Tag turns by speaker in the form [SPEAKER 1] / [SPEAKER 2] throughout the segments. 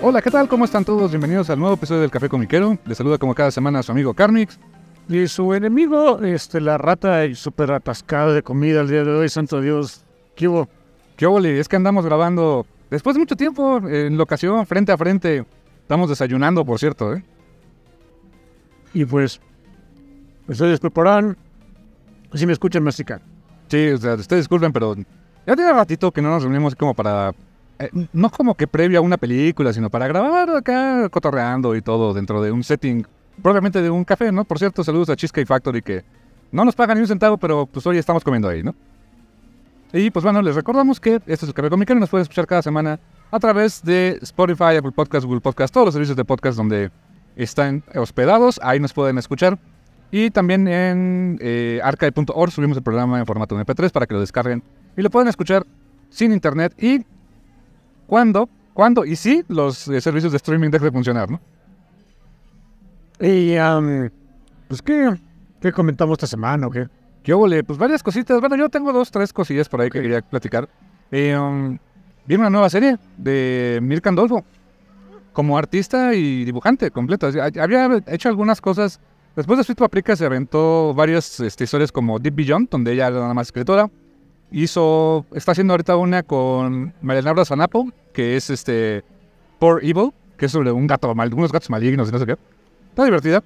[SPEAKER 1] Hola, ¿qué tal? ¿Cómo están todos? Bienvenidos al nuevo episodio del Café Comiquero. Les saluda como cada semana a su amigo Carmix.
[SPEAKER 2] Y su enemigo, este, la rata y súper atascada de comida el día de hoy, santo Dios. ¿Qué hubo?
[SPEAKER 1] ¿Qué ole? Es que andamos grabando después de mucho tiempo, eh, en locación, frente a frente. Estamos desayunando, por cierto, ¿eh?
[SPEAKER 2] Y pues, ustedes disculparán si me escuchan masticar.
[SPEAKER 1] Sí, o sea, ustedes disculpen, pero ya tiene ratito que no nos reunimos como para... eh, no como que previo a una película, sino para grabar acá cotorreando y todo dentro de un setting, probablemente de un café, ¿no? Por cierto, saludos a Cheesecake Factory que no nos pagan ni un centavo, pero pues hoy estamos comiendo ahí, ¿no? Y pues bueno, les recordamos que este es el Café Comiquero, nos pueden escuchar cada semana a través de Spotify, Apple Podcast, Google Podcast, todos los servicios de podcast donde están hospedados, ahí nos pueden escuchar. Y también en eh, archive.org subimos el programa en formato MP3 para que lo descarguen y lo pueden escuchar sin internet y cuando, cuando y si los eh, servicios de streaming dejen de funcionar, ¿no?
[SPEAKER 2] Y, am, pues, ¿qué, ¿qué comentamos esta semana o qué?
[SPEAKER 1] ¿Qué ole? Pues varias cositas. Bueno, yo tengo dos, tres cosillas por ahí que
[SPEAKER 2] Ok.
[SPEAKER 1] quería platicar. Eh, um, vi una nueva serie de Mir Candolfo como artista y dibujante completa. O sea, Había hecho algunas cosas. Después de Sweet Paprika se aventó varias este, historias como Deep Beyond, donde ella era nada más escritora. Hizo, está haciendo ahorita una con María Laura Sanapo, que es este Poor Evil, que es sobre un gato, mal- unos gatos malignos y no sé qué. Está divertida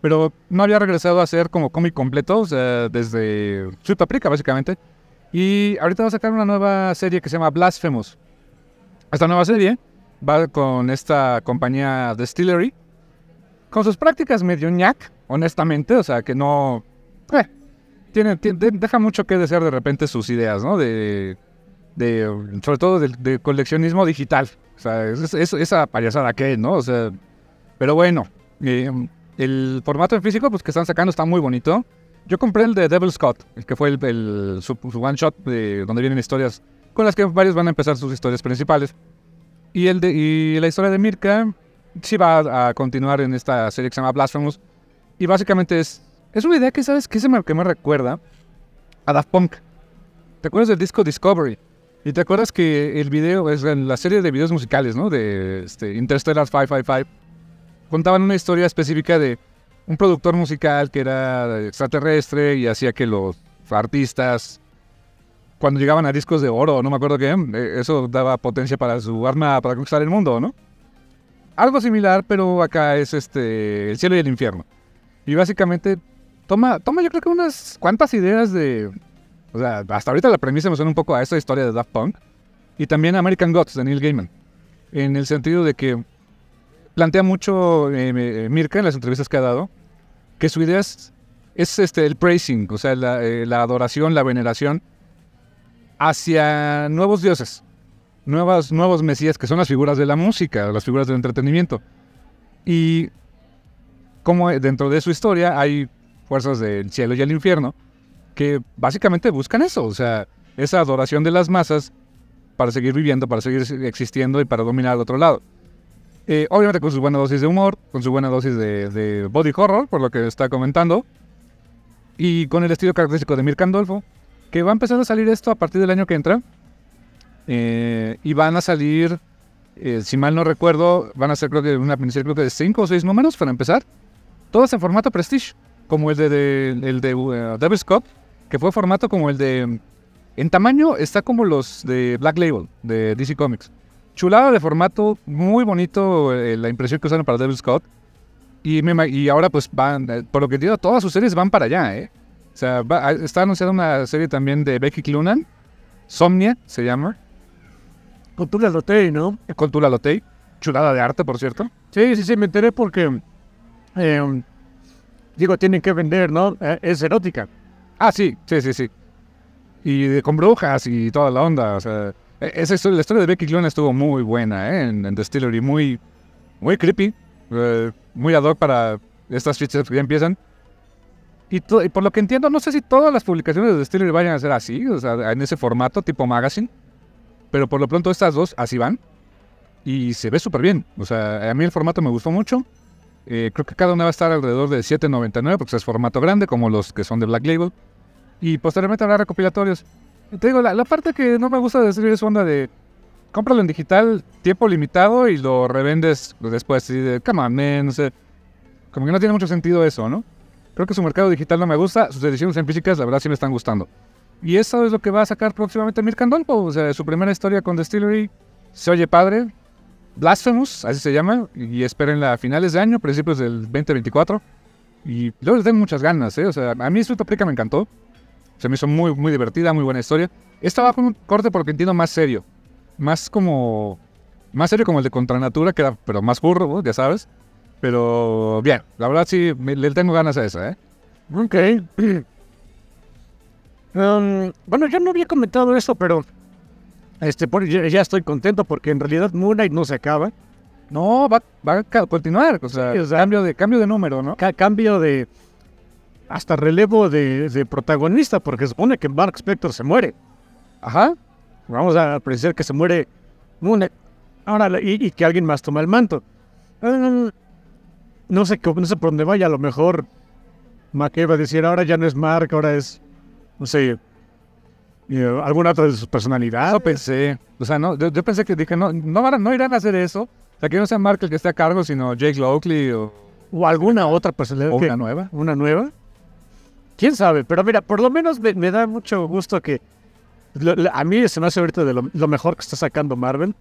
[SPEAKER 1] pero no había regresado a hacer como cómic completo, o sea, desde Sweet Paprika, básicamente. Y ahorita va a sacar una nueva serie que se llama Blasphemous. Esta nueva serie va con esta compañía Distillery, con sus prácticas medio ñac, honestamente, o sea, que no... eh, tiene, ti- de- deja mucho que desear de repente sus ideas, ¿no? De, de- sobre todo del de coleccionismo digital. O sea, es- es- esa payasada que, ¿no? O sea, pero bueno, eh, el formato en físico pues, que están sacando está muy bonito. Yo compré el de Devil Scott, el que fue el, el- su, su one shot de, donde vienen historias con las que varios van a empezar sus historias principales. Y, el de, y la historia de Mirka sí va a, a continuar en esta serie que se llama Blasphemous. Y básicamente es, es una idea que, ¿sabes qué se me, que me recuerda? A Daft Punk. ¿Te acuerdas del disco Discovery? Y te acuerdas que el video, es en la serie de videos musicales, ¿no? De este, Interstellar 555 contaban una historia específica de un productor musical que era extraterrestre y hacía que los artistas, cuando llegaban a discos de oro, no me acuerdo qué, eh, eso daba potencia para su arma para conquistar el mundo, ¿no? Algo similar, pero acá es este el cielo y el infierno. Y básicamente toma, toma yo creo que unas cuantas ideas de... O sea, hasta ahorita la premisa me suena un poco a esta historia de Daft Punk y también American Gods de Neil Gaiman. En el sentido de que plantea mucho eh, eh, Mirka en las entrevistas que ha dado, que su idea es, es, este, el praising, o sea, la, eh, la adoración, la veneración hacia nuevos dioses, nuevas, nuevos mesías, que son las figuras de la música, las figuras del entretenimiento. Y como dentro de su historia hay fuerzas del cielo y el infierno, que básicamente buscan eso, o sea, esa adoración de las masas para seguir viviendo, para seguir existiendo y para dominar al otro lado. Eh, obviamente con su buena dosis de humor, con su buena dosis de, de body horror, por lo que está comentando. Y con el estilo característico de Mir Candolfo, que va a empezar a salir esto a partir del año que entra. Eh, y van a salir Eh, si mal no recuerdo, van a ser creo que una miniserie creo que de cinco o seis números para empezar. Todas en formato Prestige, como el de, de- el de uh, Devil's Cup, que fue formato como el de... En tamaño está como los de Black Label, de DC Comics. Chulada de formato, muy bonito eh, la impresión que usaron para Devil's Cup. Y, me ima- y ahora pues van, eh, por lo que entiendo, todas sus series van para allá, ¿eh? O sea, va- ah, está anunciada una serie también de Becky Clunan, Somnia se llama,
[SPEAKER 2] Con Tula Lotey, ¿no?
[SPEAKER 1] con Tula Lotey, chulada de arte, por cierto.
[SPEAKER 2] Sí, sí, sí, me enteré porque. eh, digo, tienen que vender, ¿no? Eh, es erótica.
[SPEAKER 1] Ah, sí, sí, sí, sí. Y de- con brujas y toda la onda, o sea, e- esa historia, la historia de Becky Clunan estuvo muy buena, ¿eh? En, en Distillery, muy, muy creepy, eh, muy ad hoc para estas fichas que ya empiezan. Y, to- y por lo que entiendo, no sé si todas las publicaciones de Distillery vayan a ser así, o sea, en ese formato tipo magazine, pero por lo pronto estas dos así van y se ve súper bien. O sea, a mí el formato me gustó mucho. Eh, creo que cada una va a estar alrededor de 7.99 porque es formato grande, como los que son de Black Label y posteriormente habrá recopilatorios. Te digo, la, la parte que no me gusta de decir es onda de cómpralo en digital, tiempo limitado y lo revendes después. Así de, come on, man", no sé. Como que no tiene mucho sentido eso, ¿no? Creo que su mercado digital no me gusta, sus ediciones en físicas, la verdad, sí me están gustando. Y eso es lo que va a sacar próximamente Mirkan Dolpo, o sea, su primera historia con Distillery se oye padre. Blasphemous, así se llama, y espérenla a finales de año, principios del 2024. Y luego les den muchas ganas, ¿eh? O sea, a mí Sweet Paprika me encantó. Se me hizo muy, muy divertida, muy buena historia. Esta va con un corte, por lo que entiendo, más serio. Más como... Más serio como el de Contranatura, que era, pero más burro, ¿no? ya sabes. Pero bien, la verdad sí, me- le tengo ganas a esa, ¿eh?
[SPEAKER 2] Ok. Um, bueno, yo no había comentado eso, pero. Este, por- ya, ya estoy contento porque en realidad Moon Knight no se acaba.
[SPEAKER 1] No, va, va a ca- continuar, o sea,
[SPEAKER 2] Sí, o sea-
[SPEAKER 1] cambio, de, cambio de número, ¿no?
[SPEAKER 2] Ca- cambio de. Hasta relevo de, de protagonista, porque supone que Mark Spector se muere.
[SPEAKER 1] Ajá,
[SPEAKER 2] Vamos a pensar que se muere Moon Knight. Ahora, la- y, y que alguien más toma el manto. Mm, No sé, cómo- no sé por dónde vaya. A lo mejor McKay va a decir, ahora ya no es Mark, ahora es, no sé, eh, alguna otra de sus
[SPEAKER 1] eso
[SPEAKER 2] personalidades.
[SPEAKER 1] pensé. O sea, no, yo, yo pensé que dije, no, no, van a- no irán a hacer eso. O sea, que no sea Mark el que esté a cargo, sino Jake Lockley o,
[SPEAKER 2] O alguna otra personalidad.
[SPEAKER 1] o
[SPEAKER 2] que-
[SPEAKER 1] una nueva.
[SPEAKER 2] ¿Una nueva? ¿Quién sabe? Pero mira, por lo menos me, me da mucho gusto que... lo- lo- a mí se me hace ahorita de lo, lo mejor que está sacando Marvel.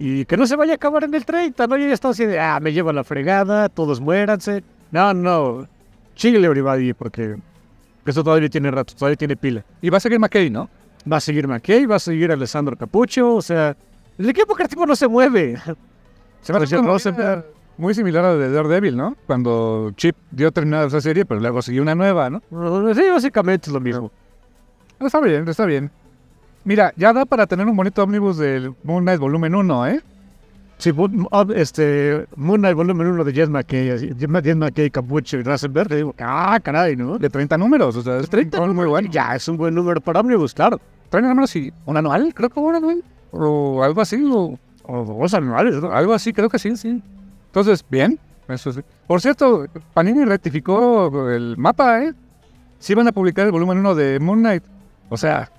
[SPEAKER 2] Y que no se vaya a acabar en el 30, ¿no? Yo ya estaba así de, ah, me llevo a la fregada, todos muéranse. No, no, chile everybody, porque eso todavía tiene rato, todavía tiene pila.
[SPEAKER 1] Y va a seguir McKay, ¿no?
[SPEAKER 2] Va a seguir McKay, va a seguir Alessandro Capucho, o sea, el equipo creativo no se mueve.
[SPEAKER 1] Se me hace
[SPEAKER 2] Roger
[SPEAKER 1] como
[SPEAKER 2] Rosenberg.
[SPEAKER 1] que era Muy similar a la de Daredevil, ¿no? Cuando Chip dio terminada esa serie, pero luego siguió una nueva, ¿no?
[SPEAKER 2] Sí, básicamente es lo mismo.
[SPEAKER 1] Ah, Está bien, está bien. Mira, ya da para tener un bonito ómnibus del Moon Knight Volumen 1, ¿eh?
[SPEAKER 2] Sí, Moon- ob- este, Moon Knight Volumen 1 de Jess McKay, así, Jess Ma- Jess McKay, Capucho y Rasenberg, le digo, ah, caray, ¿no?
[SPEAKER 1] De 30 números, o sea, es 30 muy bueno.
[SPEAKER 2] Ya, es un buen número para Omnibus, claro.
[SPEAKER 1] 30 números y un anual, creo que un anual. O algo así, o
[SPEAKER 2] O dos anuales, ¿no?
[SPEAKER 1] algo así, creo que sí, sí. Entonces, bien. Eso sí. Por cierto, Panini rectificó el mapa, ¿eh? Sí van a publicar el volumen 1 de Moon Knight. O sea,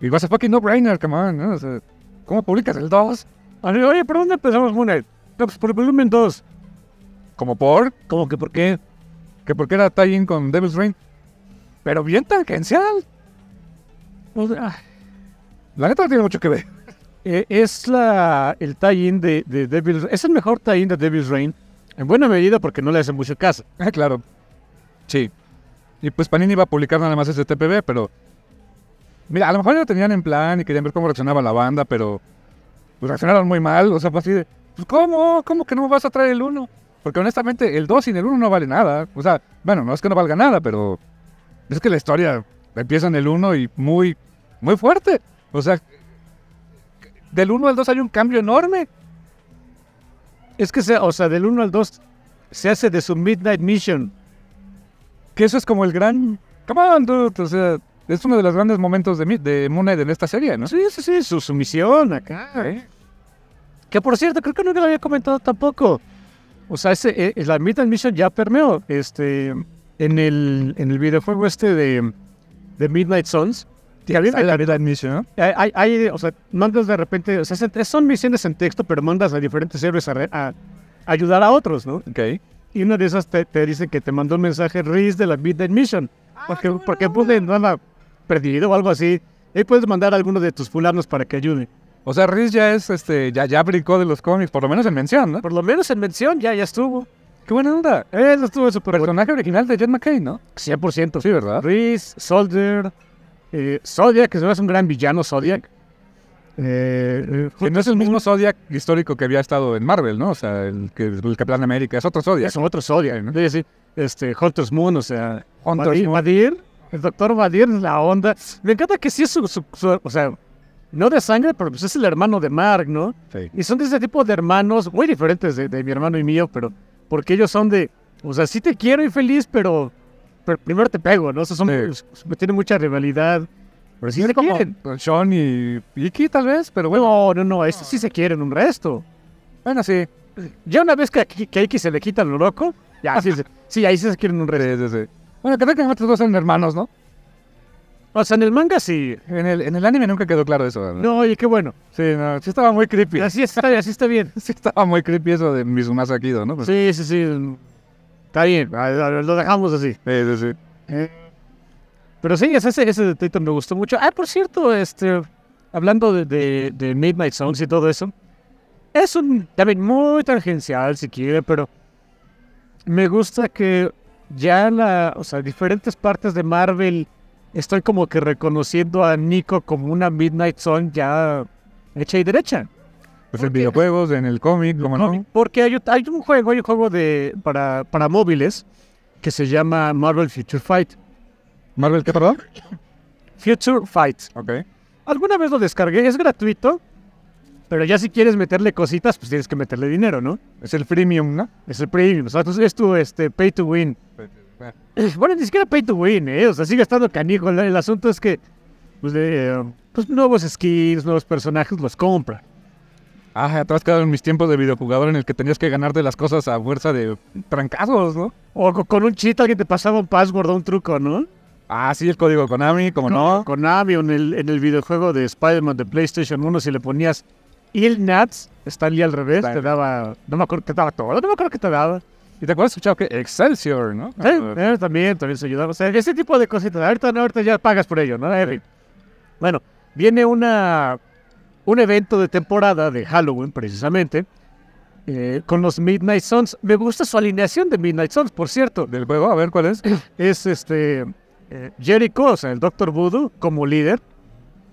[SPEAKER 1] it was a fucking no-brainer, come on, ¿no? O sea, ¿cómo publicas el 2?
[SPEAKER 2] Así, Oye, ¿por dónde empezamos Moon Knight? No, pues por el volumen 2.
[SPEAKER 1] Como por,
[SPEAKER 2] ¿Cómo que por qué?
[SPEAKER 1] que porque era tie con Devil's Rain. Pero bien tangencial.
[SPEAKER 2] O sea, ah,
[SPEAKER 1] La neta no tiene mucho que ver.
[SPEAKER 2] eh, es la, el tie-in de, de Devil's Es el mejor tie-in de Devil's Reign, en buena medida porque no le hacen mucho caso.
[SPEAKER 1] Ah, claro. Sí. Y pues Panini iba a publicar nada más ese TPB, pero. Mira, a lo mejor ya lo tenían en plan y querían ver cómo reaccionaba la banda, pero. Pues reaccionaron muy mal. O sea, fue así de. Pues, ¿cómo? ¿Cómo que no vas a traer el 1? Porque honestamente, el 2 sin el 1 no vale nada. O sea, bueno, no es que no valga nada, pero. Es que la historia empieza en el 1 y muy. Muy fuerte. O sea. Del 1 al 2 hay un cambio enorme.
[SPEAKER 2] Es que, se, o sea, del 1 al 2 se hace de su Midnight Mission.
[SPEAKER 1] que eso es como el gran come on dude o sea es uno de los grandes momentos de, mi- de Moon Knight en esta serie no
[SPEAKER 2] Sí, sí, sí, su, su misión acá.
[SPEAKER 1] ¿Eh?
[SPEAKER 2] Que por cierto, creo que nunca lo había comentado tampoco. O sea, ese, eh, la Midnight Mission ya permeó. Este, en, el, en el videojuego este de, de Midnight Suns, Y a mí me
[SPEAKER 1] Sale la vida en misión, ¿no?
[SPEAKER 2] Hay, hay- hay, o sea, mandas de repente, o sea, se- son misiones en texto, pero mandas a diferentes héroes a, re- a ayudar a otros, ¿no?
[SPEAKER 1] Ok.
[SPEAKER 2] Y una de esas te, te dice que te mandó un mensaje Riz de la Midnight Mission.
[SPEAKER 3] Ah,
[SPEAKER 2] Porque, porque pues, puse en nada perdido o algo así. Y puedes mandar a alguno de tus fulanos para que ayude.
[SPEAKER 1] O sea, Riz ya es, este, ya, ya brincó de los cómics, por lo menos en mención, ¿no?
[SPEAKER 2] Por lo menos en mención ya, ya estuvo.
[SPEAKER 1] Qué buena onda.
[SPEAKER 2] Eso estuvo súper bueno.
[SPEAKER 1] Personaje original de Jet McKay, ¿no?
[SPEAKER 2] 100%.
[SPEAKER 1] Sí, ¿verdad?
[SPEAKER 2] Reese, Soldier, eh, Zodiac, que se me hace un gran villano, Zodiac. Eh, eh,
[SPEAKER 1] Que no es el mismo Zodiac histórico que había estado en Marvel, ¿no? O sea, el, que, el Capitán América es otro Zodiac.
[SPEAKER 2] es otro Zodiac, ¿no? Sí, sí. Este, Hunter's Moon, o sea,
[SPEAKER 1] Hunter's
[SPEAKER 2] Vadir,
[SPEAKER 1] Moon.
[SPEAKER 2] Vadir, el doctor Vadir es la onda. Me encanta que sí es su, su- su- o sea, no de sangre, pero pues es el hermano de Mark, ¿no?
[SPEAKER 1] Sí.
[SPEAKER 2] Y son de ese tipo de hermanos muy diferentes de, de mi hermano y mío, pero porque ellos son de, o sea, sí te quiero y feliz, pero, pero primero te pego, ¿no? O sea, son, tienen mucha rivalidad. Pero sí
[SPEAKER 1] Es
[SPEAKER 2] se
[SPEAKER 1] como
[SPEAKER 2] quieren.
[SPEAKER 1] pues, Sean y Iki, tal vez, pero bueno.
[SPEAKER 2] No, no, no, estos sí se quieren un resto.
[SPEAKER 1] Bueno, sí.
[SPEAKER 2] Ya una vez que, a Ki- que a Iki se le quita lo loco, ya sí, se- sí, ahí sí se quieren un resto.
[SPEAKER 1] Sí, sí, sí. Bueno, creo que estos dos son hermanos, ¿no?
[SPEAKER 2] O sea, en el manga sí.
[SPEAKER 1] En el, en el anime nunca quedó claro eso, ¿verdad?
[SPEAKER 2] No, oye, qué bueno.
[SPEAKER 1] Sí, no, sí estaba muy creepy.
[SPEAKER 2] Así está, así está bien.
[SPEAKER 1] Sí estaba muy creepy eso de Mizumasa Kido, ¿no? Pues,
[SPEAKER 2] Sí, sí, sí. Está bien, a- a- lo dejamos así.
[SPEAKER 1] sí, sí, sí.
[SPEAKER 2] Pero sí, ese, ese ese detallito me gustó mucho. Ah, por cierto, este, hablando de, de- de Midnight Songs y todo eso, es un también muy tangencial, si quiere, pero me gusta que ya la, o sea, diferentes partes de Marvel estoy como que reconociendo a Nico como una Midnight Song ya hecha y derecha.
[SPEAKER 1] Pues en videojuegos, en el cómic, como no.
[SPEAKER 2] Porque hay, hay un juego, hay un juego de, para, para móviles que se llama Marvel Future Fight.
[SPEAKER 1] Marvel, ¿qué, perdón?
[SPEAKER 2] Future Fight.
[SPEAKER 1] Ok.
[SPEAKER 2] Alguna vez lo descargué, es gratuito, pero ya si quieres meterle cositas, pues tienes que meterle dinero, ¿no?
[SPEAKER 1] Es el freemium, ¿no?
[SPEAKER 2] Es el premium, o sea, entonces es tu este, pay to win. Bueno, ni siquiera pay to win, ¿eh? O sea, sigue estando canijo. El, el asunto es que, pues, de, eh, pues, nuevos skins, nuevos personajes los compra.
[SPEAKER 1] Ah, atrás quedaron mis tiempos de videojugador en el que tenías que ganarte las cosas a fuerza de trancazos, ¿no?
[SPEAKER 2] O co- con un cheat alguien te pasaba un password o un truco, ¿no?
[SPEAKER 1] Ah, sí, el código Konami, como no.
[SPEAKER 2] Con Ami en el, en el videojuego de Spider-Man de PlayStation 1, si le ponías Il Nats, Stanley al revés,
[SPEAKER 1] Claro.
[SPEAKER 2] te daba, no me acuerdo, te daba todo, no me acuerdo qué te daba.
[SPEAKER 1] ¿Y te acuerdas escuchado que Excelsior, ¿no? Ah,
[SPEAKER 2] Eh, eh, también, también se ayudaba. O sea, ese tipo de cositas. Ahorita, no, ahorita ya pagas por ello, ¿no? En fin. Bueno, viene una, un evento de temporada de Halloween, precisamente, eh, con los Midnight Suns. Me gusta su alineación de Midnight Suns, por cierto.
[SPEAKER 1] Del juego, a ver cuál es.
[SPEAKER 2] Es este eh, Jericho, o sea, el Doctor Voodoo como líder.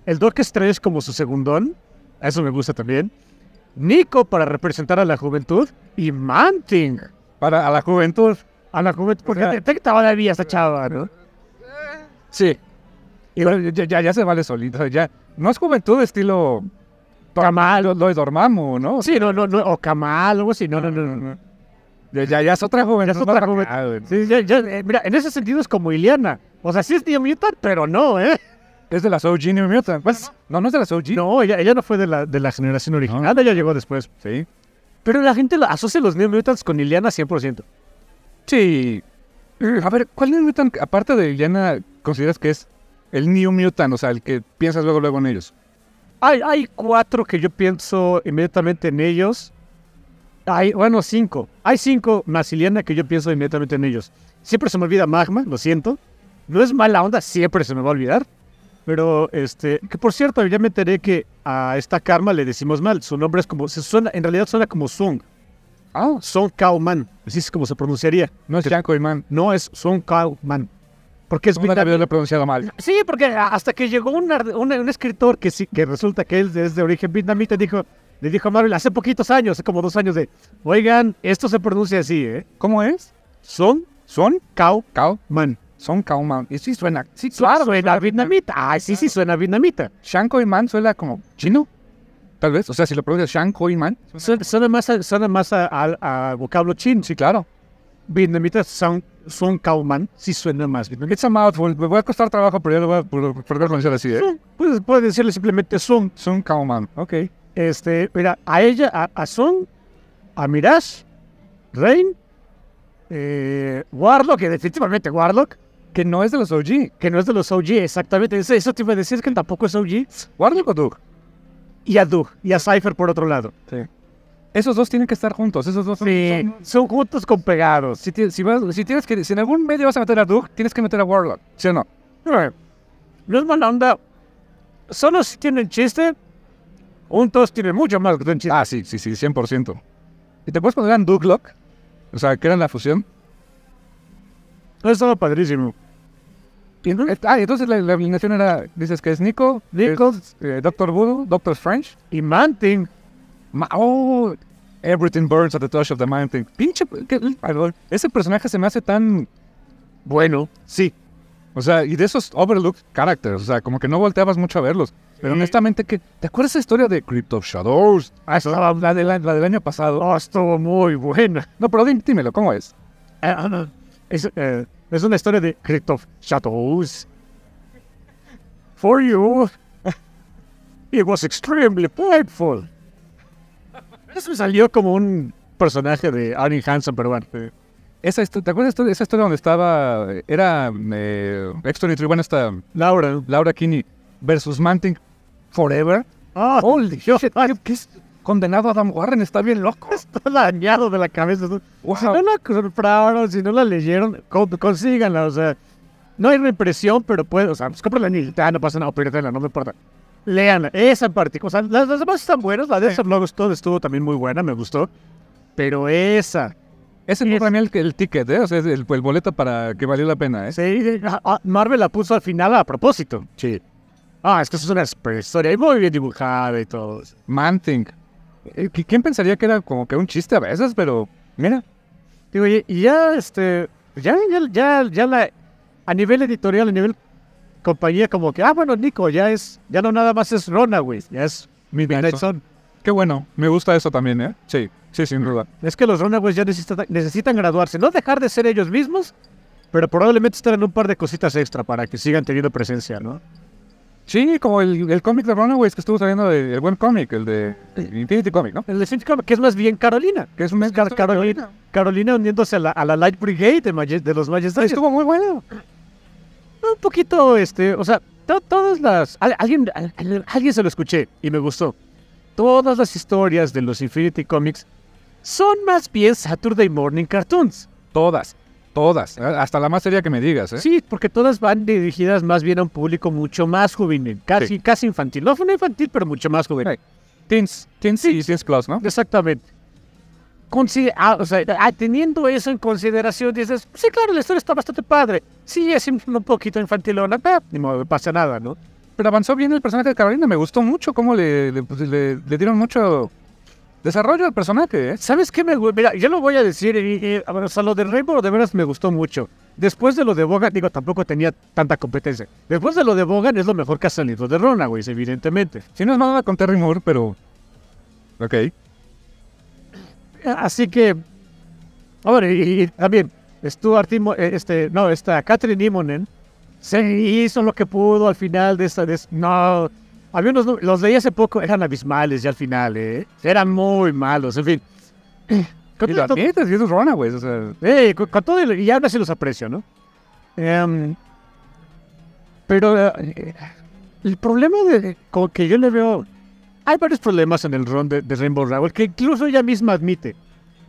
[SPEAKER 2] El Doc Strange como su segundón. a Eso me gusta también. Nico para representar a la juventud. Y Manting.
[SPEAKER 1] Para a la juventud.
[SPEAKER 2] A la juventud, porque
[SPEAKER 1] O sea, eh,
[SPEAKER 2] detecta todavía esta chava, ¿no?
[SPEAKER 1] Sí. Y bueno, ya, ya, ya se vale solito. Ya. No es juventud estilo
[SPEAKER 2] Kamal.
[SPEAKER 1] lo, lo de Dormammu, ¿no?
[SPEAKER 2] Sí, no, no, no. O Kamal, algo así. No, no, no. no.
[SPEAKER 1] Ya, ya, ya es otra juventud.
[SPEAKER 2] Ya es otra
[SPEAKER 1] ¿no?
[SPEAKER 2] juventud.
[SPEAKER 1] Ah, güey.
[SPEAKER 2] Sí, ya- ya, eh, mira, en ese sentido es como Iliana. O sea, sí es New Mutant, pero no, ¿eh?
[SPEAKER 1] Es de las OG New Mutant. Pues, no, no es de las OG.
[SPEAKER 2] No, ella, ella no fue de la, de la generación original. Ella llegó después.
[SPEAKER 1] Sí.
[SPEAKER 2] Pero la gente lo- asocia los New Mutants con Iliana 100%.
[SPEAKER 1] Sí. Eh, A ver, ¿cuál New Mutant, aparte de Iliana, consideras que es el New Mutant? O sea, el que piensas luego, luego en ellos.
[SPEAKER 2] Hay, hay cuatro que yo pienso inmediatamente en ellos. Hay, bueno, cinco. Hay cinco más Iliana que yo pienso inmediatamente en ellos. Siempre se me olvida Magma, lo siento. No es mala onda, siempre se me va a olvidar. Pero, este, que por cierto, ya me enteré que a esta Karma le decimos mal. Su nombre es como, se suena, en realidad suena como Song.
[SPEAKER 1] Ah,
[SPEAKER 2] Song Kao Man. Así es como se pronunciaría.
[SPEAKER 1] no es Yanko y Man.
[SPEAKER 2] No es Song Kao Man. Porque es
[SPEAKER 1] Nunca había lo he pronunciado mal.
[SPEAKER 2] Sí, porque a- hasta que llegó un, ar- un- un escritor que sí, que resulta que él es de origen vietnamita, dijo, le dijo a Marvel hace poquitos años, hace como dos años, de, oigan, esto se pronuncia así, ¿eh?
[SPEAKER 1] ¿Cómo es?
[SPEAKER 2] Son
[SPEAKER 1] ¿Son?
[SPEAKER 2] Cao
[SPEAKER 1] ¿Cao?
[SPEAKER 2] Man.
[SPEAKER 1] Son Cao Man. Y sí suena. Sí,
[SPEAKER 2] Claro,
[SPEAKER 1] claro.
[SPEAKER 2] suena vietnamita. Ay, sí, sí, suena vietnamita.
[SPEAKER 1] Shanko y Man suena como chino. Tal vez. O sea, si lo pronuncias Shanko y Man.
[SPEAKER 2] Suena, suena más, a, suena más a, a- a vocablo chino.
[SPEAKER 1] Sí, claro.
[SPEAKER 2] Vietnamita son, son Cao Man, sí suena más vietnamita.
[SPEAKER 1] It's a mouthful. Me voy a costar trabajo, pero yo lo voy a pro- procurar pronunciar así, ¿eh?
[SPEAKER 2] Son, puedes, puedes decirle simplemente son.
[SPEAKER 1] Son Cao Man. Ok.
[SPEAKER 2] Este, mira, a ella, a, a Sun, a Mirage, Rain, eh, Warlock, que definitivamente Warlock,
[SPEAKER 1] que no es de los OG.
[SPEAKER 2] Que no es de los OG, exactamente. Eso, eso te iba a decir, es que tampoco es OG.
[SPEAKER 1] Warlock o Duke.
[SPEAKER 2] Y a Doug, y a Cypher por otro lado.
[SPEAKER 1] Sí. Esos dos tienen que estar juntos. Esos dos son-
[SPEAKER 2] Sí,
[SPEAKER 1] son-
[SPEAKER 2] son juntos con pegados.
[SPEAKER 1] si, ti- si vas- si tienes que, si en algún medio vas a meter a Duke, tienes que meter a Warlock. ¿Sí o no?
[SPEAKER 2] Eh, No es mala onda. Solo si tienen chiste, juntos tienen mucho más que un chiste.
[SPEAKER 1] Ah, sí, sí, sí, 100%. ¿Y te acuerdas cuando eran Duke Lock? O sea, que eran la fusión.
[SPEAKER 2] No estaba padrísimo.
[SPEAKER 1] Eh, Ah, y entonces la, la alineación era, dices que es Nico, eh,
[SPEAKER 2] Nichols
[SPEAKER 1] Doctor Voodoo, Doctor Strange,
[SPEAKER 2] y Manting.
[SPEAKER 1] Ma- oh, Everything Burns at the Touch of the Mountain. Pinche, que- perdón, ese personaje se me hace tan,
[SPEAKER 2] Bueno, sí.
[SPEAKER 1] o sea, y de esos overlooked characters, o sea, como que no volteabas mucho a verlos. Pero
[SPEAKER 2] Sí.
[SPEAKER 1] honestamente, que ¿te acuerdas esa historia de Crypt of Shadows?
[SPEAKER 2] Ah, estaba,
[SPEAKER 1] La, de la- la del año pasado.
[SPEAKER 2] oh, estuvo muy buena.
[SPEAKER 1] No, pero dí- dímelo, ¿cómo es?
[SPEAKER 2] Eh, ah, no. Es, eh, es una historia de Crypt of Shadows. For you, it was extremely painful. Eso me salió como un personaje de Arnie Hansen, pero bueno. eh,
[SPEAKER 1] Esa histo- ¿Te acuerdas de historia- esa historia donde estaba, eh, era eh, X-23, bueno, esta
[SPEAKER 2] Laura.
[SPEAKER 1] Laura Kinney versus Manting Forever?
[SPEAKER 2] Ah,
[SPEAKER 1] Holy
[SPEAKER 2] Dios,
[SPEAKER 1] shit,
[SPEAKER 2] ay,
[SPEAKER 1] qué- qué es- condenado Adam Warren, está bien loco.
[SPEAKER 2] está dañado de la cabeza. ¿no?
[SPEAKER 1] Wow.
[SPEAKER 2] Si no la compraron, si no la leyeron, con- consíganla, o sea. No hay represión, pero puede, o sea, pues cómprenla en el- ah, no pasa nada, píratela, no me importa. Leanla, esa en particular, o sea, las, las demás están buenas, la de esos logos todo estuvo también muy buena, me gustó. Pero esa,
[SPEAKER 1] Ese fue
[SPEAKER 2] Es-
[SPEAKER 1] para mí el, el ticket, ¿eh? O sea, es el, el boleto para que valió la pena, ¿eh?
[SPEAKER 2] sí, eh, ah, ah, Marvel la puso al final a propósito. Sí. Ah, es que eso es una super historia, y muy bien dibujada y todo.
[SPEAKER 1] Manting. Eh, ¿qui- ¿Quién pensaría que era como que un chiste a veces? Pero, mira,
[SPEAKER 2] Digo, y y ya, este, ya, ya, ya, ya la, a nivel editorial, a nivel compañía, como que, ah, bueno, Nico, ya es, ya no nada más es Runaways, ya es Midnight
[SPEAKER 1] Midnight
[SPEAKER 2] Sun.
[SPEAKER 1] qué bueno. Me gusta eso también, ¿eh? Sí, sí, sin duda.
[SPEAKER 2] Es que los Runaways ya necesitan, necesitan graduarse, no dejar de ser ellos mismos, pero probablemente estar en un par de cositas extra para que sigan teniendo presencia, ¿no?
[SPEAKER 1] Sí, como el, el cómic de Runaways que estuvo saliendo, de- el buen cómic, el de Infinity Comic, ¿no?
[SPEAKER 2] El de Finch Comic, que es más bien Carolina.
[SPEAKER 1] Que es un
[SPEAKER 2] Es Car- Carolina, Carolina uniéndose a la, a la Light Brigade de, Maje- de los Majesties.
[SPEAKER 1] Estuvo muy bueno.
[SPEAKER 2] un poquito, este, o sea, to- todas las... al- alguien, al- al- alguien se lo escuché y me gustó. Todas las historias de los Infinity Comics son más bien Saturday Morning Cartoons.
[SPEAKER 1] Todas, todas. eh, Hasta la más seria que me digas, ¿eh?
[SPEAKER 2] Sí, porque todas van dirigidas más bien a un público mucho más juvenil, casi,
[SPEAKER 1] Sí.
[SPEAKER 2] casi infantil. No fue infantil, pero mucho más juvenil.
[SPEAKER 1] Ay. Teens, teens y Teens Plus, ¿no?
[SPEAKER 2] Exactamente. Consi- ah, o sea, ah, teniendo eso en consideración, dices, sí, claro, la historia está bastante padre. Sí, es un un poquito infantilona, pero ni modo, pasa nada, ¿no?
[SPEAKER 1] Pero avanzó bien el personaje de Carolina, me gustó mucho cómo le, le, pues, le- le dieron mucho desarrollo al personaje, ¿eh?
[SPEAKER 2] ¿Sabes qué me gu- Mira, yo lo voy a decir. y- y- a ver, o sea, lo de Rainbow de veras me gustó mucho. Después de lo de Bogan, digo, tampoco tenía tanta competencia. Después de lo de Bogan es lo mejor que ha salido de Runaways, evidentemente.
[SPEAKER 1] Si no es nada con Terry Moore, pero. Ok.
[SPEAKER 2] Así que. Ahora, y, y también, Stuart Timo- eh, este, no, esta Catherine Imonen se hizo lo que pudo al final de esta. De, es- no, había unos, nu- los leí hace poco, eran abismales ya al final, ¿eh? Eran muy malos, en fin.
[SPEAKER 1] Y lo admites, y eso es Runaways, o sea.
[SPEAKER 2] Eh, con, con todo y, lo- y ahora sí los aprecio, ¿no? Em, pero eh, el problema de, como que yo le veo... Hay varios problemas en el ron de, de Rainbow Rowell que incluso ella misma admite.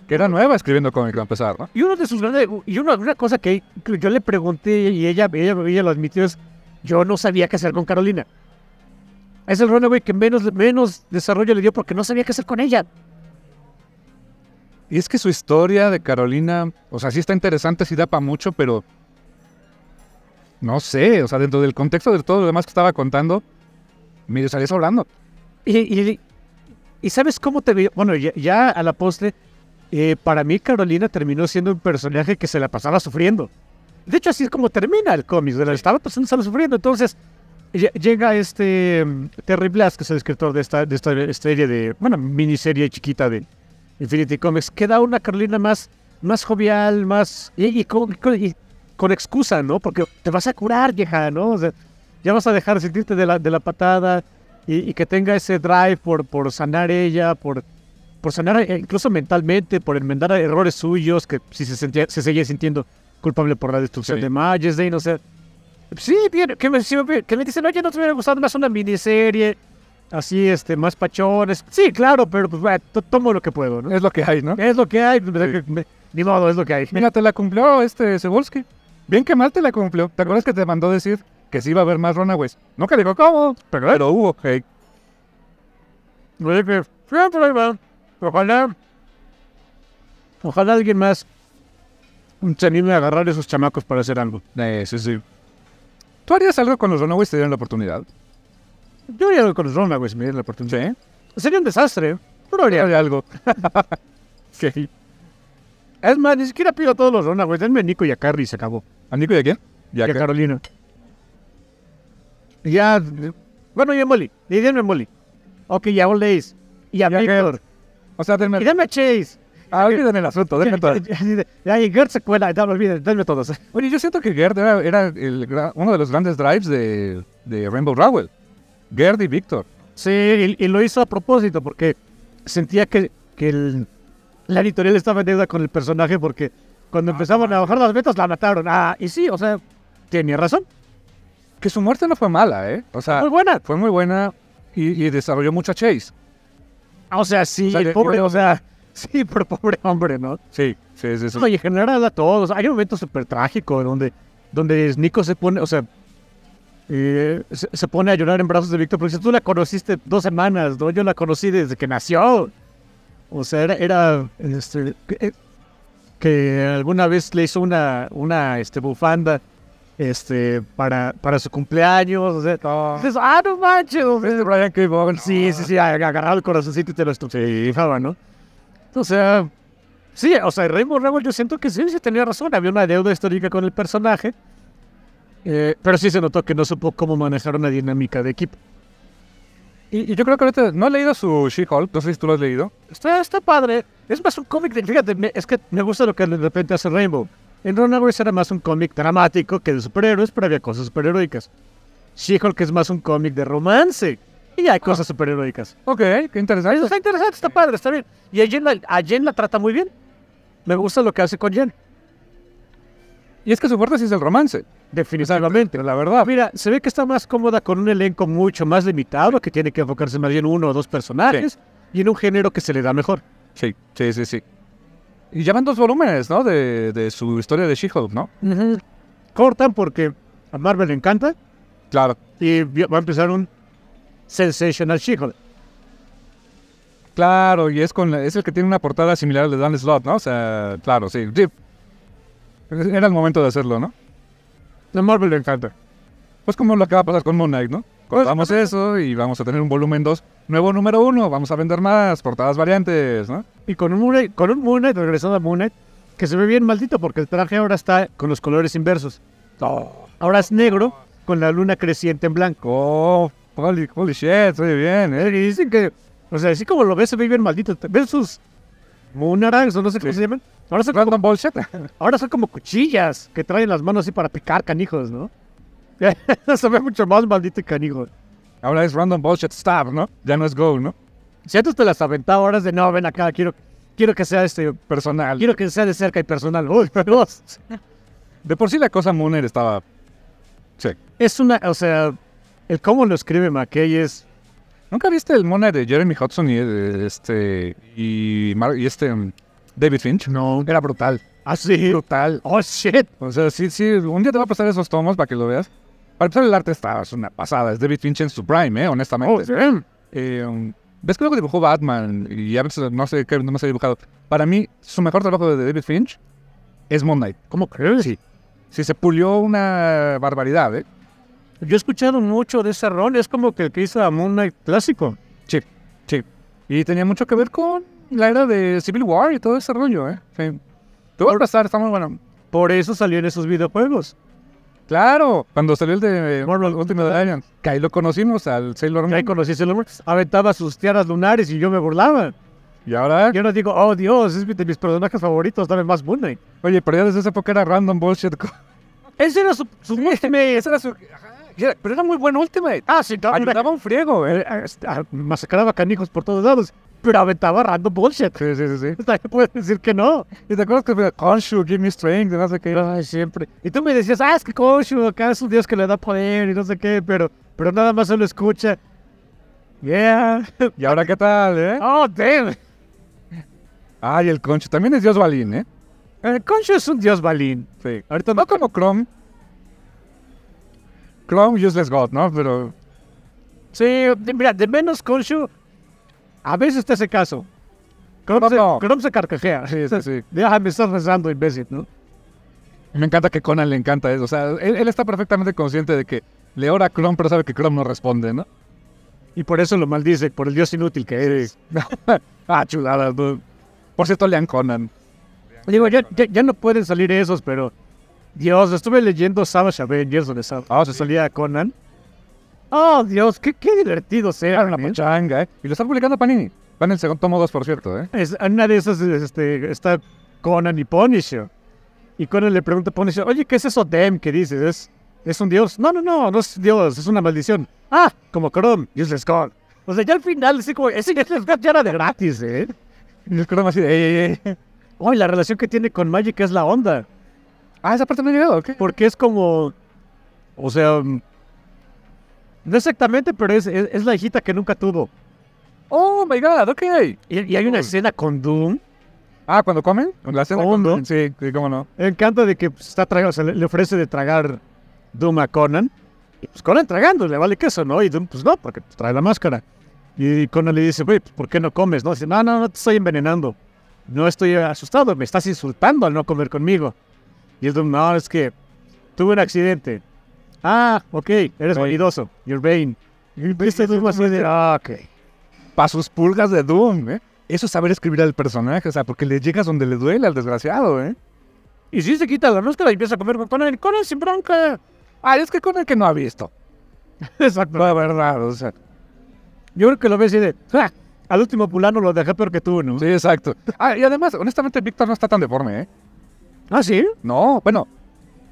[SPEAKER 1] Que era nueva escribiendo cómic para empezar, ¿no?
[SPEAKER 2] Y uno de sus grandes... Y una, una cosa que que yo le pregunté y ella, ella, ella lo admitió es, yo no sabía qué hacer con Carolina. Es el runaway que menos, menos desarrollo le dio porque no sabía qué hacer con ella.
[SPEAKER 1] Y es que su historia de Carolina, o sea, sí está interesante, sí da para mucho, pero. No sé, o sea, dentro del contexto de todo lo demás que estaba contando, medio salía sobrando.
[SPEAKER 2] Y, y- y sabes cómo te veo. Bueno, ya, ya a la postre, eh, para mí Carolina terminó siendo un personaje que se la pasaba sufriendo. De hecho, así es como termina el cómic, se la estaba pasando se la sufriendo. Entonces, lle- llega este mm, Terry Blass, que es el escritor de esta, de esta serie de, bueno, miniserie chiquita de Infinity Comics, que da una Carolina más, más jovial, más. Y, y con, con- y con excusa, ¿no? Porque te vas a curar, vieja, ¿no? O sea, ya vas a dejar de sentirte de la, de la patada y, y que tenga ese drive por, por sanar ella, por, por sanar eh, incluso mentalmente, por enmendar errores suyos que si se, sentía- se seguía sintiendo culpable por la destrucción
[SPEAKER 1] Sí.
[SPEAKER 2] de Majes Day, no sé. Sí, bien, que, me, sí me- que me dicen, oye, no te hubiera gustado más una miniserie, así, este, más pachones. Sí, claro, pero pues, bueno, to- tomo lo que puedo, ¿no?
[SPEAKER 1] Es lo que hay, ¿no?
[SPEAKER 2] Es lo que hay, me- me- ni modo, es lo que hay.
[SPEAKER 1] Mira, te la cumplió este Cebulski. Bien que mal te la cumplió. ¿Te acuerdas que te mandó decir que sí iba a haber más Runaways? Nunca dijo cómo, pero, pero hubo. Hey,
[SPEAKER 2] Oye, Pues, que siempre ahí van. Ojalá. Ojalá alguien más se anime a agarrar esos chamacos para hacer algo.
[SPEAKER 1] eh, sí, sí. ¿Tú harías algo con los Runaways si te dieran la oportunidad?
[SPEAKER 2] Yo haría algo con los Runaways, me dieran la oportunidad.
[SPEAKER 1] Sí.
[SPEAKER 2] Sería un desastre, pero haría
[SPEAKER 1] Haría algo.
[SPEAKER 2] Ok. Es más, ni siquiera pido a todos los Runaways. Denme a Nico y a Carly y se acabó.
[SPEAKER 1] ¿A Nico y a quién?
[SPEAKER 2] Y
[SPEAKER 1] Ya
[SPEAKER 2] a Carolina. Y ya. Bueno, y a Molly. Y denme a Molly. Ok, y a Old Ace. Y a
[SPEAKER 1] Y a
[SPEAKER 2] Victor.
[SPEAKER 1] O sea,
[SPEAKER 2] Y
[SPEAKER 1] denme.
[SPEAKER 2] denme a Chase.
[SPEAKER 1] Ah, olviden el asunto, denme todo.
[SPEAKER 2] Ya, y Gert se cuela. No, olviden, denme todos.
[SPEAKER 1] Oye, yo siento que Gerd era, era el gra- uno de los grandes drives de, de Rainbow Rowell. Gerd y Víctor.
[SPEAKER 2] Sí, y, y lo hizo a propósito porque sentía que, que el- la editorial estaba en deuda con el personaje porque cuando empezaban a bajar las metas la mataron. Ah, y sí, o sea, tenía razón.
[SPEAKER 1] Que su muerte no fue mala, ¿eh? O sea,
[SPEAKER 2] Muy buena.
[SPEAKER 1] fue muy buena y, y desarrolló mucho a Chase.
[SPEAKER 2] O sea, sí,
[SPEAKER 1] O sea,
[SPEAKER 2] el
[SPEAKER 1] le-
[SPEAKER 2] pobre,
[SPEAKER 1] yo-
[SPEAKER 2] o sea, sí, pero pobre hombre, ¿no?
[SPEAKER 1] Sí, sí, sí. sí.
[SPEAKER 2] No, y en general a todos. Hay un momento súper trágico donde, donde Nico se pone, o sea, eh, se, se pone a llorar en brazos de Víctor porque dice, tú la conociste dos semanas, ¿no? Yo la conocí desde que nació. O sea, era, era, este, que, que alguna vez le hizo una, una este, bufanda este, para, para su cumpleaños. O sea,
[SPEAKER 1] No.
[SPEAKER 2] dices, ah, no manches. o sea,
[SPEAKER 1] Este Brian K. Vaughan,
[SPEAKER 2] Sí, sí, sí, ag- agarraba el corazoncito y te lo estufaba, ¿no? O sea, sí, o sea, Rainbow Rowell yo siento que sí, sí tenía razón, había una deuda histórica con el personaje, eh, pero sí se notó que no supo cómo manejar una dinámica de equipo.
[SPEAKER 1] Y, y yo creo que ahorita no he leído su She-Hulk, no sé si tú lo has leído.
[SPEAKER 2] Está, está padre, es más un cómic, de- fíjate, me- es que me gusta lo que de repente hace Rainbow. En Runaways era más un cómic dramático que de superhéroes, pero había cosas superheroicas. She-Hulk es más un cómic de romance y hay cosas superheroicas.
[SPEAKER 1] Ok, qué interesante.
[SPEAKER 2] Ah, Está interesante, está padre, está bien. Y a Jen, la, a Jen la trata muy bien. Me gusta lo que hace con Jen.
[SPEAKER 1] Y es que su fuerte sí es el romance,
[SPEAKER 2] Definitivamente.
[SPEAKER 1] la verdad.
[SPEAKER 2] Mira, se ve que está más cómoda con un elenco mucho más limitado, que tiene que enfocarse más bien en uno o dos personajes y en un género que se le da mejor.
[SPEAKER 1] Sí, sí, sí, sí. Y ya van dos volúmenes, ¿no? De, de su historia de She-Hulk, ¿no?
[SPEAKER 2] Cortan porque a Marvel le encanta
[SPEAKER 1] Claro,
[SPEAKER 2] y vi- va a empezar un Sensational She-Hulk.
[SPEAKER 1] claro, y es con la- es el que tiene una portada similar al de Dan Slott, ¿no? O sea, claro, sí. sí. Era el momento de hacerlo, ¿no?
[SPEAKER 2] A Marvel le encanta.
[SPEAKER 1] Pues como lo que va a pasar con Moon Knight, ¿no? Cortamos
[SPEAKER 2] correcto.
[SPEAKER 1] eso y vamos a tener un volumen 2, nuevo número 1, vamos a vender más, portadas variantes, ¿no?
[SPEAKER 2] Y con un Moon Knight- con un Moon Knight, regresando a Moon Knight, que se ve bien maldito porque el traje ahora está con los colores inversos. Ahora es negro con la luna creciente en blanco.
[SPEAKER 1] Oh, holy, holy shit, muy bien, ¿eh?
[SPEAKER 2] Y dicen que, o sea, así como lo ves, se ve bien maldito. Te- ¿Ves sus munarangs o no sé cómo
[SPEAKER 1] Sí.
[SPEAKER 2] se llaman? Ahora son,
[SPEAKER 1] Random bullshit.
[SPEAKER 2] ahora son como cuchillas que traen las manos así para picar canijos, ¿no? se ve mucho más maldito y canijo.
[SPEAKER 1] Ahora es random bullshit stab, ¿no? Ya no es go, ¿no?
[SPEAKER 2] Si antes te las aventaba, ahora es de no, ven acá, quiero, quiero que sea este,
[SPEAKER 1] Personal.
[SPEAKER 2] quiero que sea de cerca y personal. Uy, Dios.
[SPEAKER 1] De por sí la cosa Mooner estaba... Sí.
[SPEAKER 2] Es una, o sea, el cómo lo escribe McKay es
[SPEAKER 1] ¿Nunca viste el Mooner de Jeremy Hudson y eh, este... y, Mar- y este... mm, David Finch?
[SPEAKER 2] no,
[SPEAKER 1] Era brutal.
[SPEAKER 2] así.
[SPEAKER 1] Brutal.
[SPEAKER 2] Oh shit.
[SPEAKER 1] O sea, sí, sí, un día te va a pasar esos tomos para que lo veas. Para empezar, el arte está, es una pasada. Es David Finch en su prime, ¿eh? Honestamente.
[SPEAKER 2] Oh, damn.
[SPEAKER 1] Eh, um, ¿Ves que luego dibujó Batman? Y a veces no sé qué no más he dibujado. Para mí, su mejor trabajo de David Finch es Moon Knight.
[SPEAKER 2] ¿Cómo crees?
[SPEAKER 1] Sí, se pulió una barbaridad, ¿eh?
[SPEAKER 2] Yo he escuchado mucho de ese rol, es como que el que hizo a Moon Knight clásico.
[SPEAKER 1] Sí, sí. Y tenía mucho que ver con la era de Civil War y todo ese rollo, ¿eh? Sí. Te voy a pasar, está muy bueno.
[SPEAKER 2] Por eso salió en esos videojuegos.
[SPEAKER 1] Claro, cuando salió el de
[SPEAKER 2] Marvel
[SPEAKER 1] Ultimate Alliance, que ahí lo conocimos al Sailor
[SPEAKER 2] Que ahí
[SPEAKER 1] Moon.
[SPEAKER 2] conocí a Sailor Moon, aventaba sus tiaras lunares y yo me burlaba.
[SPEAKER 1] Y ahora
[SPEAKER 2] Yo no digo, oh Dios, es mi- de mis personajes favoritos, dame más Moon Knight.
[SPEAKER 1] Oye, pero ya desde esa época era random bullshit.
[SPEAKER 2] Ese era su, su ultimate.
[SPEAKER 1] Esa era su. Ajá, y era- pero era muy buen Ultimate.
[SPEAKER 2] Ah, sí, claro.
[SPEAKER 1] Ayudaba un friego, eh.
[SPEAKER 2] Eh, este, ah, Masacraba canijos por todos lados. pero aventaba random bullshit.
[SPEAKER 1] Sí, sí, sí. sí.
[SPEAKER 2] O sea, que puedes decir que no.
[SPEAKER 1] ¿Y te acuerdas que fue Konshu, give me strength, y no sé qué?
[SPEAKER 2] Ay, siempre. Y tú me decías, ah, es que Konshu acá es un dios que le da poder y no sé qué, pero, pero nada más solo escucha. Yeah.
[SPEAKER 1] ¿Y ahora qué tal, eh?
[SPEAKER 2] Oh, damn.
[SPEAKER 1] Ay, el Konshu también es dios balín, ¿eh?
[SPEAKER 2] El Konshu es un dios balín.
[SPEAKER 1] Sí.
[SPEAKER 2] Ahorita
[SPEAKER 1] No como Chrome. Chrome, useless god, ¿no? Pero
[SPEAKER 2] Sí, de- mira, de menos Konshu, a veces te hace caso. Chrome,
[SPEAKER 1] No,
[SPEAKER 2] se,
[SPEAKER 1] no.
[SPEAKER 2] Chrome se carcajea.
[SPEAKER 1] Sí, sí, sí.
[SPEAKER 2] Déjame estar rezando, imbécil, ¿no?
[SPEAKER 1] me encanta que Conan le encanta eso. O sea, él, él está perfectamente consciente de que le ora a Chrome, pero sabe que Chrome no responde, ¿no?
[SPEAKER 2] Y por eso lo maldice, por el dios inútil que eres.
[SPEAKER 1] ah, chulada, dude. Por cierto, lean Conan.
[SPEAKER 2] Digo, ya, ya- ya no pueden salir esos, pero... Dios, estuve leyendo Savage Avengers donde sa-
[SPEAKER 1] Ah,
[SPEAKER 2] se
[SPEAKER 1] sí,
[SPEAKER 2] salía Conan. Oh, Dios, qué, qué divertidos
[SPEAKER 1] Era
[SPEAKER 2] eran.
[SPEAKER 1] una
[SPEAKER 2] ¿eh?
[SPEAKER 1] pachanga, ¿eh? Y lo está publicando Panini. Va en el segundo tomo 2, por cierto, ¿eh?
[SPEAKER 2] Es- en una de esas este, está Conan y Punisher. Y Conan le pregunta a Punisher, oye, ¿qué es eso Dem que dices? ¿Es, ¿Es un dios? No, no, no, no es dios, es una maldición. Ah, como Chrome, Useless God. O sea, ya al final, así como, ese Useless God ya era de gratis, ¿eh?
[SPEAKER 1] Y el Chrome así de, ey, ey, ey.
[SPEAKER 2] Oye, la relación que tiene con Magic es la onda.
[SPEAKER 1] Ah, esa parte no ha llegado, ¿ok?
[SPEAKER 2] Porque es como. O sea. mm, No exactamente, pero es, es, es la hijita que nunca tuvo.
[SPEAKER 1] Oh my god, ok.
[SPEAKER 2] Y, y hay una
[SPEAKER 1] Cool.
[SPEAKER 2] escena con Doom.
[SPEAKER 1] Ah, cuando comen, la cena
[SPEAKER 2] ¿Cómo no?
[SPEAKER 1] con- Sí, sí, cómo no.
[SPEAKER 2] Me encanta de que pues, está tragando, o sea, le, le ofrece de tragar Doom a Conan. Y pues Conan tragando, le vale queso, ¿no? Y Doom, pues no, porque pues, trae la máscara. Y Conan le dice, güey, pues, ¿por qué no comes? No, dice, no, no, no te estoy envenenando. No estoy asustado, me estás insultando al no comer conmigo. Y el Doom, no, es que tuve un accidente. Ah, ok, eres
[SPEAKER 1] Bane.
[SPEAKER 2] vanidoso, you're vain. Y este Doom así de, ah, ok.
[SPEAKER 1] Pa' sus pulgas de Doom, ¿eh? Eso es saber escribir al personaje, o sea, porque le llegas donde le duele al desgraciado, ¿eh?
[SPEAKER 2] Y si se quita la máscara y empieza a comer con Conan, Conan sin bronca.
[SPEAKER 1] Ah, es que con el que no ha visto.
[SPEAKER 2] Exacto.
[SPEAKER 1] La verdad, o sea.
[SPEAKER 2] Yo creo que lo ves y de, "Ja, al último fulano lo dejé peor que tú, ¿no?
[SPEAKER 1] Sí, exacto. Ah, y además, honestamente, Víctor no está tan deforme, ¿eh?
[SPEAKER 2] ¿Ah, sí?
[SPEAKER 1] No, bueno,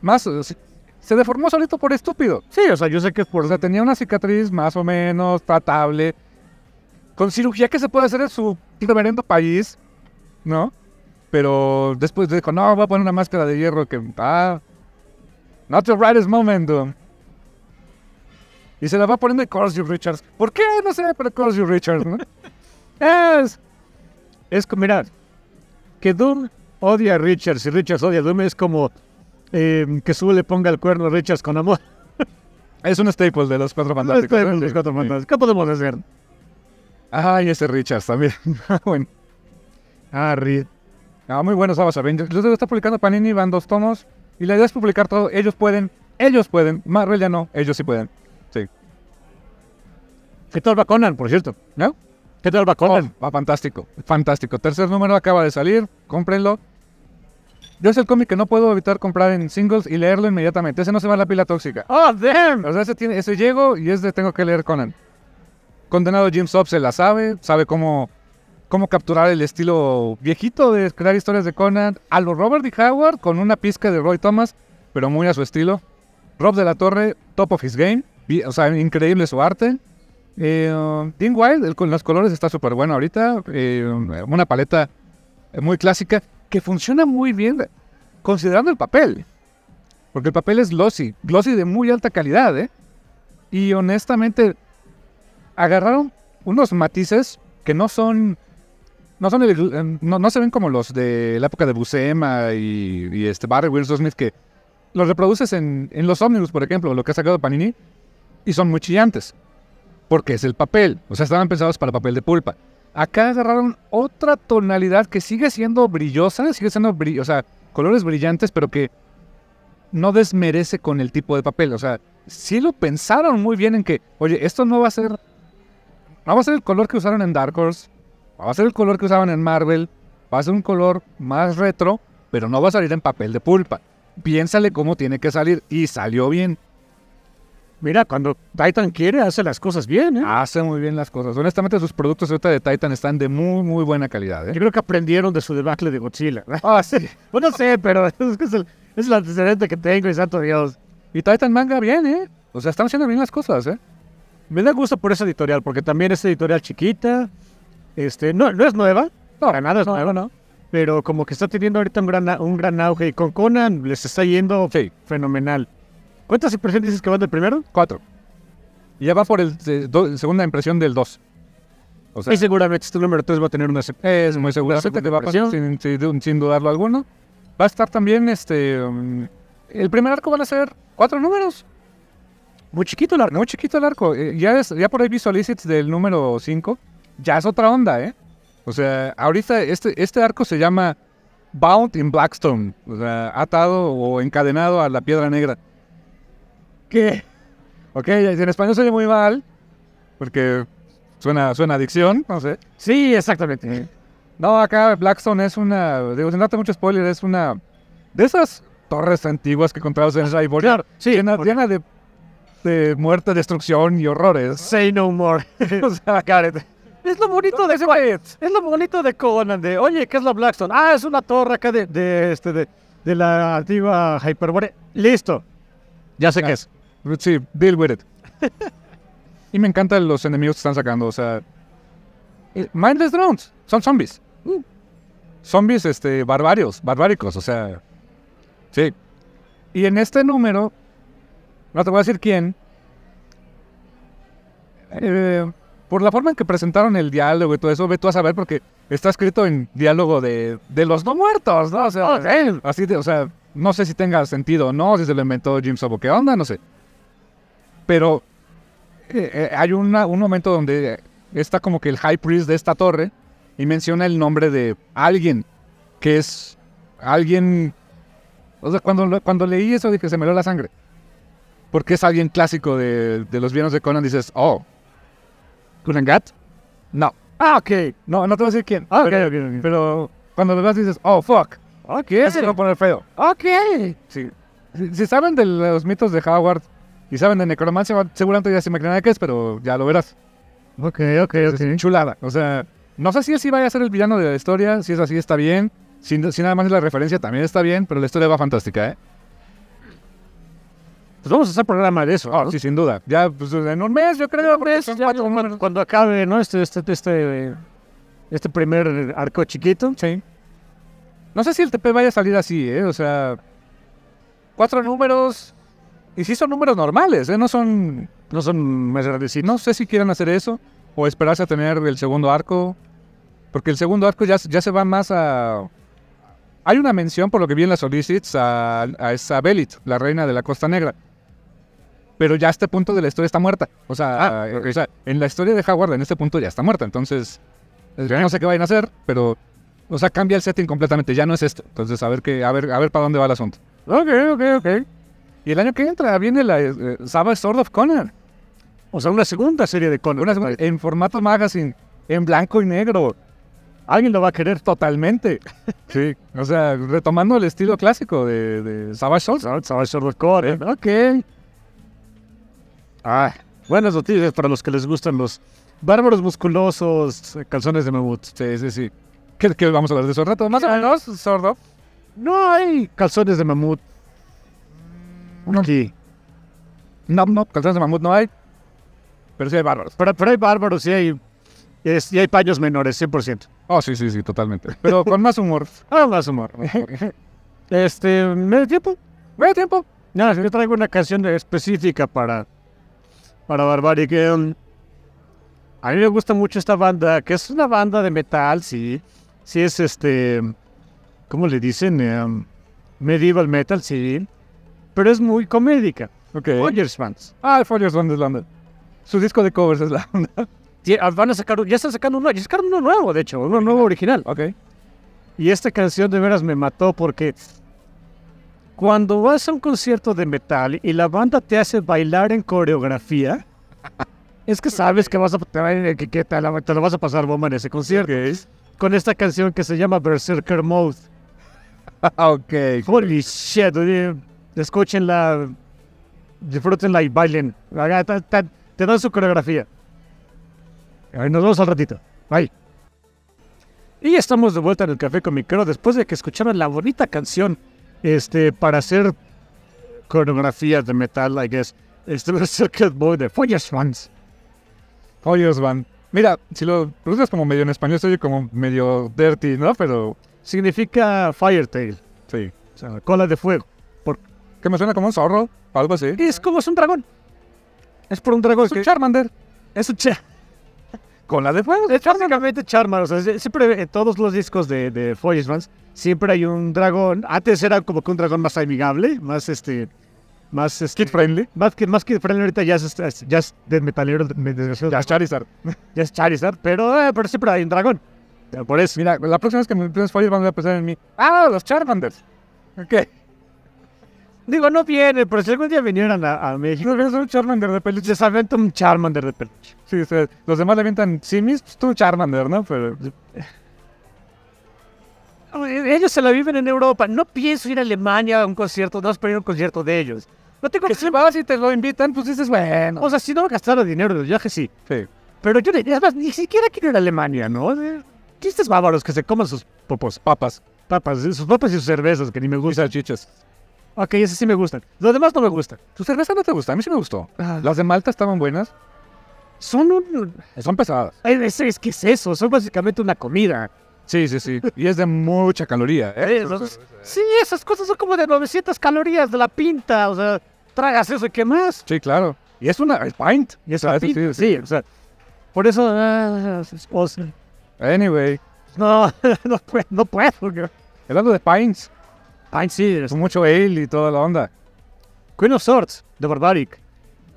[SPEAKER 1] más. eh, Se, se deformó solito por estúpido.
[SPEAKER 2] Sí, o sea, yo sé que es por...
[SPEAKER 1] O sea, tenía una cicatriz más o menos tratable. Con cirugía que se puede hacer en su reverendo país, ¿no? Pero después dijo, no, voy a poner una máscara de hierro que. Ah. Not the brightest moment, dude". Y se la va poniendo de Course You Richards. ¿Por qué? No sé, pero Course You Richards, ¿no?
[SPEAKER 2] Es, es como, mira, que Doom odia a Richards y Richards odia a Doom es como eh, que Sue le ponga el cuerno a Richards con amor.
[SPEAKER 1] Es un staple de los cuatro
[SPEAKER 2] No
[SPEAKER 1] fantásticos. ¿eh?
[SPEAKER 2] estoy
[SPEAKER 1] ¿no?
[SPEAKER 2] en los cuatro fantasmas. ¿Qué podemos hacer?
[SPEAKER 1] Ay, ese Richards también. bueno.
[SPEAKER 2] Ah, Reed.
[SPEAKER 1] Ah, muy buenos Sabas Avengers. Los está publicando Panini, van dos tomos. Y la idea es publicar todo. Ellos pueden, ellos pueden. Marvel ya no, ellos sí pueden. Sí.
[SPEAKER 2] ¿Qué tal va Conan, por cierto?
[SPEAKER 1] ¿No?
[SPEAKER 2] ¿Qué tal va Conan?
[SPEAKER 1] Va fantástico, fantástico. Tercer número acaba de salir, cómprenlo. Yo es el cómic que no puedo evitar comprar en singles y leerlo inmediatamente. Ese no se va a la pila tóxica.
[SPEAKER 2] Oh, damn.
[SPEAKER 1] O sea, ese, tiene, ese llego y es de tengo que leer Conan. Condenado Jim Sob se la sabe, sabe cómo, cómo capturar el estilo viejito de crear historias de Conan. A lo Robert D. Howard con una pizca de Roy Thomas, pero muy a su estilo. Rob de la Torre, top of his game. Vi- O sea, increíble su arte. Eh, um, Dean Wilde, el con los colores está súper bueno ahorita. Eh, um, una paleta muy clásica que funciona muy bien considerando el papel. Porque el papel es glossy, glossy de muy alta calidad, ¿eh? Y honestamente, agarraron unos matices que no son. No, son el gl- em, no, no se ven como los de la época de Buscema y, y este Barry Wilson Smith, que los reproduces en, en los ómnibus, por ejemplo, lo que ha sacado Panini, y son muy chillantes. Porque es el papel, o sea, estaban pensados para papel de pulpa. Acá agarraron otra tonalidad que sigue siendo brillosa, sigue siendo brillo, o sea, colores brillantes, pero que no desmerece con el tipo de papel. O sea, sí lo pensaron muy bien en que, oye, esto no va a ser. No va a ser el color que usaron en Dark Horse. no Va a ser el color que usaban en Marvel. Va a ser un color más retro, pero no va a salir en papel de pulpa. Piénsale cómo tiene que salir. Y salió bien.
[SPEAKER 2] Mira, cuando Titan quiere, hace las cosas bien, ¿eh?
[SPEAKER 1] Hace muy bien las cosas. Honestamente, sus productos ahorita de Titan están de muy, muy buena calidad.
[SPEAKER 2] Yo
[SPEAKER 1] ¿eh?
[SPEAKER 2] creo que aprendieron de su debacle de Godzilla.
[SPEAKER 1] Ah, sí.
[SPEAKER 2] Bueno, no sé, pero es, que es el, es el antecedente que tengo y santo Dios.
[SPEAKER 1] Y Titan Manga bien, ¿eh? O sea, están haciendo bien las cosas, ¿eh?
[SPEAKER 2] Me da gusto por esa editorial, porque también es editorial chiquita, Este, no, no es nueva,
[SPEAKER 1] No,
[SPEAKER 2] para nada es
[SPEAKER 1] no,
[SPEAKER 2] nueva, ¿no? Pero como que está teniendo ahorita un gran, a- un gran auge y con Conan les está yendo
[SPEAKER 1] Sí,
[SPEAKER 2] fenomenal. ¿Cuántas impresiones dices que van del primero?
[SPEAKER 1] cuatro. Y ya va por el eh, do- segunda impresión del 2. O sea,
[SPEAKER 2] y seguramente este número 3 va a tener una sec-
[SPEAKER 1] es muy seguro
[SPEAKER 2] segunda
[SPEAKER 1] que va a pasar
[SPEAKER 2] impresión.
[SPEAKER 1] sin, sin- sin dudarlo alguno. Va a estar también este. um, el primer arco van a ser cuatro números.
[SPEAKER 2] muy chiquito la
[SPEAKER 1] Muy chiquito el arco. eh, ya, es, ya por ahí vi solicits del número 5. Ya es otra onda, ¿eh? O sea, ahorita este, este arco se llama Bound in Blackstone. O sea, atado o encadenado a la piedra negra.
[SPEAKER 2] ¿Qué?
[SPEAKER 1] Ok, en español se oye muy mal. Porque suena, suena adicción, no sé.
[SPEAKER 2] Sí, exactamente.
[SPEAKER 1] No, acá Blackstone es una. Digo, sin darte mucho spoiler, es una. De esas torres antiguas que encontramos en Cyborg.
[SPEAKER 2] Claro, sí.
[SPEAKER 1] llena,
[SPEAKER 2] por-
[SPEAKER 1] llena de, de muerte, destrucción y horrores.
[SPEAKER 2] Say no more.
[SPEAKER 1] o sea, Gareth.
[SPEAKER 2] es lo bonito de Es lo bonito de Conan, de, oye, ¿qué es la Blackstone? Ah, es una torre acá de, de, este, de, de la antigua Hyperbore. Listo. Ya sé
[SPEAKER 1] Ah.
[SPEAKER 2] qué es.
[SPEAKER 1] Sí, deal with it. y me encantan los enemigos que están sacando, o sea. eh, Mindless drones, son zombies.
[SPEAKER 2] Uh.
[SPEAKER 1] Zombies, este, barbarios, barbáricos, o sea. Sí. Y en este número, no te voy a decir quién. eh, por la forma en que presentaron el diálogo y todo eso, ve tú a saber, porque está escrito en diálogo de, de los no muertos, ¿no? O sea, así de, o sea, no sé si tenga sentido o no, si se lo inventó Jim Sobo, qué onda, no sé pero eh, eh, hay una- un momento donde eh, está como que el high priest de esta torre y menciona el nombre de alguien que es alguien. O sea, cuando, lo- cuando leí eso dije, se me heló la sangre. Porque es alguien clásico de, de los villanos de Conan. Dices, oh, ¿Conan Gat? No,
[SPEAKER 2] Ah, ok.
[SPEAKER 1] no, no te voy a decir quién.
[SPEAKER 2] Ah, ok,
[SPEAKER 1] pero,
[SPEAKER 2] ok,
[SPEAKER 1] pero cuando lo ves dices, oh, fuck,
[SPEAKER 2] ok. Ok.
[SPEAKER 1] eso se va a poner feo.
[SPEAKER 2] Ok.
[SPEAKER 1] Sí. Si, si saben de los mitos de Howard y saben de necromancia, va- seguramente ya se imaginarán qué es, pero ya lo verás.
[SPEAKER 2] Ok, ok,
[SPEAKER 1] Es chulada. O sea, no sé si así vaya a ser el villano de la historia. Si es así, está bien. Si, no- si nada más es la referencia, también está bien. Pero la historia va fantástica, ¿eh?
[SPEAKER 2] Pues vamos a hacer programa de eso.
[SPEAKER 1] Ah, sí, sin duda. Ya pues, en un mes, yo creo. porque son
[SPEAKER 2] Ya,
[SPEAKER 1] cuatro
[SPEAKER 2] cuando,
[SPEAKER 1] números.
[SPEAKER 2] cuando acabe, ¿no? Este, este, este, eh, este primer arco chiquito.
[SPEAKER 1] Sí. No sé si el TP vaya a salir así, ¿eh? O sea, cuatro números. Y sí son números normales, ¿eh? No son
[SPEAKER 2] No son más grandecitos.
[SPEAKER 1] No sé si quieran hacer eso o esperarse a tener el segundo arco. Porque el segundo arco ya, ya se va más a... Hay una mención, por lo que vi en las solicits, a, a esa Belit, la reina de la Costa Negra. Pero ya a este punto de la historia está muerta. O sea, eh, o sea, en la historia de Howard en este punto ya está muerta. Entonces, eh, no sé qué vayan a hacer, pero... O sea, cambia el setting completamente. Ya no es esto. Entonces, a ver, qué, a ver, a ver para dónde va el asunto.
[SPEAKER 2] Ok, ok, ok.
[SPEAKER 1] Y el año que entra viene la eh, Savage Sword of Conan.
[SPEAKER 2] O sea, una segunda serie de Conan. Eh,
[SPEAKER 1] Una segunda- en formato magazine, en blanco y negro,
[SPEAKER 2] Alguien lo va a querer.
[SPEAKER 1] totalmente. Sí, o sea, retomando el estilo clásico de, de Savage Souls.
[SPEAKER 2] Sa- Sabe ser de Conan. Ok. Ah, buenas noticias para los que les gustan los bárbaros musculosos, eh, calzones de mamut.
[SPEAKER 1] Sí, sí, sí. Que, que vamos a hablar de eso un rato, más o menos, sordo.
[SPEAKER 2] No hay calzones de mamut. Aquí.
[SPEAKER 1] No, no, calzones de mamut no hay, pero sí hay bárbaros.
[SPEAKER 2] Pero, pero hay bárbaros y hay, es- y hay paños menores, 100%.
[SPEAKER 1] Oh, sí, sí, sí, totalmente. Pero con más humor.
[SPEAKER 2] Ah, más humor. Este, medio tiempo.
[SPEAKER 1] Vaya tiempo.
[SPEAKER 2] Nada, yo traigo una canción específica para, para Barbarie. Que, um, a mí me gusta mucho esta banda, que es una banda de metal, sí. Sí, es este. ¿Cómo le dicen? Um, medieval metal, sí. Pero es muy comédica.
[SPEAKER 1] Ok.
[SPEAKER 2] Rogers fans.
[SPEAKER 1] Ah, el Folios Band es la onda. Su disco de covers es la onda.
[SPEAKER 2] ah, Van a sacar, un- ya están sacando uno, ya sacaron uno nuevo, de hecho, uno nuevo original.
[SPEAKER 1] Ok.
[SPEAKER 2] Y esta canción de veras me mató porque cuando vas a un concierto de metal y la banda te hace bailar en coreografía, es que sabes que vas a te, va- que, que te, la- te lo vas a pasar bomba en ese concierto. Con esta canción que se llama Berserker Mode.
[SPEAKER 1] Ok.
[SPEAKER 2] Holy shit, oye, escúchenla, disfrútenla y bailen. Haga- ta- ta- Te dan su coreografía. Ay, Nos vemos al ratito. Bye. Y estamos de vuelta en el Café con Micro después de que escucharon la bonita canción este, para hacer coreografías de metal, I guess. Este es el Circuit Boy de Fire Swans.
[SPEAKER 1] Folios Band. Mira, si lo pronuncias como medio en español, se oye como medio dirty, ¿no? Pero
[SPEAKER 2] Significa Firetail,
[SPEAKER 1] sí.
[SPEAKER 2] o sea, cola de fuego.
[SPEAKER 1] Que me suena como un zorro, algo así.
[SPEAKER 2] Y es como es un dragón. Es por un dragón.
[SPEAKER 1] Es un
[SPEAKER 2] pues que-
[SPEAKER 1] Charmander.
[SPEAKER 2] es un cha-
[SPEAKER 1] Con la de fuego.
[SPEAKER 2] Es prácticamente Charmar. O sea, sie- siempre en todos los discos de, de Forest Rans, siempre hay un dragón. Antes era como que un dragón más amigable, más este. Más este,
[SPEAKER 1] Kid friendly.
[SPEAKER 2] Más que, más que friendly, ahorita ya es, este, es- ya es de metalero, me desgraciado.
[SPEAKER 1] Ya, Charizard.
[SPEAKER 2] Ya es Charizard, pero, eh, pero siempre hay un dragón. Ya, Por eso.
[SPEAKER 1] Mira, la próxima vez que me empieces Fire van a pensar en mí. Ah, los Charmanders. Ok.
[SPEAKER 2] Digo, no vienen, pero si algún día vinieran a, a México,
[SPEAKER 1] Los míos son Charmander de peluche.
[SPEAKER 2] les aventa un Charmander de peluche.
[SPEAKER 1] Sí, o sea, los demás le avientan simis, pues tú Charmander, ¿no? Pero
[SPEAKER 2] Ellos se la viven en Europa. No pienso ir a Alemania a un concierto, no espero ir a un concierto de ellos. No tengo
[SPEAKER 1] que si vas y te lo invitan, pues dices, bueno.
[SPEAKER 2] O sea, si no me gastara dinero en el viaje, sí.
[SPEAKER 1] Sí.
[SPEAKER 2] Pero yo, ni- además, ni siquiera quiero ir a Alemania, ¿no? Eh, Chistes bávaros que se coman sus popos,
[SPEAKER 1] Papas
[SPEAKER 2] papas, sus papas y sus cervezas, que ni me
[SPEAKER 1] y
[SPEAKER 2] gustan.
[SPEAKER 1] salchichas.
[SPEAKER 2] Ok, esas sí me gustan. Los demás no me gustan.
[SPEAKER 1] ¿Tu cerveza no te gusta? A mí sí me gustó. Las de Malta estaban buenas.
[SPEAKER 2] Son un...
[SPEAKER 1] Son pesadas.
[SPEAKER 2] Ay, Es, es que es eso, son básicamente una comida.
[SPEAKER 1] Sí, sí, sí. Y es de mucha caloría, ¿eh?
[SPEAKER 2] Eh, los- sí, esas cosas son como de 900 calorías de la pinta, o sea, tragas eso y qué más.
[SPEAKER 1] Sí, claro. Y es una es pint.
[SPEAKER 2] Y es
[SPEAKER 1] Ah,
[SPEAKER 2] la
[SPEAKER 1] eso
[SPEAKER 2] pinta,
[SPEAKER 1] sí,
[SPEAKER 2] sí, o sea, por eso... ah, o sea,
[SPEAKER 1] Anyway,
[SPEAKER 2] no, no puedo, no puedo. güey.
[SPEAKER 1] hablando de pints,
[SPEAKER 2] Ay, sí, es
[SPEAKER 1] con mucho ale y toda la onda.
[SPEAKER 2] Queen of Swords, de Barbaric.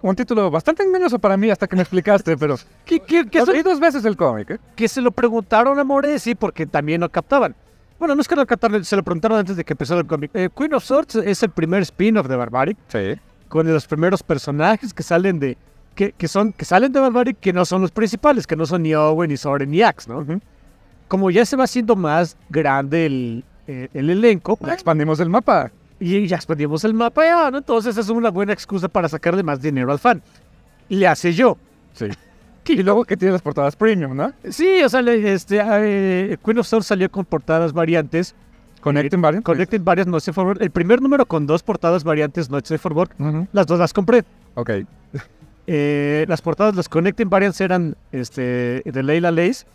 [SPEAKER 1] Un título bastante engañoso para mí hasta que me explicaste, pero...
[SPEAKER 2] ¿Qué, qué, qué
[SPEAKER 1] Que
[SPEAKER 2] es-
[SPEAKER 1] leí dos veces el cómic, ¿eh?
[SPEAKER 2] que se lo preguntaron a Moresi porque también lo captaban. Bueno, no es que lo captaron, se lo preguntaron antes de que empezara el cómic. Eh, Queen of Swords es el primer spin-off de Barbaric,
[SPEAKER 1] Sí.
[SPEAKER 2] con los primeros personajes que salen de que, que son que salen de Barbaric que no son los principales, que no son ni Owen, ni Soren, ni Axe, ¿no? Como ya se va haciendo más grande el, eh, el elenco,
[SPEAKER 1] Ya expandimos el mapa.
[SPEAKER 2] y ya expandimos el mapa, ya, ¿no? Entonces es una buena excusa para sacarle más dinero al fan. Le hace yo.
[SPEAKER 1] Sí. Y luego que tiene las portadas premium, ¿no?
[SPEAKER 2] Sí, o sea, le- este, eh, Queen of Swords salió con portadas variantes
[SPEAKER 1] Connecting variant.
[SPEAKER 2] Connected varias no for Work. El primer número con dos portadas variantes no for Work.
[SPEAKER 1] Ujú.
[SPEAKER 2] Las dos las compré.
[SPEAKER 1] Ok.
[SPEAKER 2] Eh, las portadas, las Connected Variants eran este, de Leila Lace.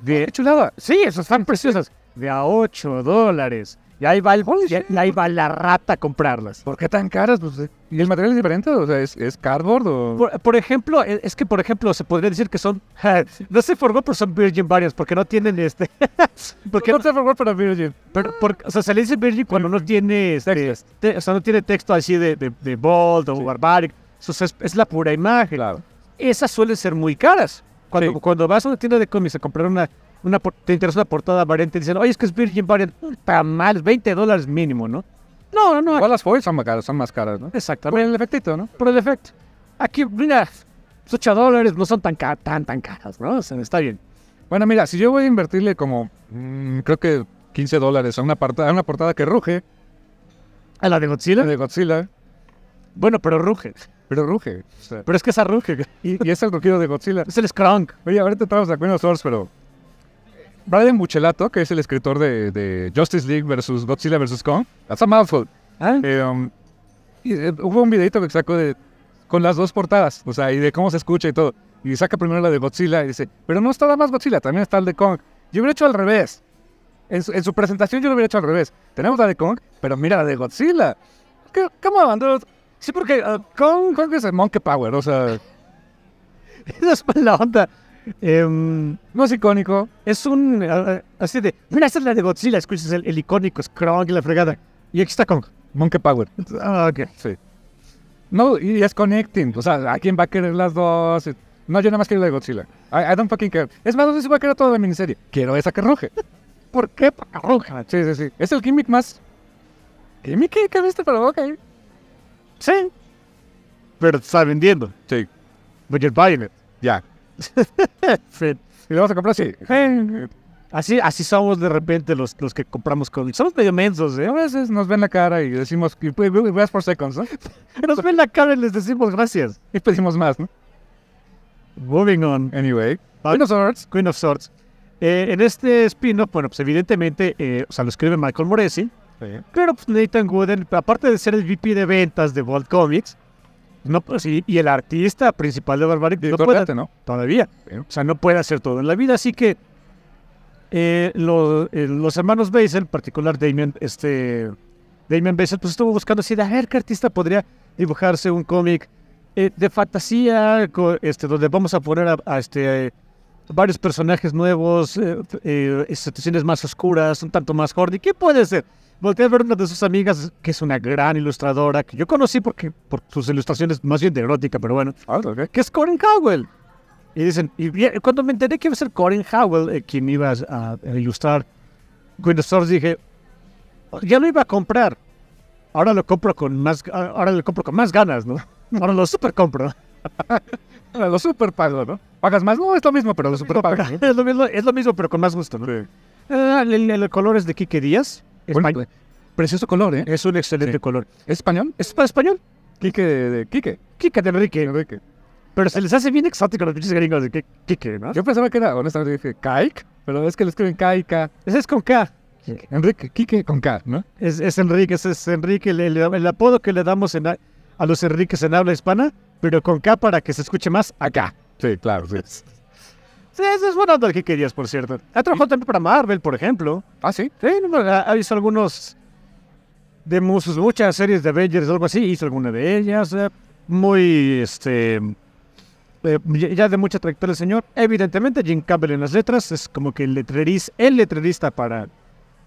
[SPEAKER 2] De,
[SPEAKER 1] Oh, ¡Qué chulada!
[SPEAKER 2] sí, esas están preciosas. De a 8 dólares. Y ahí va, el,
[SPEAKER 1] Holy
[SPEAKER 2] y ahí-
[SPEAKER 1] shit.
[SPEAKER 2] y ahí va la rata a comprarlas.
[SPEAKER 1] ¿Por qué tan caras? Pues, eh, ¿Y el material es diferente? O sea, ¿es, es cardboard o...?
[SPEAKER 2] Por, por ejemplo, e- es que por ejemplo se podría decir que son no se formó, pero son Virgin Variants porque no tienen este porque
[SPEAKER 1] no sé por qué para Virgin.
[SPEAKER 2] Pero, porque, o sea, se le dice Virgin cuando no tiene, este,
[SPEAKER 1] Textos.
[SPEAKER 2] te- o sea, no tiene texto así de, de, de bold o
[SPEAKER 1] Sí.
[SPEAKER 2] barbaric. O sea, es, es la pura imagen.
[SPEAKER 1] Claro.
[SPEAKER 2] Esas suelen ser muy caras. Cuando,
[SPEAKER 1] Sí.
[SPEAKER 2] cuando vas a una tienda de cómics a comprar una, una por- te interesa una portada variante, dicen, oye, es que es Virgin Variant, está mal, 20 dólares mínimo, ¿no? No, no, no.
[SPEAKER 1] Igual las foils son más caras, son más caras, ¿no? Por
[SPEAKER 2] Exactamente.
[SPEAKER 1] el efectito, ¿no?
[SPEAKER 2] Por defecto. Aquí, mira, 8 dólares no son tan, ca- tan, tan caras, ¿no? O sea, está bien.
[SPEAKER 1] Bueno, mira, si yo voy a invertirle como... mm, creo que 15 dólares a una, portada, a una portada que ruge,
[SPEAKER 2] A la de Godzilla.
[SPEAKER 1] de Godzilla,
[SPEAKER 2] Bueno, pero ruge.
[SPEAKER 1] pero ruge. o sea,
[SPEAKER 2] Pero es que esa ruge.
[SPEAKER 1] y, y es el rugido de Godzilla.
[SPEAKER 2] Es el Skrank.
[SPEAKER 1] Oye, ahorita estamos de Queen of Swords, pero. Brian Buchelato, que es el escritor de, de Justice League versus Godzilla versus Kong, that's a mouthful.
[SPEAKER 2] ¿Ah?
[SPEAKER 1] Eh, um, y, eh, hubo un videito que sacó de, con las dos portadas, o sea, y de cómo se escucha y todo. Y saca primero la de Godzilla y dice, pero no está nada más Godzilla, también está el de Kong. Yo hubiera hecho al revés. En su, en su presentación yo lo hubiera hecho al revés. Tenemos la de Kong, pero mira la de Godzilla. ¿Qué- ¿Cómo abandonó?
[SPEAKER 2] Sí, porque ah,
[SPEAKER 1] Kong, Kong es el Monkey Power, o sea,
[SPEAKER 2] Esa es mala onda. Em,
[SPEAKER 1] no es icónico.
[SPEAKER 2] es un. ah, ah, así de. Mira, esa es la de Godzilla. Escuchas el, el icónico Skrull y la fregada. Y aquí está Kong.
[SPEAKER 1] Monkey Power.
[SPEAKER 2] Ah, ok.
[SPEAKER 1] Sí. No, y es connecting. O sea, ¿a quién va a querer las dos? No, yo nada más quiero la de Godzilla. I, I don't fucking care. Es más, no sé si voy a querer toda la miniserie. Quiero esa que ruge.
[SPEAKER 2] ¿Por qué pacarruja?
[SPEAKER 1] Sí, sí, sí. Es el gimmick más... ¿Gimmick que viste para boca?
[SPEAKER 2] Sí. Pero te está vendiendo.
[SPEAKER 1] Sí,
[SPEAKER 2] But you're buying it.
[SPEAKER 1] ya.
[SPEAKER 2] Fred.
[SPEAKER 1] ¿Y lo vas a comprar? Sí. Eh,
[SPEAKER 2] Así, así somos de repente los, los que compramos con. Somos medio mensos, ¿eh?
[SPEAKER 1] A veces nos ven la cara y decimos, y pu- pu- pu- for seconds, ¿no?
[SPEAKER 2] Nos ven la cara y les decimos gracias.
[SPEAKER 1] Y pedimos más, ¿no?
[SPEAKER 2] Moving on.
[SPEAKER 1] Anyway.
[SPEAKER 2] Ah.
[SPEAKER 1] Buenos Eh, Swords.
[SPEAKER 2] Queen of Swords. Eh, en este spin-off, bueno, pues evidentemente, eh, o sea, lo escribe Michael Moresi. Pero pues, Nathan Gooden, aparte de ser el VP de ventas de World Comics, No, pues, y, y el artista principal de Barbaric no
[SPEAKER 1] Director de
[SPEAKER 2] puede-
[SPEAKER 1] arte, ¿no?
[SPEAKER 2] todavía.
[SPEAKER 1] Sí.
[SPEAKER 2] O sea, no puede hacer todo en la vida. Así que eh, lo- eh, los hermanos Basel, en particular Damien, este, Damien Basel, pues estuvo buscando así de a ver qué artista podría dibujarse un cómic eh, de fantasía, co- este, donde vamos a poner a, a este, eh, varios personajes nuevos, eh, eh, situaciones más oscuras, un tanto más horny. ¿Qué puede ser? Volteé a ver una de sus amigas, que es una gran ilustradora, que yo conocí porque, por sus ilustraciones más bien de erótica, pero bueno
[SPEAKER 1] Ah, ok.
[SPEAKER 2] que es Corin Howell. Y dicen, y bien- cuando me enteré que iba a ser Corin Howell eh, quien iba a, a- a ilustrar Queen of Swords, dije, ya lo iba a comprar. Ahora lo compro con más, ahora lo compro con más ganas, ¿no? Ahora lo super compro.
[SPEAKER 1] Ahora, Lo super pago, ¿no? Pagas más, no, es lo mismo, pero lo super pago.
[SPEAKER 2] Es lo, mismo, es lo mismo, pero con más gusto, ¿no? Ah, el, el- el color es de Quique Díaz. Españ-
[SPEAKER 1] Bonito, eh. Precioso color, ¿eh?
[SPEAKER 2] es un excelente
[SPEAKER 1] Sí.
[SPEAKER 2] color.
[SPEAKER 1] ¿Es español?
[SPEAKER 2] Es para español.
[SPEAKER 1] Quique de, de Quique.
[SPEAKER 2] Quique de Enrique.
[SPEAKER 1] Enrique.
[SPEAKER 2] Pero se les hace bien exótico a los pinches gringos de Qui- Quique, ¿no?
[SPEAKER 1] Yo pensaba que era, honestamente, dije, Kaik, pero es que lo escriben Kaika.
[SPEAKER 2] Ese es con K.
[SPEAKER 1] Enrique, Quique con K, ¿no?
[SPEAKER 2] Es, es Enrique, ese es Enrique, el, el- el apodo que le damos en a, a los Enriques en habla hispana, pero con K para que se escuche más acá.
[SPEAKER 1] Sí, claro, sí.
[SPEAKER 2] Sí, eso es bueno que querías, por cierto. Ha trabajado también para Marvel, por ejemplo.
[SPEAKER 1] Ah, sí.
[SPEAKER 2] Sí, no, no, ha, ha hizo algunos de mu- sus muchas series de Avengers o algo así, hizo alguna de ellas. eh, muy, este, eh, ya- ya de mucha trayectoria el señor. Evidentemente, Jim Campbell en las letras es como que el, letreriz, el letrerista para,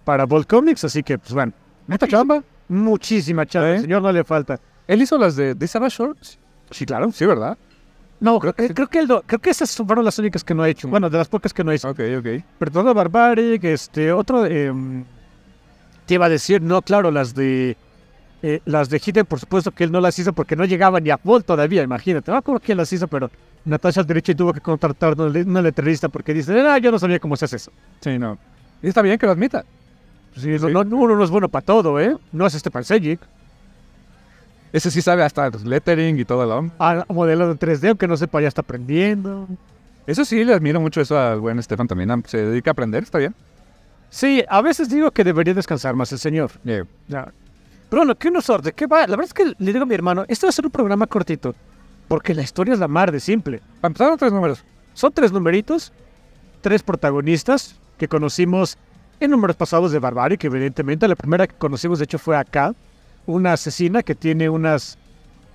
[SPEAKER 2] para Bolt Comics, así que, pues bueno.
[SPEAKER 1] Esta chamba.
[SPEAKER 2] Muchísima chamba,
[SPEAKER 1] ¿Eh?
[SPEAKER 2] señor, no le falta.
[SPEAKER 1] Él hizo las de, de Sarah Shorts.
[SPEAKER 2] Sí, claro.
[SPEAKER 1] Sí, ¿verdad?
[SPEAKER 2] No,
[SPEAKER 1] Creo
[SPEAKER 2] creo,
[SPEAKER 1] que
[SPEAKER 2] eh,
[SPEAKER 1] sí.
[SPEAKER 2] creo que el do- creo que esas fueron las únicas que no ha hecho. Bueno, de las pocas que no ha hecho.
[SPEAKER 1] Ok, ok.
[SPEAKER 2] Perdona, Barbaric, este, otro. em, te iba a decir, no, claro, las de. eh, las de Hidden, por supuesto que él no las hizo porque no llegaban ni a Paul todavía, imagínate. No me acuerdo quién las hizo, pero Natasha Derecho tuvo que contratar una le- una letrerista porque dice, ah, yo no sabía cómo se hace eso. Pues
[SPEAKER 1] Sí, no. Y está bien que lo admita.
[SPEAKER 2] Sí, no- no- uno no es bueno para todo, ¿eh? No es este Pansegic.
[SPEAKER 1] Ese sí sabe hasta los lettering y todo lo.
[SPEAKER 2] Ah, modelado en 3D, aunque no sepa, ya está aprendiendo.
[SPEAKER 1] Eso sí, le admiro mucho eso al buen Stefan también. ah, Se dedica a aprender, está bien.
[SPEAKER 2] Sí, a veces digo que debería descansar más el señor.
[SPEAKER 1] Eh,
[SPEAKER 2] Ya. Pero bueno, qué unos sorte, qué va. La verdad es que le digo a mi hermano, este va a ser un programa cortito, porque la historia es la mar de simple.
[SPEAKER 1] Para empezar, los tres números.
[SPEAKER 2] Son tres numeritos, tres protagonistas que conocimos en números pasados de Barbarie, que evidentemente la primera que conocimos de hecho fue acá, una asesina que tiene unas,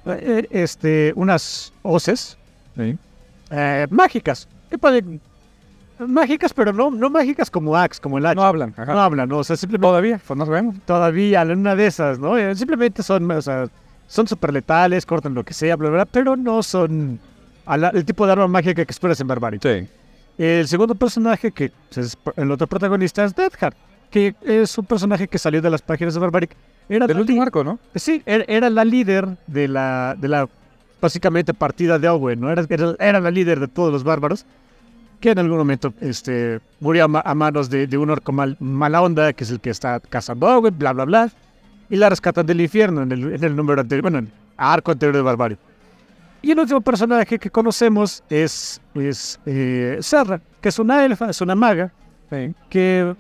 [SPEAKER 2] eh, este, unas hoces
[SPEAKER 1] Sí.
[SPEAKER 2] eh, mágicas. Que pueden- mágicas, pero no, no mágicas como Axe, como el H.
[SPEAKER 1] No hablan.
[SPEAKER 2] No
[SPEAKER 1] Ajá.
[SPEAKER 2] hablan, no, o sea, simplemente
[SPEAKER 1] Todavía, pues nos vemos.
[SPEAKER 2] todavía en una de esas, ¿no? Eh, Simplemente son, o sea, son súper letales, cortan lo que sea, bla, bla, bla, pero no son a la- el tipo de arma mágica que esperas en Barbarie.
[SPEAKER 1] Sí.
[SPEAKER 2] El segundo personaje, que es el otro protagonista, es Deadheart, que es un personaje que salió de las páginas de Barbaric. Era
[SPEAKER 1] Del
[SPEAKER 2] la
[SPEAKER 1] último
[SPEAKER 2] li-
[SPEAKER 1] arco, ¿no?
[SPEAKER 2] Sí, era, era la líder de la, de la, básicamente, partida de Owen, ¿no? Era, era, era la líder de todos los bárbaros, que en algún momento este, murió a, ma- a manos de, de un orco mal, mala onda, que es el que está cazando a Owen, bla, bla, bla, y la rescatan del infierno en el, en el número anterior, bueno, en el arco anterior de Barbario. Y el último personaje que conocemos es, es eh, Serra, que es una elfa, es una maga,
[SPEAKER 1] Sí.
[SPEAKER 2] que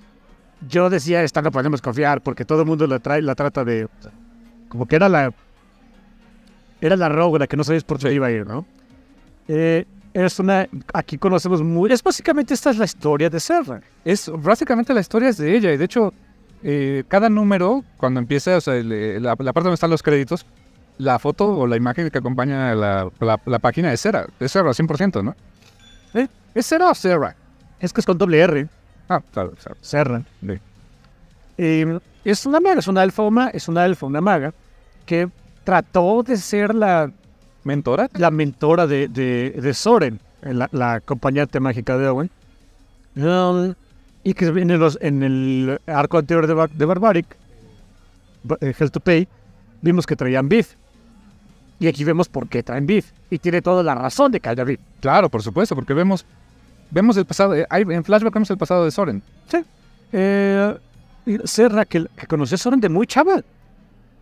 [SPEAKER 2] yo decía, esta no podemos confiar porque todo el mundo la, trae, la trata de... Como que era la... Era la rogue, la que no sabías por dónde iba a ir, ¿no? Eh, es una... Aquí conocemos muy... Es básicamente esta es la historia de Serra.
[SPEAKER 1] Es básicamente la historia es de ella. Y de hecho, eh, cada número, cuando empieza, o sea, el, eh, la, la parte donde están los créditos, la foto o la imagen que acompaña la, la- la página es Sera. Es Sera, 100%, ¿no?
[SPEAKER 2] ¿Eh?
[SPEAKER 1] ¿Es Sera o Sera?
[SPEAKER 2] Es que es con doble R,
[SPEAKER 1] Ah, claro, Sera.
[SPEAKER 2] Serra.
[SPEAKER 1] Sí.
[SPEAKER 2] Eh, es una maga, es una alfa, una, es una alfa, una maga, que trató de ser la,
[SPEAKER 1] ¿Mentora?
[SPEAKER 2] la mentora de, de, de Soren, eh, la, la acompañante mágica de Owen. Um, y que viene los, en el arco anterior de, Bar- de Barbaric, Ba- eh, Hell to Pay, vimos que traían beef. Y aquí vemos por qué traen beef. Y tiene toda la razón de que haya beef.
[SPEAKER 1] Claro, por supuesto, porque vemos, vemos el pasado. eh, hay- en Flashback vemos el pasado de Soren.
[SPEAKER 2] Eh, y Serra, que, que conoció a Soren de muy chava.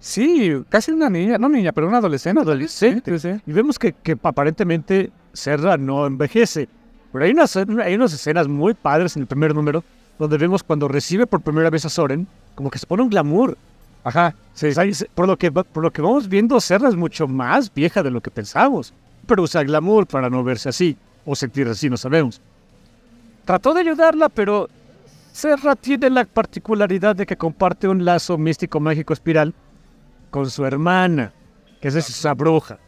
[SPEAKER 1] Sí, casi una niña, no niña, pero una adolescente.
[SPEAKER 2] adolescente.
[SPEAKER 1] Sí, sí, sí.
[SPEAKER 2] Y vemos que, que aparentemente Serra no envejece. Pero hay unas, hay unas escenas muy padres en el primer número donde vemos cuando recibe por primera vez a Soren, como que se pone un glamour.
[SPEAKER 1] Ajá, sí.
[SPEAKER 2] O sea, es- por, lo que, va- por lo que vamos viendo, Serra es mucho más vieja de lo que pensamos, pero usa glamour para no verse así o sentirse así, no sabemos. Trató de ayudarla, pero Serra tiene la particularidad de que comparte un lazo místico mágico espiral con su hermana, que es esa bruja,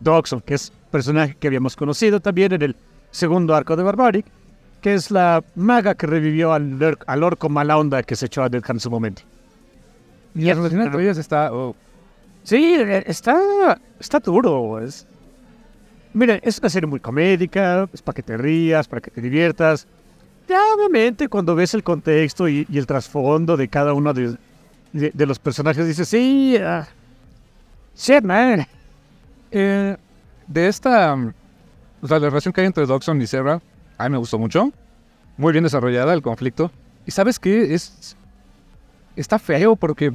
[SPEAKER 2] Doxon, que es personaje que habíamos conocido también en el segundo arco de Barbaric, que es la maga que revivió al, lor- al orco mala onda que se echó a Deadhand en su momento.
[SPEAKER 1] y la relación entre ellas está. oh,
[SPEAKER 2] Sí, eh, está, está duro. Es... Mira, es una serie muy comédica, es para que te rías, para que te diviertas. Ya, obviamente, cuando ves el contexto y, y el trasfondo de cada uno de, de- de los personajes, dices, sí, ah, shit, man.
[SPEAKER 1] eh, de esta. mm, O sea, la relación que hay entre Dodson y Serra, a mí me gustó mucho. Muy bien desarrollada el conflicto. Y sabes qué? Es. Está feo porque.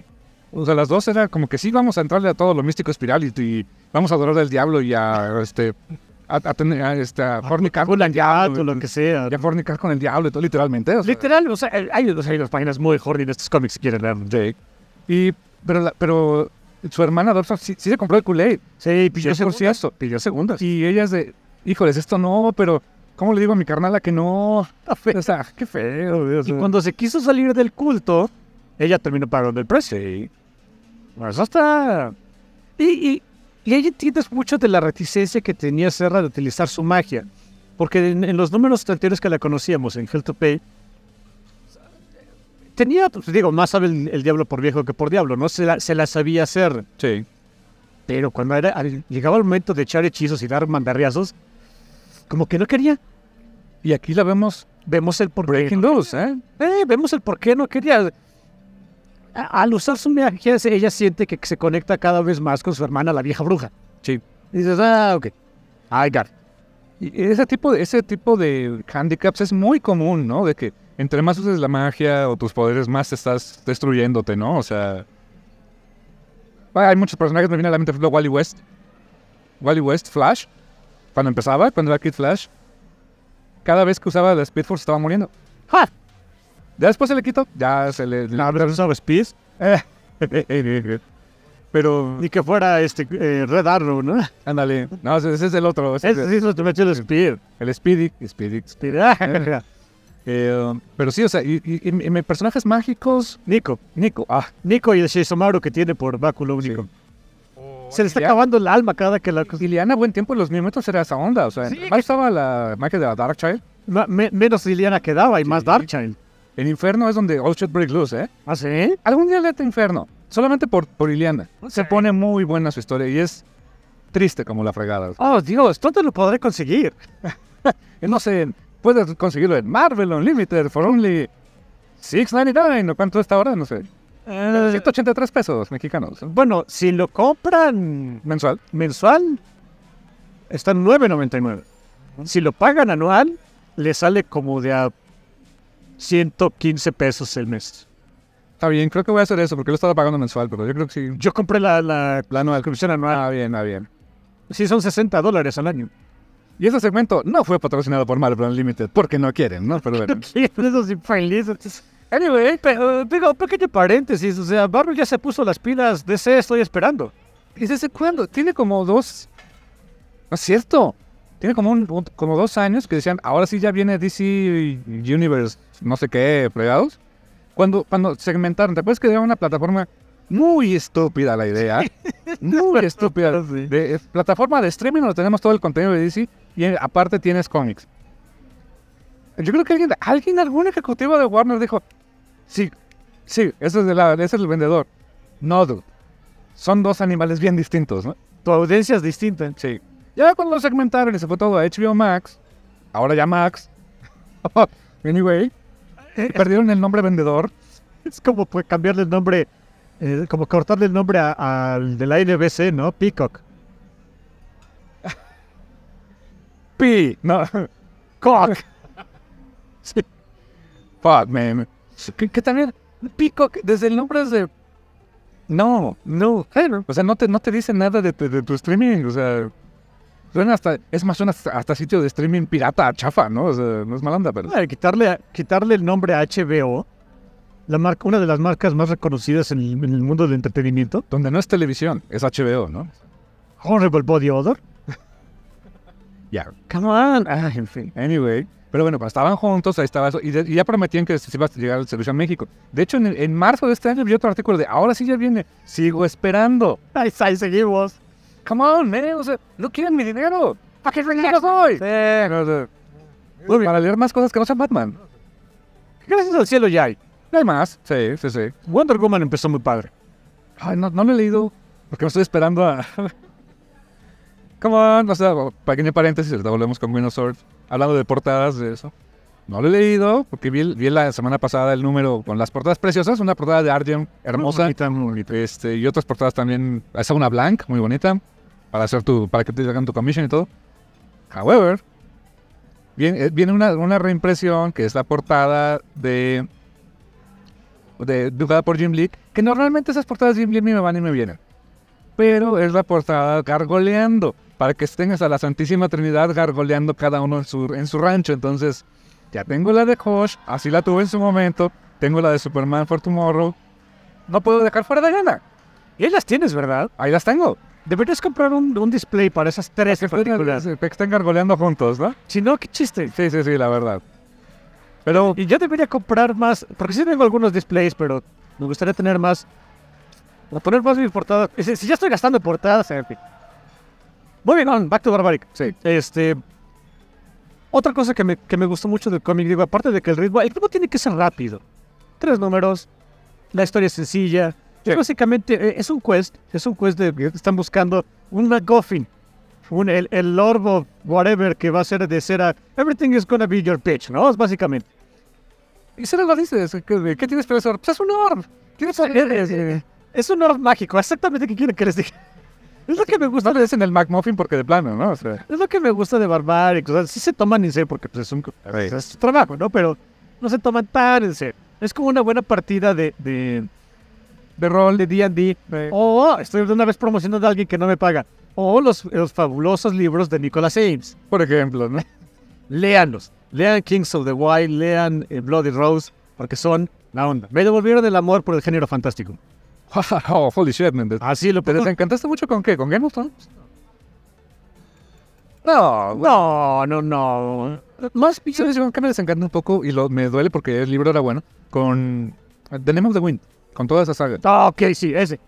[SPEAKER 1] O sea, las dos era como que sí, vamos a entrarle a todo lo místico espiral y, y vamos a adorar al diablo y a este. A, a tener a, este,
[SPEAKER 2] Ah,
[SPEAKER 1] a fornicar con el
[SPEAKER 2] Gato,
[SPEAKER 1] diablo.
[SPEAKER 2] lo que sea.
[SPEAKER 1] Y a fornicar con el diablo y todo, literalmente. o sea.
[SPEAKER 2] Literal, o sea, eh, hay, hay unas páginas muy horny en estos cómics si quieren leer.
[SPEAKER 1] Jake. Y, pero, la- pero su hermana Dobson sí, sí se compró el Kool-Aid.
[SPEAKER 2] Sí,
[SPEAKER 1] Sí,
[SPEAKER 2] pidió
[SPEAKER 1] por
[SPEAKER 2] segundas.
[SPEAKER 1] cierto.
[SPEAKER 2] Pidió segundas.
[SPEAKER 1] Y ella es de, híjoles, esto no, pero ¿cómo le digo a mi carnala que no? O sea, qué feo. güey, o
[SPEAKER 2] Y
[SPEAKER 1] sea.
[SPEAKER 2] cuando se quiso salir del culto, ella terminó pagando el precio. Bueno, eso está. Y, y, y ahí entiendes mucho de la reticencia que tenía Serra de utilizar su magia. Porque en, en los números anteriores que la conocíamos, en Hell to Pay, tenía, pues, digo, más sabe el, el diablo por viejo que por diablo, ¿no? Se la, se la sabía hacer.
[SPEAKER 1] Sí.
[SPEAKER 2] Pero cuando era, al- llegaba el momento de echar hechizos y dar mandarriazos, como que no quería.
[SPEAKER 1] Y aquí la vemos
[SPEAKER 2] Vemos el por
[SPEAKER 1] breaking loose, ¿eh?
[SPEAKER 2] Eh, vemos el por qué no quería. A- Al usar su magia, se- ella siente que se conecta cada vez más con su hermana, la vieja bruja.
[SPEAKER 1] Sí.
[SPEAKER 2] Y dices, ah, ok. I got it.
[SPEAKER 1] Y ese tipo, de, ese tipo de handicaps es muy común, ¿no? De que entre más uses la magia o tus poderes, más te estás destruyéndote, ¿no? O sea... ah, Hay muchos personajes, me viene a la mente, por ejemplo, Wally West. Wally West, Flash. Cuando empezaba, cuando era Kid Flash, cada vez que usaba la Speed Force estaba muriendo.
[SPEAKER 2] ¡Ja!
[SPEAKER 1] Ya después se le quitó, ya se le... Eh,
[SPEAKER 2] ¿sabes, Piz?
[SPEAKER 1] Pero,
[SPEAKER 2] Ni que fuera este eh, Red Arrow, ¿no?
[SPEAKER 1] ándale. No, ese ese es el otro. ese es
[SPEAKER 2] Ese sí es lo que me echó el Speed.
[SPEAKER 1] el Speedy. Speedy.
[SPEAKER 2] Speed, ah,
[SPEAKER 1] Eh, pero sí, o sea, y, y- y- y mis personajes mágicos...
[SPEAKER 2] Nico.
[SPEAKER 1] Nico. Ah,
[SPEAKER 2] Nico y el Shizumaru que tiene por báculo único. Se le está
[SPEAKER 1] Ya.
[SPEAKER 2] acabando el alma cada que la.
[SPEAKER 1] Liliana, buen tiempo en los minutos era esa onda. O sea,
[SPEAKER 2] Sí,
[SPEAKER 1] más estaba la magia de la Dark Child.
[SPEAKER 2] Ma- me- menos Liliana quedaba y más Darkchild.
[SPEAKER 1] En Inferno es donde All Shit Break Loose, ¿eh?
[SPEAKER 2] ¿Ah, sí?
[SPEAKER 1] Algún día leete Inferno, solamente por, por Liliana. Se pone muy buena su historia y es triste como la fregada. Eh,
[SPEAKER 2] Oh, Dios, ¿dónde lo podré conseguir?
[SPEAKER 1] No sé, puedes conseguirlo en Marvel Unlimited for only $6.99 o cuánto está ahora, no sé.
[SPEAKER 2] Eh,
[SPEAKER 1] 183 pesos mexicanos.
[SPEAKER 2] Bueno, si lo compran
[SPEAKER 1] Mensual.
[SPEAKER 2] mensual, está en 9.99. Si lo pagan anual, le sale como de a 115 pesos el mes.
[SPEAKER 1] Está bien, creo que voy a hacer eso porque lo estaba pagando mensual, pero yo creo que sí.
[SPEAKER 2] Yo compré la, la, la anual, comisión anual.
[SPEAKER 1] Ah, bien, ah, bien.
[SPEAKER 2] Sí, son 60 dólares al año.
[SPEAKER 1] Y este segmento no fue patrocinado por Marvel Unlimited porque no quieren, ¿no? Pero bueno.
[SPEAKER 2] Esos infelices. Anyway, pe- eh, digo, pequeño paréntesis, o sea, Marvel ya se puso las pilas, DC estoy esperando.
[SPEAKER 1] ¿Y desde cuándo? Tiene como dos. No es cierto. Tiene como, un, un- como dos años que decían, ahora sí ya viene DC Universe, no sé qué, fregados. Cuando, cuando segmentaron, ¿te acuerdas que era una plataforma muy estúpida la idea? Muy estúpida.
[SPEAKER 2] Sí.
[SPEAKER 1] De, eh, plataforma de streaming donde tenemos todo el contenido de DC y eh, aparte tienes cómics. Yo creo que alguien, alguien algún ejecutivo de Warner dijo, sí, sí, ese es, de la, ese es el vendedor. No, dude. Son dos animales bien distintos, ¿no?
[SPEAKER 2] Tu audiencia es distinta.
[SPEAKER 1] Sí. Ya cuando lo segmentaron y se fue todo a HBO Max, ahora ya Max. anyway,
[SPEAKER 2] Eh,
[SPEAKER 1] perdieron el nombre vendedor.
[SPEAKER 2] Es como pues, cambiarle el nombre, eh, como cortarle el nombre a- al de la NBC, ¿no? Peacock.
[SPEAKER 1] Pi. No.
[SPEAKER 2] Cock.
[SPEAKER 1] Sí. Fuck, man. Que, que también, Peacock, desde el nombre es de... No,
[SPEAKER 2] No, claro.
[SPEAKER 1] O sea, no te, no te dice nada de, tu- de tu streaming. O sea, suena hasta, es más, suena hasta, hasta sitio de streaming
[SPEAKER 2] Pues
[SPEAKER 1] pirata, chafa, ¿no? O sea, no es mala onda, pero.
[SPEAKER 2] Bueno, quitarle, quitarle el nombre a HBO la marca, una de las marcas más reconocidas en el, en el mundo del entretenimiento.
[SPEAKER 1] Donde no es televisión, es HBO, ¿no?
[SPEAKER 2] Horrible Body Odor.
[SPEAKER 1] Ya.
[SPEAKER 2] Come on. Ah, en fin.
[SPEAKER 1] Anyway. Pero bueno, pues, estaban juntos, ahí estaba eso. Y, de- y ya prometían que se iba a llegar el servicio a México. De hecho, en, el- en marzo de este año vi otro artículo de ahora sí ya viene. Sigo esperando.
[SPEAKER 2] Ahí, ahí seguimos.
[SPEAKER 1] Come on, man. O sea, no quieren mi dinero. ¿Para qué regalos doy? Sí, no sé.
[SPEAKER 2] Muy bien.
[SPEAKER 1] Para leer más cosas que no sean Batman.
[SPEAKER 2] Gracias al cielo ya hay.
[SPEAKER 1] No hay más. Sí, sí, sí.
[SPEAKER 2] Wonder Woman empezó muy padre.
[SPEAKER 1] Ay, no, no lo he leído porque me estoy esperando a. Come on, o sea, bueno, pequeño paréntesis, ahorita volvemos con Windows Sword. Hablando de portadas, de eso. No lo he leído porque vi, el- vi la semana pasada el número con las portadas preciosas, una portada de Argent hermosa.
[SPEAKER 2] Muy bonita, muy bonita.
[SPEAKER 1] Este, y otras portadas también. Esa una blank, muy bonita. Para hacer tu. Para que te hagan tu commission y todo. However. Viene, eh, viene una, una reimpresión que es la portada de. de dibujada por Jim Lee. Que normalmente esas portadas de Jim Lee a mí me van y me vienen. Pero es la portada gargoleando. Para que tengas a la Santísima Trinidad gargoleando cada uno en su, en su rancho. Entonces, ya tengo la de Hosh, así la tuve en su momento. Tengo la de Superman for Tomorrow. No puedo dejar fuera de Diana.
[SPEAKER 2] Y ahí las tienes, ¿verdad?
[SPEAKER 1] Ahí las tengo.
[SPEAKER 2] Deberías comprar un, un display para esas tres
[SPEAKER 1] Que
[SPEAKER 2] partículas.
[SPEAKER 1] estén- que estén gargoleando juntos, ¿no?
[SPEAKER 2] Si no, qué chiste.
[SPEAKER 1] Sí, sí, sí, la verdad. Pero
[SPEAKER 2] Y yo debería comprar más, porque sí tengo algunos displays, pero me gustaría tener más. Para poner más mis portadas. Es decir, Si ya estoy gastando en portadas, en fin. Moving on, back to Barbaric.
[SPEAKER 1] sí,
[SPEAKER 2] Este. Otra cosa que me, que me gustó mucho del cómic, digo, aparte de que el ritmo, el ritmo tiene que ser rápido. Tres números, la historia es sencilla.
[SPEAKER 1] Sí.
[SPEAKER 2] Básicamente eh, es un quest, es un quest de que están buscando un MacGuffin, un, el, el Lord of whatever que va a ser de cera. Everything is gonna be your pitch, ¿no? Es básicamente.
[SPEAKER 1] y se lo dices, ¿qué, qué tienes profesor? Pues es un orb. Tienes poderes. eh.
[SPEAKER 2] Es un oro mágico, exactamente que quieren que les diga. Es lo que me gusta,
[SPEAKER 1] Pues No le dicen el McMuffin porque de plano, ¿no? O sea,
[SPEAKER 2] es lo que me gusta de Barbaric. O sea, sí se toman en serio porque pues, es un
[SPEAKER 1] Sí.
[SPEAKER 2] es su trabajo, ¿no? Pero no se toman tan en serio. Es como una buena partida de, de,
[SPEAKER 1] de rol, de día.
[SPEAKER 2] D&D.
[SPEAKER 1] Sí.
[SPEAKER 2] O estoy de una vez promocionando a alguien que no me paga. O los, los fabulosos libros de Nicholas Ames.
[SPEAKER 1] Por ejemplo, ¿no?
[SPEAKER 2] Leanlos. Lean Kings of the Wild, lean eh, Bloody Rose, porque son la onda. Me devolvieron el amor por el género fantástico.
[SPEAKER 1] Oh, holy shit, man. Te-
[SPEAKER 2] Así lo
[SPEAKER 1] ¿Te
[SPEAKER 2] puedo...
[SPEAKER 1] desencantaste mucho con qué? ¿Con Game of Thrones? No, bueno,
[SPEAKER 2] No, no, no. Más bien-
[SPEAKER 1] ¿Sabes con qué me desencanta un poco? Y lo, me duele porque el libro era bueno. Con The Name of the Wind. Con toda esa saga.
[SPEAKER 2] Ah, ok, sí, ese.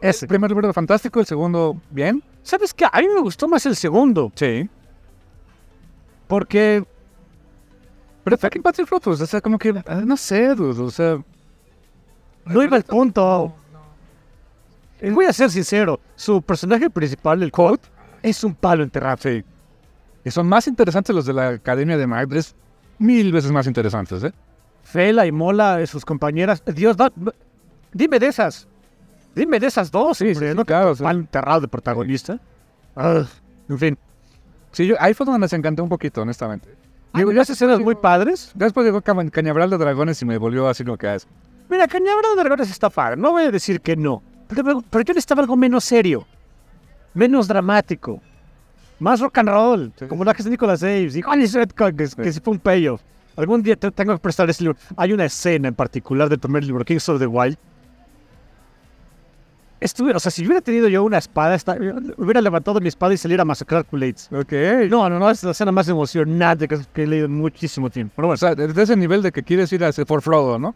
[SPEAKER 2] Ese.
[SPEAKER 1] El primer libro fantástico, el segundo bien.
[SPEAKER 2] ¿Sabes qué? A mí me gustó más el segundo,
[SPEAKER 1] Sí.
[SPEAKER 2] porque
[SPEAKER 1] Pero fucking Patrick Rothfuss, o sea, como que, ah, no sé, dude, o sea,
[SPEAKER 2] no iba al punto. Y Voy a ser sincero, su personaje principal, el Colt, es un palo enterrado.
[SPEAKER 1] Ah, sí. Y son más interesantes los de la Academia de Magdres, mil veces más interesantes, ¿eh?
[SPEAKER 2] Fela y Mola, eh, sus compañeras. Dios, da- dime de esas. Dime de esas dos. Sí,
[SPEAKER 1] sí, claro, sí. Ah,
[SPEAKER 2] Palo enterrado de protagonista. Ugh, en fin.
[SPEAKER 1] Sí, yo, ahí fue donde les encanté un poquito, honestamente.
[SPEAKER 2] Digo, ya escenas muy padres.
[SPEAKER 1] Después llegó Ca- Cañabral de Dragones y me volvió así lo que es.
[SPEAKER 2] Mira, Cañabra de Dragones está padre. No voy a decir que no. Pero, me- pero yo necesitaba algo menos serio. Menos dramático. Más rock and roll.
[SPEAKER 1] Sí.
[SPEAKER 2] Como la que es de Nicolas Aves. Y Holy shit, co- que, que sí fue un payoff. Algún día te- tengo que prestar ese libro. Hay una escena en particular del primer libro, Kings of the Wild. Estuve, o sea, si hubiera tenido yo una espada, esta- hubiera levantado mi espada y salir a masacrar Kulates.
[SPEAKER 1] Ok.
[SPEAKER 2] No, no, no, es la escena más emocionante que, que he leído en muchísimo tiempo. Pero
[SPEAKER 1] O
[SPEAKER 2] bueno,
[SPEAKER 1] sea, desde ese nivel de que quieres ir a ese For Frodo, ¿no?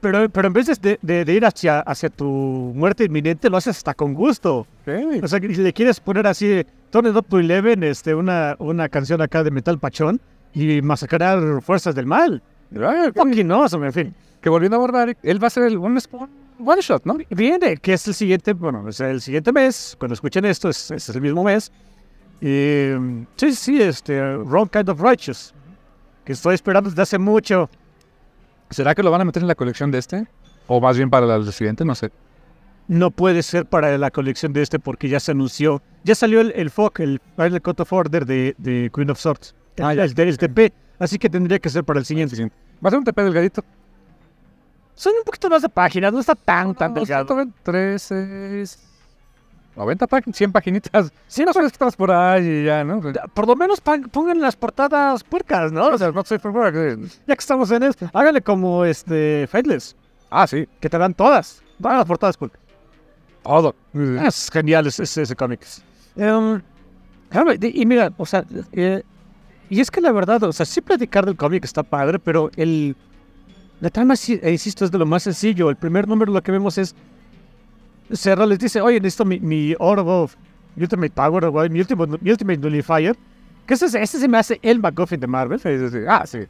[SPEAKER 2] Pero, pero en vez de, de- de ir hacia, hacia tu muerte inminente, lo haces hasta con gusto.
[SPEAKER 1] Ok.
[SPEAKER 2] O sea, que si le quieres poner así, Turn It Up to Eleven, este, una, una canción acá de metal pachón y masacrar fuerzas del mal.
[SPEAKER 1] Right, ok.
[SPEAKER 2] Fucking awesome, en fin.
[SPEAKER 1] Que volviendo a abordar, él va a ser el un spawn- one shot, ¿no?
[SPEAKER 2] Viene, que es el siguiente, bueno, es el siguiente mes, cuando escuchen esto, es, es el mismo mes. Y, mm, sí, sí, este, Wrong Kind of Righteous, que estoy esperando desde hace mucho.
[SPEAKER 1] ¿Será que lo van a meter en la colección de este? O más bien para la del siguiente, no sé.
[SPEAKER 2] no puede ser para la colección de este porque ya se anunció, ya salió el, el FOC, el Final Cut of Order de, de Queen of Swords,
[SPEAKER 1] Ah, ya.
[SPEAKER 2] el, el TP, así que tendría que ser para el siguiente.
[SPEAKER 1] Va a ser un TP delgadito.
[SPEAKER 2] Son un poquito más de páginas, no está tan, tan
[SPEAKER 1] No,
[SPEAKER 2] delgado.
[SPEAKER 1] 123, 90 páginas, 100 paginitas.
[SPEAKER 2] Sí,
[SPEAKER 1] No sabes que estás por ahí y ya, ¿no? O sea,
[SPEAKER 2] Por lo menos pa- pongan las portadas puercas, ¿no? O sea,
[SPEAKER 1] no soy favor-
[SPEAKER 2] ya que estamos en esto, háganle como este Faithless,
[SPEAKER 1] Ah, sí,
[SPEAKER 2] que te dan todas. Van las portadas puercas.
[SPEAKER 1] todo.
[SPEAKER 2] Ah, Es genial ese, ese, ese cómic. Em, claro, de- y mira, o sea, eh, y es que la verdad, o sea, sí platicar del cómic está padre, pero el, la trama, sí, eh, insisto, es de lo más sencillo. El primer número lo que vemos es, Serra les dice, oye, necesito mi, mi Orb of Ultimate Power, o mi, último- mi Ultimate Nullifier, que ese, se- ese se me hace el McGuffin de Marvel,
[SPEAKER 1] Sí, sí, sí. Ah, sí.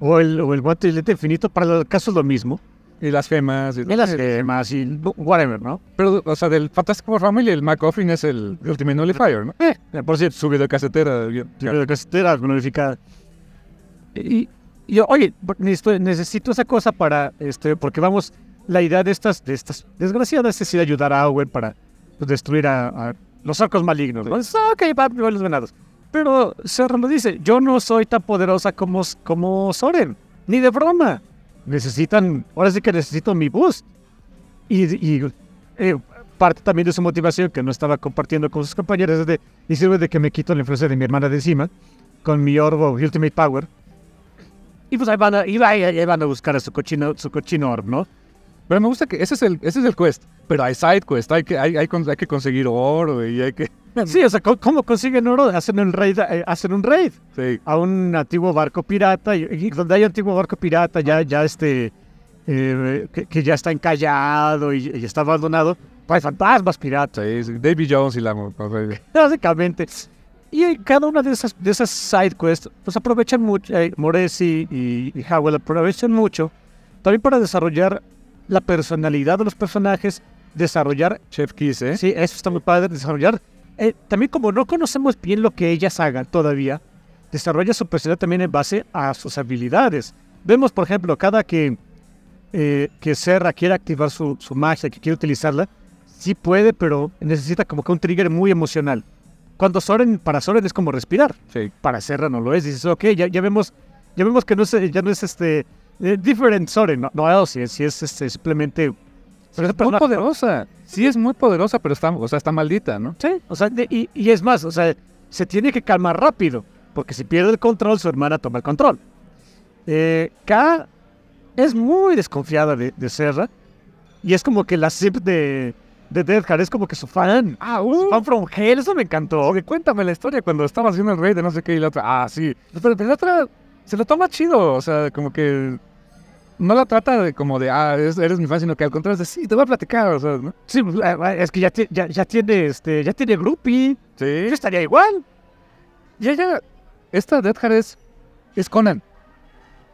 [SPEAKER 2] o el, o el guantelete infinito, para el caso es lo mismo.
[SPEAKER 1] Y las gemas. Y
[SPEAKER 2] Y las gemas y whatever, ¿no?
[SPEAKER 1] Pero, o sea, del Fantástico Family, el McGuffin es el Ultimate Nullifier, ¿no? Eh,
[SPEAKER 2] Por cierto,
[SPEAKER 1] su videocasetera. bien.
[SPEAKER 2] Yo creo que sí era glorificada. Y, y yo, oye, por- necesito, necesito esa cosa para, este, porque vamos, la idea de estas, de estas desgraciadas es ir a ayudar a Owen para pues, destruir a, a los arcos malignos. ¿no? Dices, "Ah, ok, va, primero los venados. Pero Serra lo dice, yo no soy tan poderosa como, como Soren, ni de broma. Necesitan, ahora sí que necesito mi boost. Y, y, eh, parte también de su motivación que no estaba compartiendo con sus compañeros es de, y sirve de que me quito la influencia de mi hermana de encima con mi orbo Ultimate Power. Y pues ahí van a, y va- y ahí van a buscar a su cochino, su cochino orb, ¿no?
[SPEAKER 1] Pero me gusta que ese es el, ese es el quest. Pero hay side quest, hay que, hay, hay, con- hay que conseguir oro y hay que.
[SPEAKER 2] Sí, o sea, ¿cómo- ¿cómo consiguen oro? Hacen un raid, eh, hacen un raid
[SPEAKER 1] Sí.
[SPEAKER 2] a un antiguo barco pirata, y, y donde hay antiguo barco pirata ya, ya este, eh, que, que ya está encallado y, y está abandonado, pues hay fantasmas piratas.
[SPEAKER 1] Sí, sí. Davy Jones y la. o sea,
[SPEAKER 2] Básicamente. Y en cada una de esas, de esas side quests, pues aprovechan mucho, eh, Moresi y, y Howell aprovechan mucho también para desarrollar la personalidad de los personajes, desarrollar,
[SPEAKER 1] Chef Kiss, ¿eh?
[SPEAKER 2] sí, eso está muy padre, desarrollar, eh, también como no conocemos bien lo que ellas hagan todavía, desarrolla su personalidad también en base a sus habilidades. Vemos, por ejemplo, cada que, eh, que Serra quiere activar su, su magia, que quiere utilizarla, sí puede, pero necesita como que un trigger muy emocional. Cuando Soren, para Soren es como respirar,
[SPEAKER 1] Sí.
[SPEAKER 2] para Serra no lo es. Dices, ok, ya, ya vemos, ya vemos que no es, eh, ya no es este eh, different Soren, no, no si es, sí es este, simplemente. Pero es
[SPEAKER 1] Muy poderosa. Sí, es muy poderosa, pero está, o sea, está maldita, ¿no?
[SPEAKER 2] Sí, o sea, de- y, y es más, o sea, se tiene que calmar rápido, porque si pierde el control, su hermana toma el control. Eh, K es muy desconfiada de, de Serra, y es como que la zip de, de Death Heart es como que su fan.
[SPEAKER 1] Ah,
[SPEAKER 2] su Fan from Hell, eso me encantó.
[SPEAKER 1] Oye, cuéntame la historia cuando estaba haciendo el rey de no sé qué y la otra. Ah, sí. Pero, pero la otra se lo toma chido. O sea, como que no la trata de como de, ah, es- eres mi fan, sino que al contrario es de, sí, te voy a platicar. O sea, ¿no?
[SPEAKER 2] Sí, pues, eh, es que ya, ti- ya, ya tiene este, ya tiene groupie. Yo
[SPEAKER 1] Sí.
[SPEAKER 2] estaría igual.
[SPEAKER 1] Y ella, esta Death Heart es, es Conan.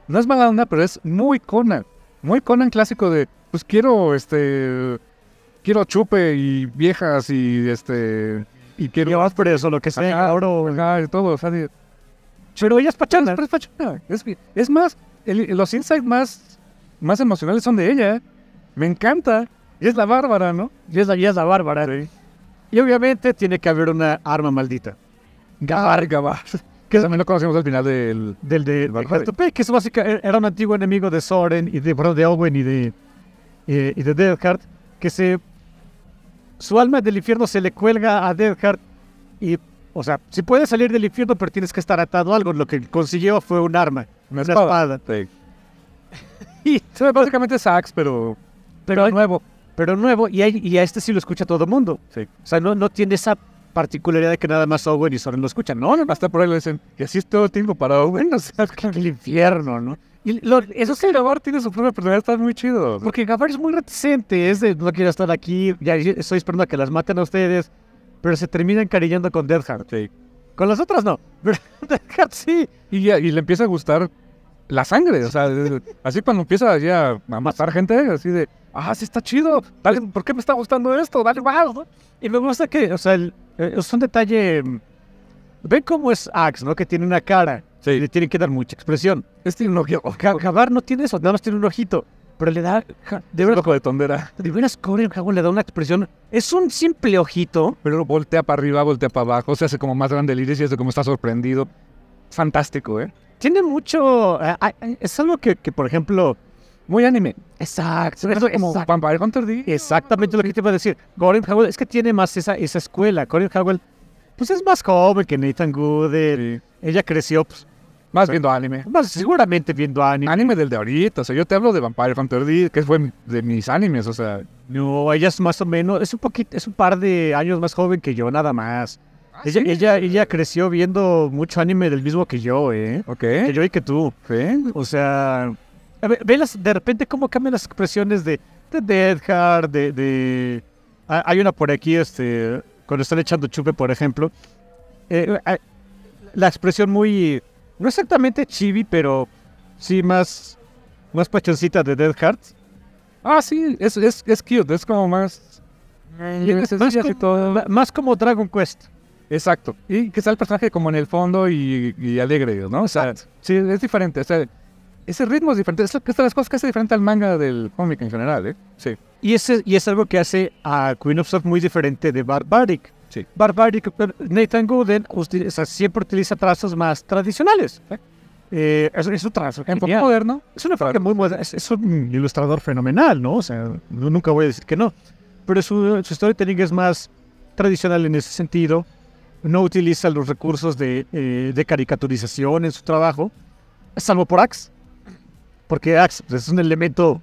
[SPEAKER 1] No es mala onda, pero es muy Conan. Muy Conan clásico de, pues quiero, este, quiero chupe y viejas y, este, y quiero...
[SPEAKER 2] Yo vas por eso, lo que sea,
[SPEAKER 1] Ajá.
[SPEAKER 2] oro.
[SPEAKER 1] Ajá, y todo, o sea, de-
[SPEAKER 2] Pero ella es pachana.
[SPEAKER 1] Pero es pachona. Es, es más, el- los insights más, más emocionales son de ella. ¿eh? Me encanta. Y es la bárbara, ¿no?
[SPEAKER 2] Y es la, y es la bárbara. Y obviamente tiene que haber una arma maldita.
[SPEAKER 1] Gabar, Gabar. Que también lo conocemos al final del...
[SPEAKER 2] Del de, de
[SPEAKER 1] Valkyrie.
[SPEAKER 2] Catopé, que es básicamente era un antiguo enemigo de Soren y de, bueno, de Owen y de, eh, y de Deadheart, que se su alma del infierno se le cuelga a Deadheart y, o sea, si puedes salir del infierno, pero tienes que estar atado a algo. Lo que consiguió fue un arma, una espada.
[SPEAKER 1] Sí. Y se ve básicamente Sax, pero, pero nuevo.
[SPEAKER 2] pero nuevo, y, hay- y a este sí lo escucha todo el mundo.
[SPEAKER 1] Sí.
[SPEAKER 2] O sea, no, no tiene esa particularidad de que nada más Owen y Soren lo escuchan. No, no, no.
[SPEAKER 1] Hasta por ahí le dicen, y así es todo tiempo para Owen. O sea,
[SPEAKER 2] El infierno, ¿no? Y lo- eso
[SPEAKER 1] eso sí, Gabar tiene su propia personalidad, está muy chido.
[SPEAKER 2] Porque Gavar es muy reticente, es de no quiero estar aquí, ya estoy esperando a que las maten a ustedes, pero se termina encariñando con Deadheart.
[SPEAKER 1] Sí.
[SPEAKER 2] Con las otras no, pero Deadheart sí.
[SPEAKER 1] Y, ya- y le empieza a gustar la sangre, o sea, es- así cuando empieza ya a matar gente, así de, ah, sí está chido, dale, ¿por qué me está gustando esto? Dale, wow, ¿no?
[SPEAKER 2] Y me gusta que, o sea, el- eh, es un detalle. mm, Ven cómo es Axe, ¿no? Que tiene una cara. y
[SPEAKER 1] Sí,
[SPEAKER 2] Le tienen que dar mucha expresión.
[SPEAKER 1] este no quiero,
[SPEAKER 2] Ga- Gavar no tiene eso, nada más tiene un ojito. Pero le da. ja, De veras,
[SPEAKER 1] loco de tondera,
[SPEAKER 2] de veras, Corin Howell le da una expresión. Es un simple ojito.
[SPEAKER 1] pero voltea para arriba, voltea para abajo, se hace como más grande el iris y hace como está sorprendido. Fantástico, ¿eh?
[SPEAKER 2] Tiene mucho. eh, ah, eh, es algo que, que, por ejemplo,
[SPEAKER 1] Muy anime.
[SPEAKER 2] Exacto.
[SPEAKER 1] Eso como
[SPEAKER 2] exacto.
[SPEAKER 1] Vampire Hunter D.
[SPEAKER 2] Exactamente lo que te iba a decir. Gordon Howell es que tiene más esa, esa escuela. Gordon Howell, pues es más joven que Nathan Goodell. Ella creció, pues,
[SPEAKER 1] Más viendo anime.
[SPEAKER 2] más seguramente viendo anime.
[SPEAKER 1] Anime del de ahorita. O sea, yo te hablo de Vampire Hunter D, que fue mi- de mis animes. O sea,
[SPEAKER 2] No, ella es más o menos, es un poquito, es un par de años más joven que yo, nada más. ella,
[SPEAKER 1] sí?
[SPEAKER 2] ella, ella creció viendo mucho anime del mismo que yo, ¿eh?
[SPEAKER 1] ok.
[SPEAKER 2] Que yo y que tú. ¿eh?
[SPEAKER 1] Sí.
[SPEAKER 2] O sea, a ver, ve las- de repente cómo cambian las expresiones de, de Dead Heart, de... de- ah, hay una por aquí, este, cuando están echando chupe, por ejemplo. eh, ah, la expresión muy... No exactamente chibi, pero sí más... Más pachoncita de Dead Heart.
[SPEAKER 1] Ah, sí, es, es, es cute, es como más.
[SPEAKER 2] Más
[SPEAKER 1] sencillas y
[SPEAKER 2] como-
[SPEAKER 1] todo.
[SPEAKER 2] ma- Ah, Más como Dragon Quest.
[SPEAKER 1] Exacto. Y que está el personaje como en el fondo y, y alegre, ¿no? O sea, sí, es diferente. O sea, ese ritmo es diferente. Es, lo- es de las cosas que hace diferente al manga del cómic en general, ¿eh? Sí.
[SPEAKER 2] Y, ese, y es algo que hace a Queen of Soft muy diferente de Barbaric.
[SPEAKER 1] Sí.
[SPEAKER 2] Barbaric, Nathan Gooden usti- o sea, siempre utiliza trazos más tradicionales. Eh, es, es un trazo
[SPEAKER 1] En pop
[SPEAKER 2] genial.
[SPEAKER 1] moderno.
[SPEAKER 2] Es una figura muy moderna. Es, es un ilustrador fenomenal, ¿no? O sea, no- nunca voy a decir que no. Pero su, su storytelling es más tradicional en ese sentido. No utiliza los recursos de, eh, de caricaturización en su trabajo, salvo por Axe. Porque Axe pues, es un elemento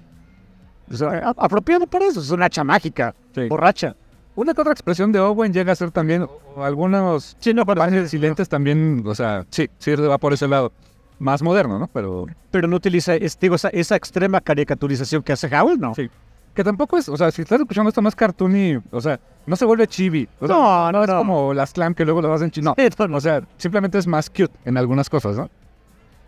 [SPEAKER 2] o sea, a- apropiado para eso. Es una hacha mágica,
[SPEAKER 1] Sí.
[SPEAKER 2] borracha.
[SPEAKER 1] Una que otra expresión de Owen llega a ser también o- o algunos
[SPEAKER 2] Sí, no, pero-
[SPEAKER 1] paneles silentes también, o sea, sí, sí va por ese lado. Más moderno, ¿no? Pero
[SPEAKER 2] pero no utiliza es- digo, esa, esa extrema caricaturización que hace Howell, ¿no?
[SPEAKER 1] sí. Que tampoco es, o sea, si estás escuchando esto más cartoon y, o sea, no se vuelve chibi. O sea,
[SPEAKER 2] no, no,
[SPEAKER 1] es
[SPEAKER 2] no.
[SPEAKER 1] como las clam que luego lo hacen chibi. No,
[SPEAKER 2] Sí, no, no.
[SPEAKER 1] o sea, simplemente es más cute en algunas cosas, ¿no?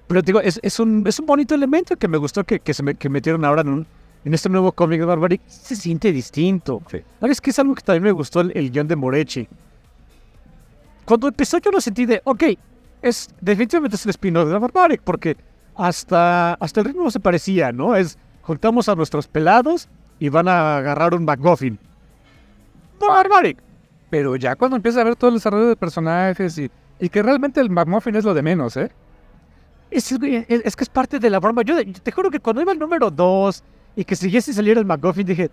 [SPEAKER 2] Pero te digo, es, es, un, es un bonito elemento que me gustó que, que se me- que metieron ahora en, un- en este nuevo cómic de Barbaric. Se siente distinto.
[SPEAKER 1] Sí.
[SPEAKER 2] ¿Sabes qué es algo que también me gustó el, el guión de Morechi? Cuando empezó yo lo sentí de, ok, es, definitivamente es el spin-off de Barbaric, porque hasta, hasta el ritmo se parecía, ¿no? Es, juntamos a nuestros pelados y van a agarrar un McGuffin. Barbaric.
[SPEAKER 1] Pero ya cuando empieza a ver todo el desarrollo de personajes y, y que realmente el McMuffin es lo de menos, ¿eh?
[SPEAKER 2] Es, es- es que es parte de la broma. Yo, de- te juro que cuando iba el número 2 y que siguiese saliera el McGuffin, dije,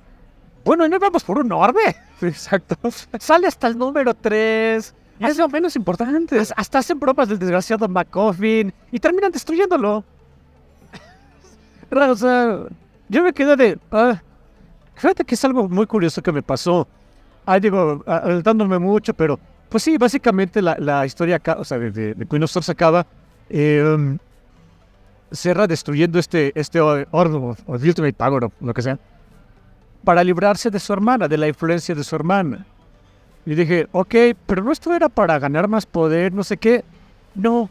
[SPEAKER 2] bueno, ¿y no vamos por un orbe?
[SPEAKER 1] Exacto.
[SPEAKER 2] Sale hasta el número 3.
[SPEAKER 1] Es lo menos importante.
[SPEAKER 2] Hasta hacen bromas del desgraciado McGuffin y terminan destruyéndolo. Ra- o sea, yo me quedé de... ah, fíjate que es algo muy curioso que me pasó. Ah, digo, ah, adelantándome mucho, pero... Pues sí, básicamente la, la historia acá, o sea, de, de, de Queen of Swords acaba... eh, Serra destruyendo este, este or- Ordo, o The Ultimate Power, o lo que sea, para librarse de su hermana, de la influencia de su hermana. Y dije, ok, pero no esto era para ganar más poder, no sé qué. No,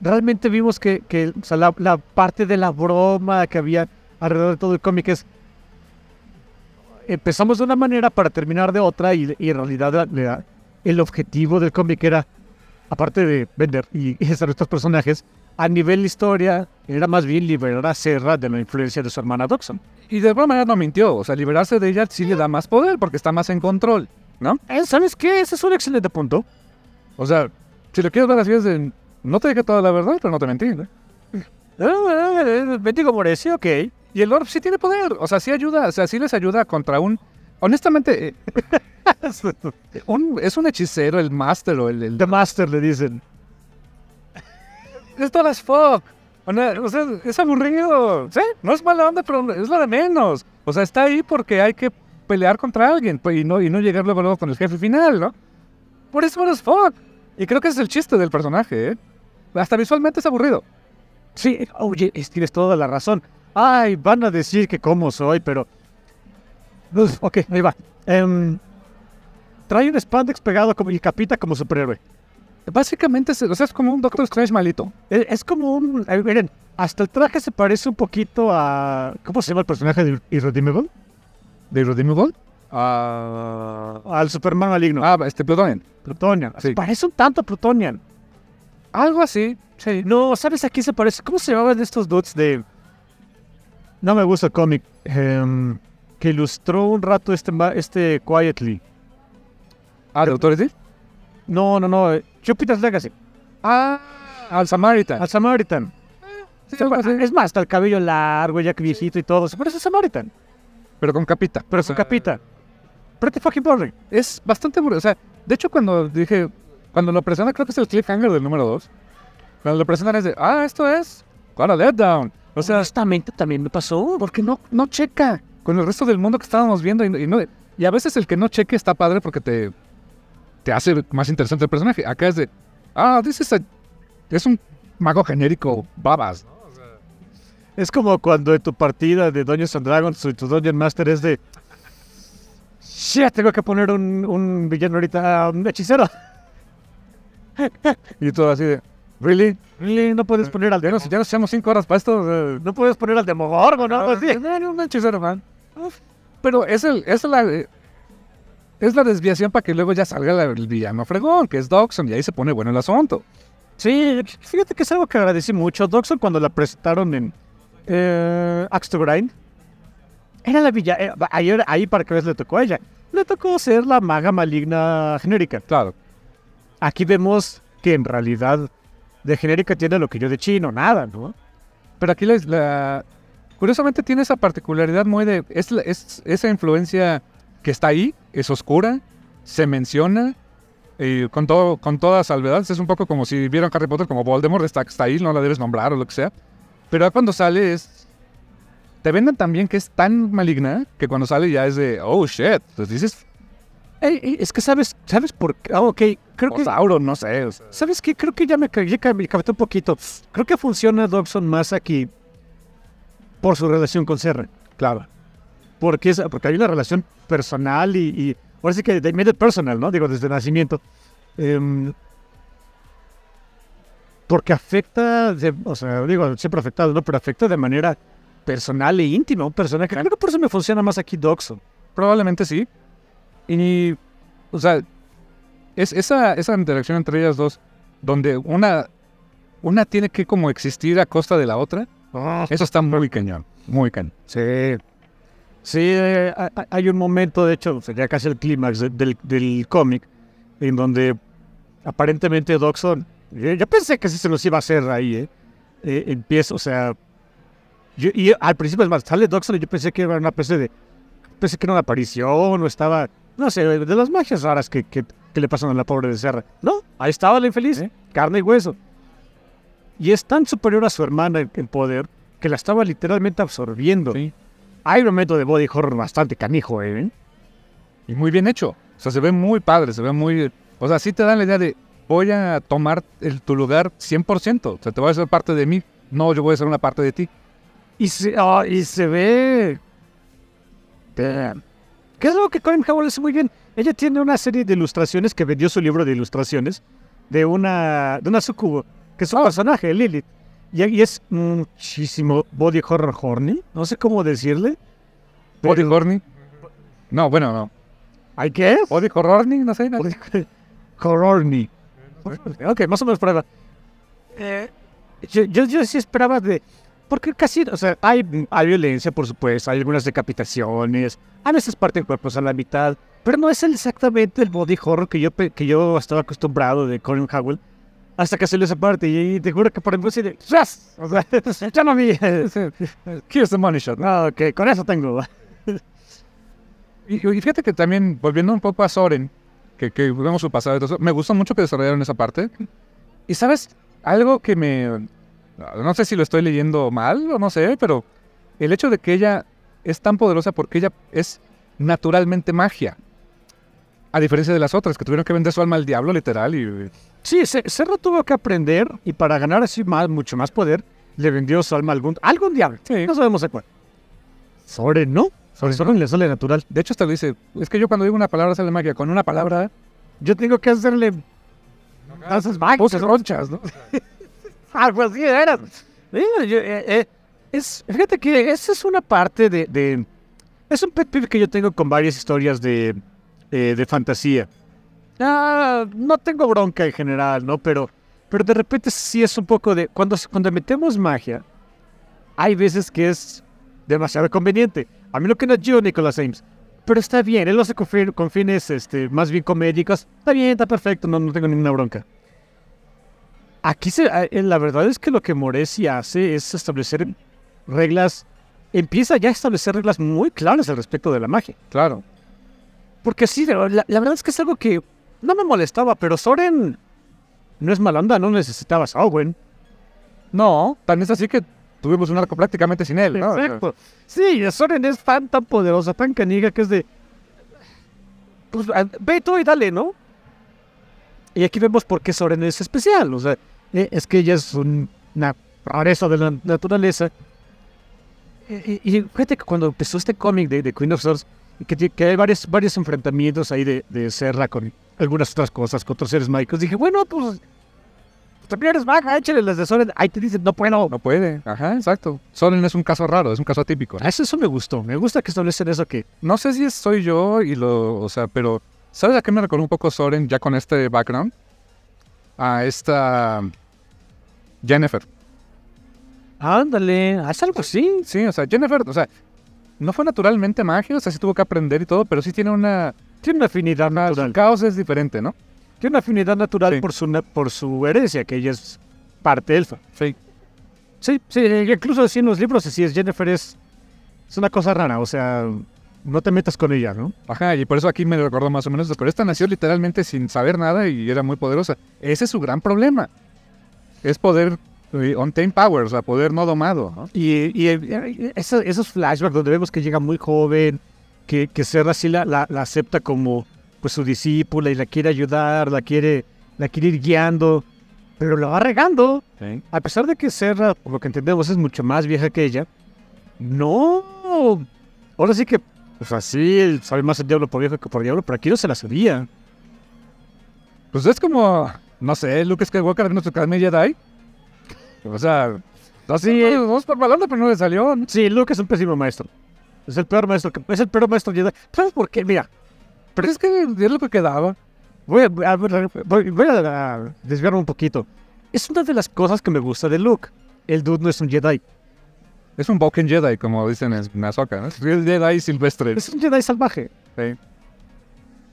[SPEAKER 2] realmente vimos que, que, o sea, la, la parte de la broma que había alrededor de todo el cómic es... Empezamos de una manera para terminar de otra y, y en realidad la- la- el objetivo del cómic era, aparte de vender y, y hacer estos personajes, a nivel historia era más bien liberar a Serra de la influencia de su hermana Doxon.
[SPEAKER 1] Y de alguna manera no mintió. O sea, liberarse de ella sí le da más poder porque está más en control, ¿no?
[SPEAKER 2] Eh, ¿Sabes qué? Ese es un excelente punto.
[SPEAKER 1] O sea, si lo quieres ver así es de, no te dije toda la verdad, pero no te mentí, ¿no?
[SPEAKER 2] Eh, Bendigo Moresi, ok.
[SPEAKER 1] Y el Orb sí tiene poder. O sea, sí ayuda. O sea, sí les ayuda contra un... Honestamente, eh, un- es un hechicero, el Master o el... el
[SPEAKER 2] The Master le dicen.
[SPEAKER 1] es todas las fuck. O na- o sea, es aburrido. Sí, no es mala onda, pero es lo de menos. O sea, está ahí porque hay que pelear contra alguien pues, y no, y no llegar luego, luego con el jefe final, ¿no? Por eso no es fuck. Y creo que ese es el chiste del personaje, ¿eh? Hasta visualmente es aburrido.
[SPEAKER 2] Sí, oye, es- tienes toda la razón. Ay, van a decir que cómo soy, pero... Uf, ok, ahí va. Em, trae un spandex pegado como, y capita como superhéroe.
[SPEAKER 1] Básicamente, es, o sea, es como un Doctor Strange malito.
[SPEAKER 2] E- Es como un... eh, Miren, hasta el traje se parece un poquito a... ¿Cómo se llama el personaje de Irredeemable?
[SPEAKER 1] ¿De Irredeemable? Ah,
[SPEAKER 2] Al Superman maligno.
[SPEAKER 1] ah, este, Plutonian.
[SPEAKER 2] Plutonian.
[SPEAKER 1] sí.
[SPEAKER 2] Parece un tanto a Plutonian.
[SPEAKER 1] Algo así, sí.
[SPEAKER 2] No, ¿sabes a quién se parece? ¿Cómo se llamaban estos dudes de... No me gusta el cómic. em, que ilustró un rato este, ma- este Quietly.
[SPEAKER 1] Ah, ¿de Authority?
[SPEAKER 2] No, no, no. eh, Jupiter's Legacy.
[SPEAKER 1] Ah, al Samaritan.
[SPEAKER 2] Al Samaritan.
[SPEAKER 1] Sí, algo así.
[SPEAKER 2] Es más, hasta el cabello largo, ya que viejito y todo. Pero es Samaritan.
[SPEAKER 1] Pero con capita.
[SPEAKER 2] Pero su
[SPEAKER 1] O sea,
[SPEAKER 2] capita. Pretty fucking boring.
[SPEAKER 1] Es bastante aburrido. O sea, de hecho, cuando dije, cuando lo presenta, creo que es el cliffhanger del número 2. Cuando lo presentan es de, ah, esto es. What a letdown. O sea,
[SPEAKER 2] Honestamente también me pasó.
[SPEAKER 1] porque no, no checa con el resto del mundo que estábamos viendo. Y, no- y no- y a veces el que no cheque está padre porque te, te hace más interesante el personaje. Acá es de, ah, this is a- es un mago genérico, babas. ¿no?
[SPEAKER 2] Es como cuando en tu partida de Dungeons and Dragons y tu Dungeon Master es de. Shit, tengo que poner un, un villano ahorita, un hechicero.
[SPEAKER 1] Y todo así de, ¿really?
[SPEAKER 2] Really, Eh, no puedes poner al
[SPEAKER 1] Ya nos, ya nos echamos cinco horas para esto. o sea,
[SPEAKER 2] No puedes poner al Demogorgon, Ah, Pues, ¿no? Así.
[SPEAKER 1] Era un hechicero, man. Pero es, el, es la. eh, Es la desviación para que luego ya salga la- el villano fregón, que es Dawson, y ahí se pone bueno el asunto.
[SPEAKER 2] Sí, fíjate que es algo que agradecí mucho. Doxon cuando la presentaron en eh, Axe to Grind. Era la villa. eh, ahí, era- ahí para que veas le tocó a ella. Le tocó ser la maga maligna genérica.
[SPEAKER 1] Claro.
[SPEAKER 2] Aquí vemos que en realidad de genérica tiene lo que yo de chino, nada, ¿no?
[SPEAKER 1] Pero aquí les- la, curiosamente tiene esa particularidad muy de... Es, la- es- esa influencia que está ahí, es oscura, se menciona, eh, con, todo, con toda salvedad. Es un poco como si vieron Harry Potter como Voldemort, está, está ahí, no la debes nombrar o lo que sea. Pero ya cuando sale es... Te venden también que es tan maligna que cuando sale ya es de, oh, shit. Entonces dices,
[SPEAKER 2] Ey, ey, Eh, es que sabes, ¿sabes por qué? Ah, ok, creo que.
[SPEAKER 1] Osauro, no sé. o sea,
[SPEAKER 2] ¿Sabes qué? Creo que ya me ca- ya ca- me capté un poquito. Creo que funciona Dobson más aquí por su relación con Serra.
[SPEAKER 1] claro.
[SPEAKER 2] porque, es, porque hay una relación personal y, y ahora sí que they made it personal, ¿no? Digo, desde nacimiento. Em, porque afecta, de- o sea, digo, siempre afectado, ¿no? Pero afecta de manera personal e íntima a un personaje. Creo que por eso me funciona más aquí Doxon.
[SPEAKER 1] Probablemente sí. Y, o sea, es esa, esa interacción entre ellas dos, donde una, una tiene que como existir a costa de la otra,
[SPEAKER 2] Ah.
[SPEAKER 1] eso está muy cañón, muy cañón.
[SPEAKER 2] sí. Sí, eh, ha- ha- hay un momento, de hecho, sería casi el clímax de- del, del cómic, en donde aparentemente Doxon, yo, yo pensé que sí se los iba a hacer ahí, ¿eh? Eh, empieza, o sea, yo- y al principio es más, sale Doxon y yo pensé que era una especie de, pensé que era una aparición o estaba, no sé, de las magias raras que, que- que le pasan a la pobre de Serra. No, ahí estaba la infeliz, carne y hueso. Y es tan superior a su hermana en, en poder que la estaba literalmente absorbiendo.
[SPEAKER 1] Sí.
[SPEAKER 2] Hay un momento de body horror bastante canijo, ¿eh?
[SPEAKER 1] Y muy bien hecho. O sea, se ve muy padre, se ve muy... O sea, sí te dan la idea de, voy a tomar el- tu lugar 100%, o sea, te voy a ser parte de mí. No, yo voy a ser una parte de ti.
[SPEAKER 2] Y se, ah, y se ve. Damn. ¿Qué es lo que Colin Howell hace muy bien? Ella tiene una serie de ilustraciones que vendió su libro de ilustraciones de una, de una sucubo, que es un personaje, Lilith. Y, y es muchísimo body horror horny, no sé cómo decirle.
[SPEAKER 1] Body
[SPEAKER 2] pero-
[SPEAKER 1] horny. No, bueno, no.
[SPEAKER 2] ¿Ay qué es?
[SPEAKER 1] Body horny, no sé. no-
[SPEAKER 2] Body horny. Ok, más o menos prueba. Yo, yo, yo sí esperaba de... Porque casi, o sea, hay, hay violencia, por supuesto, hay algunas decapitaciones, a veces parten cuerpos a la mitad, pero no es el- exactamente el body horror que yo, pe- que yo estaba acostumbrado de Colin Howell, hasta que salió esa parte, y, te juro que por ejemplo, así de... "Ras", O sea, ya no vi... eh,
[SPEAKER 1] Here's the money shot.
[SPEAKER 2] No, ok, con eso tengo.
[SPEAKER 1] Y, y fíjate que también, volviendo un poco a Soren, que, que vemos su pasado, y todo eso, me gustó mucho que desarrollaron esa parte. Y sabes, algo que me... No sé si lo estoy leyendo mal o no sé, pero el hecho de que ella es tan poderosa porque ella es naturalmente magia. A diferencia de las otras, que tuvieron que vender su alma al diablo, literal, y...
[SPEAKER 2] Sí, Ce- Cerro tuvo que aprender, y para ganar así más, mucho más poder, le vendió su alma a algún, a algún diablo,
[SPEAKER 1] Sí.
[SPEAKER 2] no sabemos a cuál. Soren, ¿no? Soren, le sale natural.
[SPEAKER 1] De hecho, hasta lo dice, es que yo cuando digo una palabra sale magia, con una palabra,
[SPEAKER 2] Yo tengo que hacerle danzas mágicas.
[SPEAKER 1] puse ronchas, ¿no?
[SPEAKER 2] Algo así era. Mira, yo, eh, eh, es, fíjate que esa es una parte de, de- Es un pet peeve que yo tengo con varias historias de, eh, de fantasía. Ah, no tengo bronca en general, ¿no? Pero, pero de repente sí es un poco de... Cuando, cuando metemos magia, hay veces que es demasiado conveniente. A mí lo que no yo, Nicolas Ames. Pero está bien, él lo hace con, fin- con fines este, más bien comédicos. Está bien, está perfecto, no, no tengo ninguna bronca. Aquí se, a- eh, la verdad es que lo que Moresi hace es establecer reglas, empieza ya a establecer reglas muy claras al respecto de la magia.
[SPEAKER 1] Claro.
[SPEAKER 2] Porque sí, la, la verdad es que es algo que no me molestaba, pero Soren no es mala onda, no necesitabas a Owen.
[SPEAKER 1] No, tan es así que tuvimos un arco prácticamente sin él, ¿no? O sea,
[SPEAKER 2] Exacto. Sí, Soren es tan, tan poderosa, tan caniga que es de. Pues a- ve tú y dale, ¿no? Y aquí vemos por qué Soren es especial. O sea, e- es que ella es un- una rareza de la naturaleza. E, Y, y- y fíjate que cuando empezó este cómic de, de Queen of Swords, que, tie- que hay varios, varios enfrentamientos ahí de, de Serra con algunas otras cosas, con otros seres mágicos, dije, bueno, pues. También eres maga, échale las de Soren. Ahí te dicen, no puedo.
[SPEAKER 1] No puede. Ajá, exacto. Soren es un caso raro, es un caso atípico.
[SPEAKER 2] Ah, Eso, eso me gustó. Me gusta que establecen eso que
[SPEAKER 1] No sé si es- soy yo y lo, o sea, pero ¿sabes a qué me recordó un poco Soren ya con este background? A esta Jennifer.
[SPEAKER 2] Ándale, haz algo así.
[SPEAKER 1] Sí, o sea, Jennifer, o sea, no fue naturalmente magia, o sea, sí tuvo que aprender y todo, pero sí tiene una...
[SPEAKER 2] Tiene una afinidad
[SPEAKER 1] o sea, su
[SPEAKER 2] natural.
[SPEAKER 1] caos es diferente, ¿no?
[SPEAKER 2] Tiene una afinidad natural
[SPEAKER 1] Sí.
[SPEAKER 2] por, su, na- por su herencia, que ella es parte elfa.
[SPEAKER 1] Sí.
[SPEAKER 2] Sí, sí, e incluso así en los libros, así es, Jennifer es, es una cosa rara, o sea, no te metas con ella, ¿no?
[SPEAKER 1] Ajá, y por eso aquí me recordó más o menos eso. Pero esta nació literalmente sin saber nada y era muy poderosa. Ese es su gran problema. Es poder eh, untamed power, o sea, poder no domado. ¿no?
[SPEAKER 2] Y, y, eh, eso- esos flashbacks donde vemos que llega muy joven, que, que Serra sí la, la- la acepta como pues su discípula y la quiere ayudar, la quiere, la quiere ir guiando, pero la va regando. A pesar de que Serra, por lo que entendemos, es mucho más vieja que ella, no. Ahora sí que, o sea, sí, él sabe más el diablo por viejo que por diablo, pero aquí no se la sabía.
[SPEAKER 1] Pues es como, no sé, Luke Skywalker en su Academia Jedi. O sea, así,
[SPEAKER 2] Sí.
[SPEAKER 1] dos por balón, pero no le salió. ¿no?
[SPEAKER 2] Sí, Luke es un pésimo maestro. Es el peor maestro que. Es el peor maestro Jedi. ¿Sabes por qué? Mira,
[SPEAKER 1] Pero es que es lo que quedaba.
[SPEAKER 2] voy a, a ver, voy- voy a- a desviarme un poquito. Es una de las cosas que me gusta de Luke. El dude no es un Jedi.
[SPEAKER 1] Es un Boken Jedi, como dicen en Azoka, ¿no? Es el Jedi silvestre.
[SPEAKER 2] Es un Jedi salvaje.
[SPEAKER 1] Sí.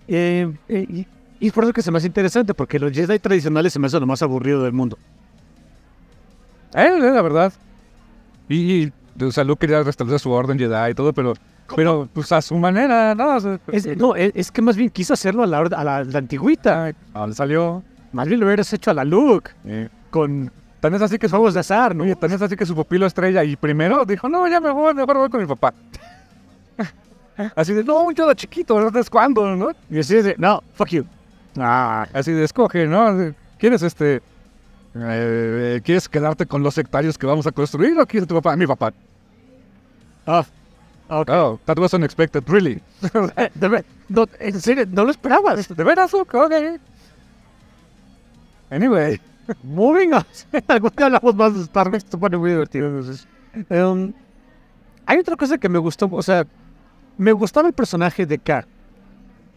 [SPEAKER 2] Eh, eh, y, y por eso que se me hace interesante, porque los Jedi tradicionales se me hacen lo más aburrido del mundo.
[SPEAKER 1] Eh, eh, la verdad. Y, y, o sea, Luke quería restablecer su orden Jedi y todo, pero, pero pues a su manera, ¿no? O sea,
[SPEAKER 2] Es, no, e- es que más bien quiso hacerlo a la, or- a la, a la antigüita.
[SPEAKER 1] Ay, no ah, le salió.
[SPEAKER 2] Más bien lo hubieras hecho a la Luke,
[SPEAKER 1] Eh,
[SPEAKER 2] con
[SPEAKER 1] Tan es así que su
[SPEAKER 2] juegos de azar, ¿no? pues.
[SPEAKER 1] oye, tan es así que su pupilo estrella y primero dijo, no, ya me voy, mejor voy con mi papá. así de, no, yo era chiquito, ¿no es cuándo, no?
[SPEAKER 2] Y así de, no, fuck you. Ah,
[SPEAKER 1] Así de, escoge, ¿no? ¿Quieres este... eh, ¿Quieres quedarte con los hectáreas que vamos a construir o quieres tu papá? Mi papá.
[SPEAKER 2] ah, ok.
[SPEAKER 1] Oh, that was unexpected, really.
[SPEAKER 2] Eh, de ver- no, en serio, no lo esperabas.
[SPEAKER 1] ¿De veras, Luke? Ok. Anyway.
[SPEAKER 2] Moving on. Algún día hablamos más de Star Wars, se pone muy divertido. entonces. Em, hay otra cosa que me gustó, o sea, me gustaba el personaje de K,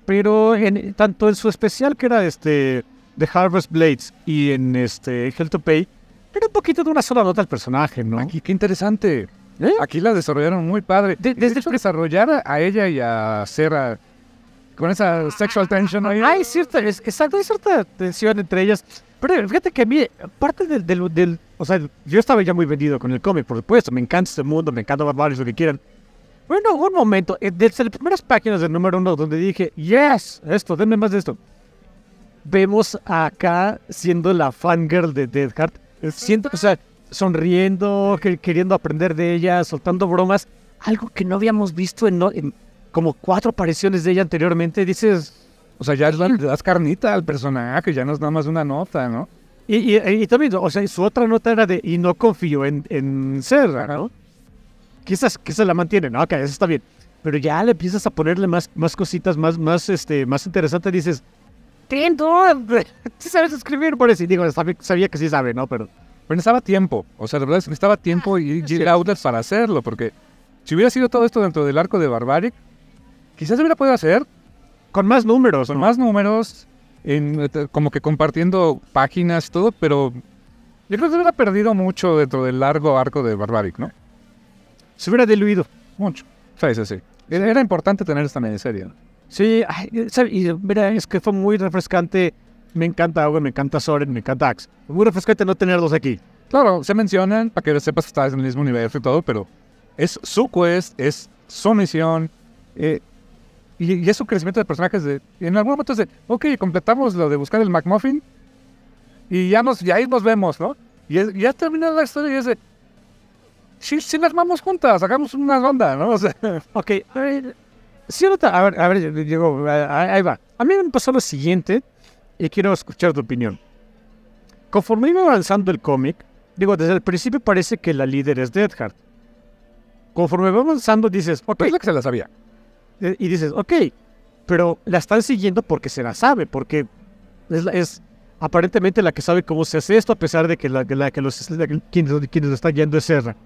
[SPEAKER 2] pero en, tanto en su especial que era este The Harvest Blades y en este Hell to Pay, era un poquito de una sola nota el personaje, ¿no?
[SPEAKER 1] Aquí, qué interesante.
[SPEAKER 2] ¿Eh?
[SPEAKER 1] Aquí la desarrollaron muy padre.
[SPEAKER 2] De-
[SPEAKER 1] De,
[SPEAKER 2] desde
[SPEAKER 1] desde desarrollar a- a ella y a Sarah con esa sexual tension ahí.
[SPEAKER 2] Hay cierta, es- exacto, hay cierta tensión entre ellas. Pero fíjate que a mí, parte del, del, del- O sea, yo estaba ya muy vendido con el cómic, por supuesto. Me encanta este mundo, me encanta Barbarios, lo que quieran. Bueno, un momento, eh, desde las primeras páginas del número uno, donde dije, yes, esto, denme más de esto. Vemos acá siendo la fangirl de Dead Heart. eh, Siento, o sea, sonriendo, que- queriendo aprender de ella, soltando bromas. Algo que no habíamos visto en, no- en como cuatro apariciones de ella anteriormente. Dices,
[SPEAKER 1] O sea, ya le das carnita al personaje, ya no es nada más una nota, ¿no?
[SPEAKER 2] Y, y- y también, o sea, su otra nota era de, y no confío en, en Serra, ¿no? Quizás, quizás la mantienen, ¿no? Ok, eso está bien. Pero ya le empiezas a ponerle más, más cositas, más, más, este, más interesantes. Dices, Tendo, sí sabes escribir, por eso. Y digo, sabe- sabía que sí sabe, ¿no? Pero
[SPEAKER 1] Pero necesitaba tiempo. O sea, la verdad es que necesitaba tiempo y
[SPEAKER 2] sí.
[SPEAKER 1] Jill Outlet para hacerlo, porque si hubiera sido todo esto dentro del arco de Barbaric, quizás se hubiera podido hacer
[SPEAKER 2] con más números,
[SPEAKER 1] con
[SPEAKER 2] ¿no?
[SPEAKER 1] más números, en, eh, te- como que compartiendo páginas y todo, pero yo creo que se hubiera perdido mucho dentro del largo arco de Barbaric, ¿no?
[SPEAKER 2] Se hubiera diluido.
[SPEAKER 1] Mucho. Sí, sí, sí. Era, era importante tener esta miniserie. ¿no?
[SPEAKER 2] Sí, ay, ¿sabe? y mira, es que fue muy refrescante Me encanta Owen, me encanta Soren, me encanta Axe. Muy refrescante no tenerlos aquí.
[SPEAKER 1] Claro, se mencionan para que sepas que estás en el mismo universo y todo, pero es su quest, es su misión. eh, y, y es su crecimiento de personajes. De, en algún momento es de, ok, completamos lo de buscar el McMuffin. Y ya nos, y ahí nos vemos, ¿no? Y es- ya termina la historia y es de, sí, sí, la armamos juntas, hagamos una ronda, ¿no? O sea,
[SPEAKER 2] Ok, a ver. sí, ahorita- a ver, a ver, Diego, a- a- ahí va. A mí me pasó lo siguiente y quiero escuchar tu opinión. Conforme iba avanzando el cómic, digo, desde el principio parece que la líder es Deadheart. Conforme va avanzando dices, ok,
[SPEAKER 1] pues es la que se la sabía.
[SPEAKER 2] eh, y dices, ok, pero la están siguiendo porque se la sabe, porque es, la- es aparentemente la que sabe cómo se hace esto, a pesar de que, la, la que los, la que- quienes, quienes lo están guiando es Serra.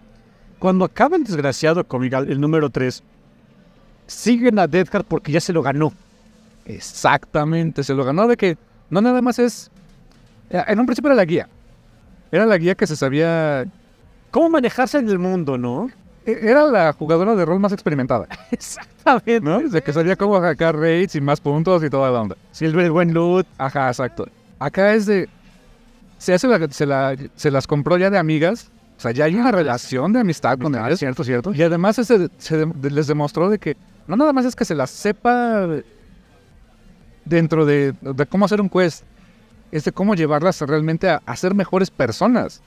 [SPEAKER 2] Cuando acaba el desgraciado cómic, al- el número 3, siguen a Deadheart porque ya se lo ganó.
[SPEAKER 1] Exactamente, se lo ganó de que no nada más es. eh, En un principio era la guía. Era la guía que se sabía.
[SPEAKER 2] ¿Cómo manejarse en el mundo, no?
[SPEAKER 1] E-, Era la jugadora de rol más experimentada,
[SPEAKER 2] Exactamente.
[SPEAKER 1] ¿no? De que sabía cómo sacar raids y más puntos y toda la onda.
[SPEAKER 2] Sí, el el buen loot.
[SPEAKER 1] Ajá, exacto. Acá es de. Se, hace la- se, la- se las compró ya de amigas. O sea, ya hay
[SPEAKER 2] Ah,
[SPEAKER 1] una relación de amistad con ellas. Cierto, cierto. Y además ese- se de- les demostró de que no nada más es que se las sepa dentro de, de cómo hacer un quest, es de cómo llevarlas realmente a, a ser mejores personas.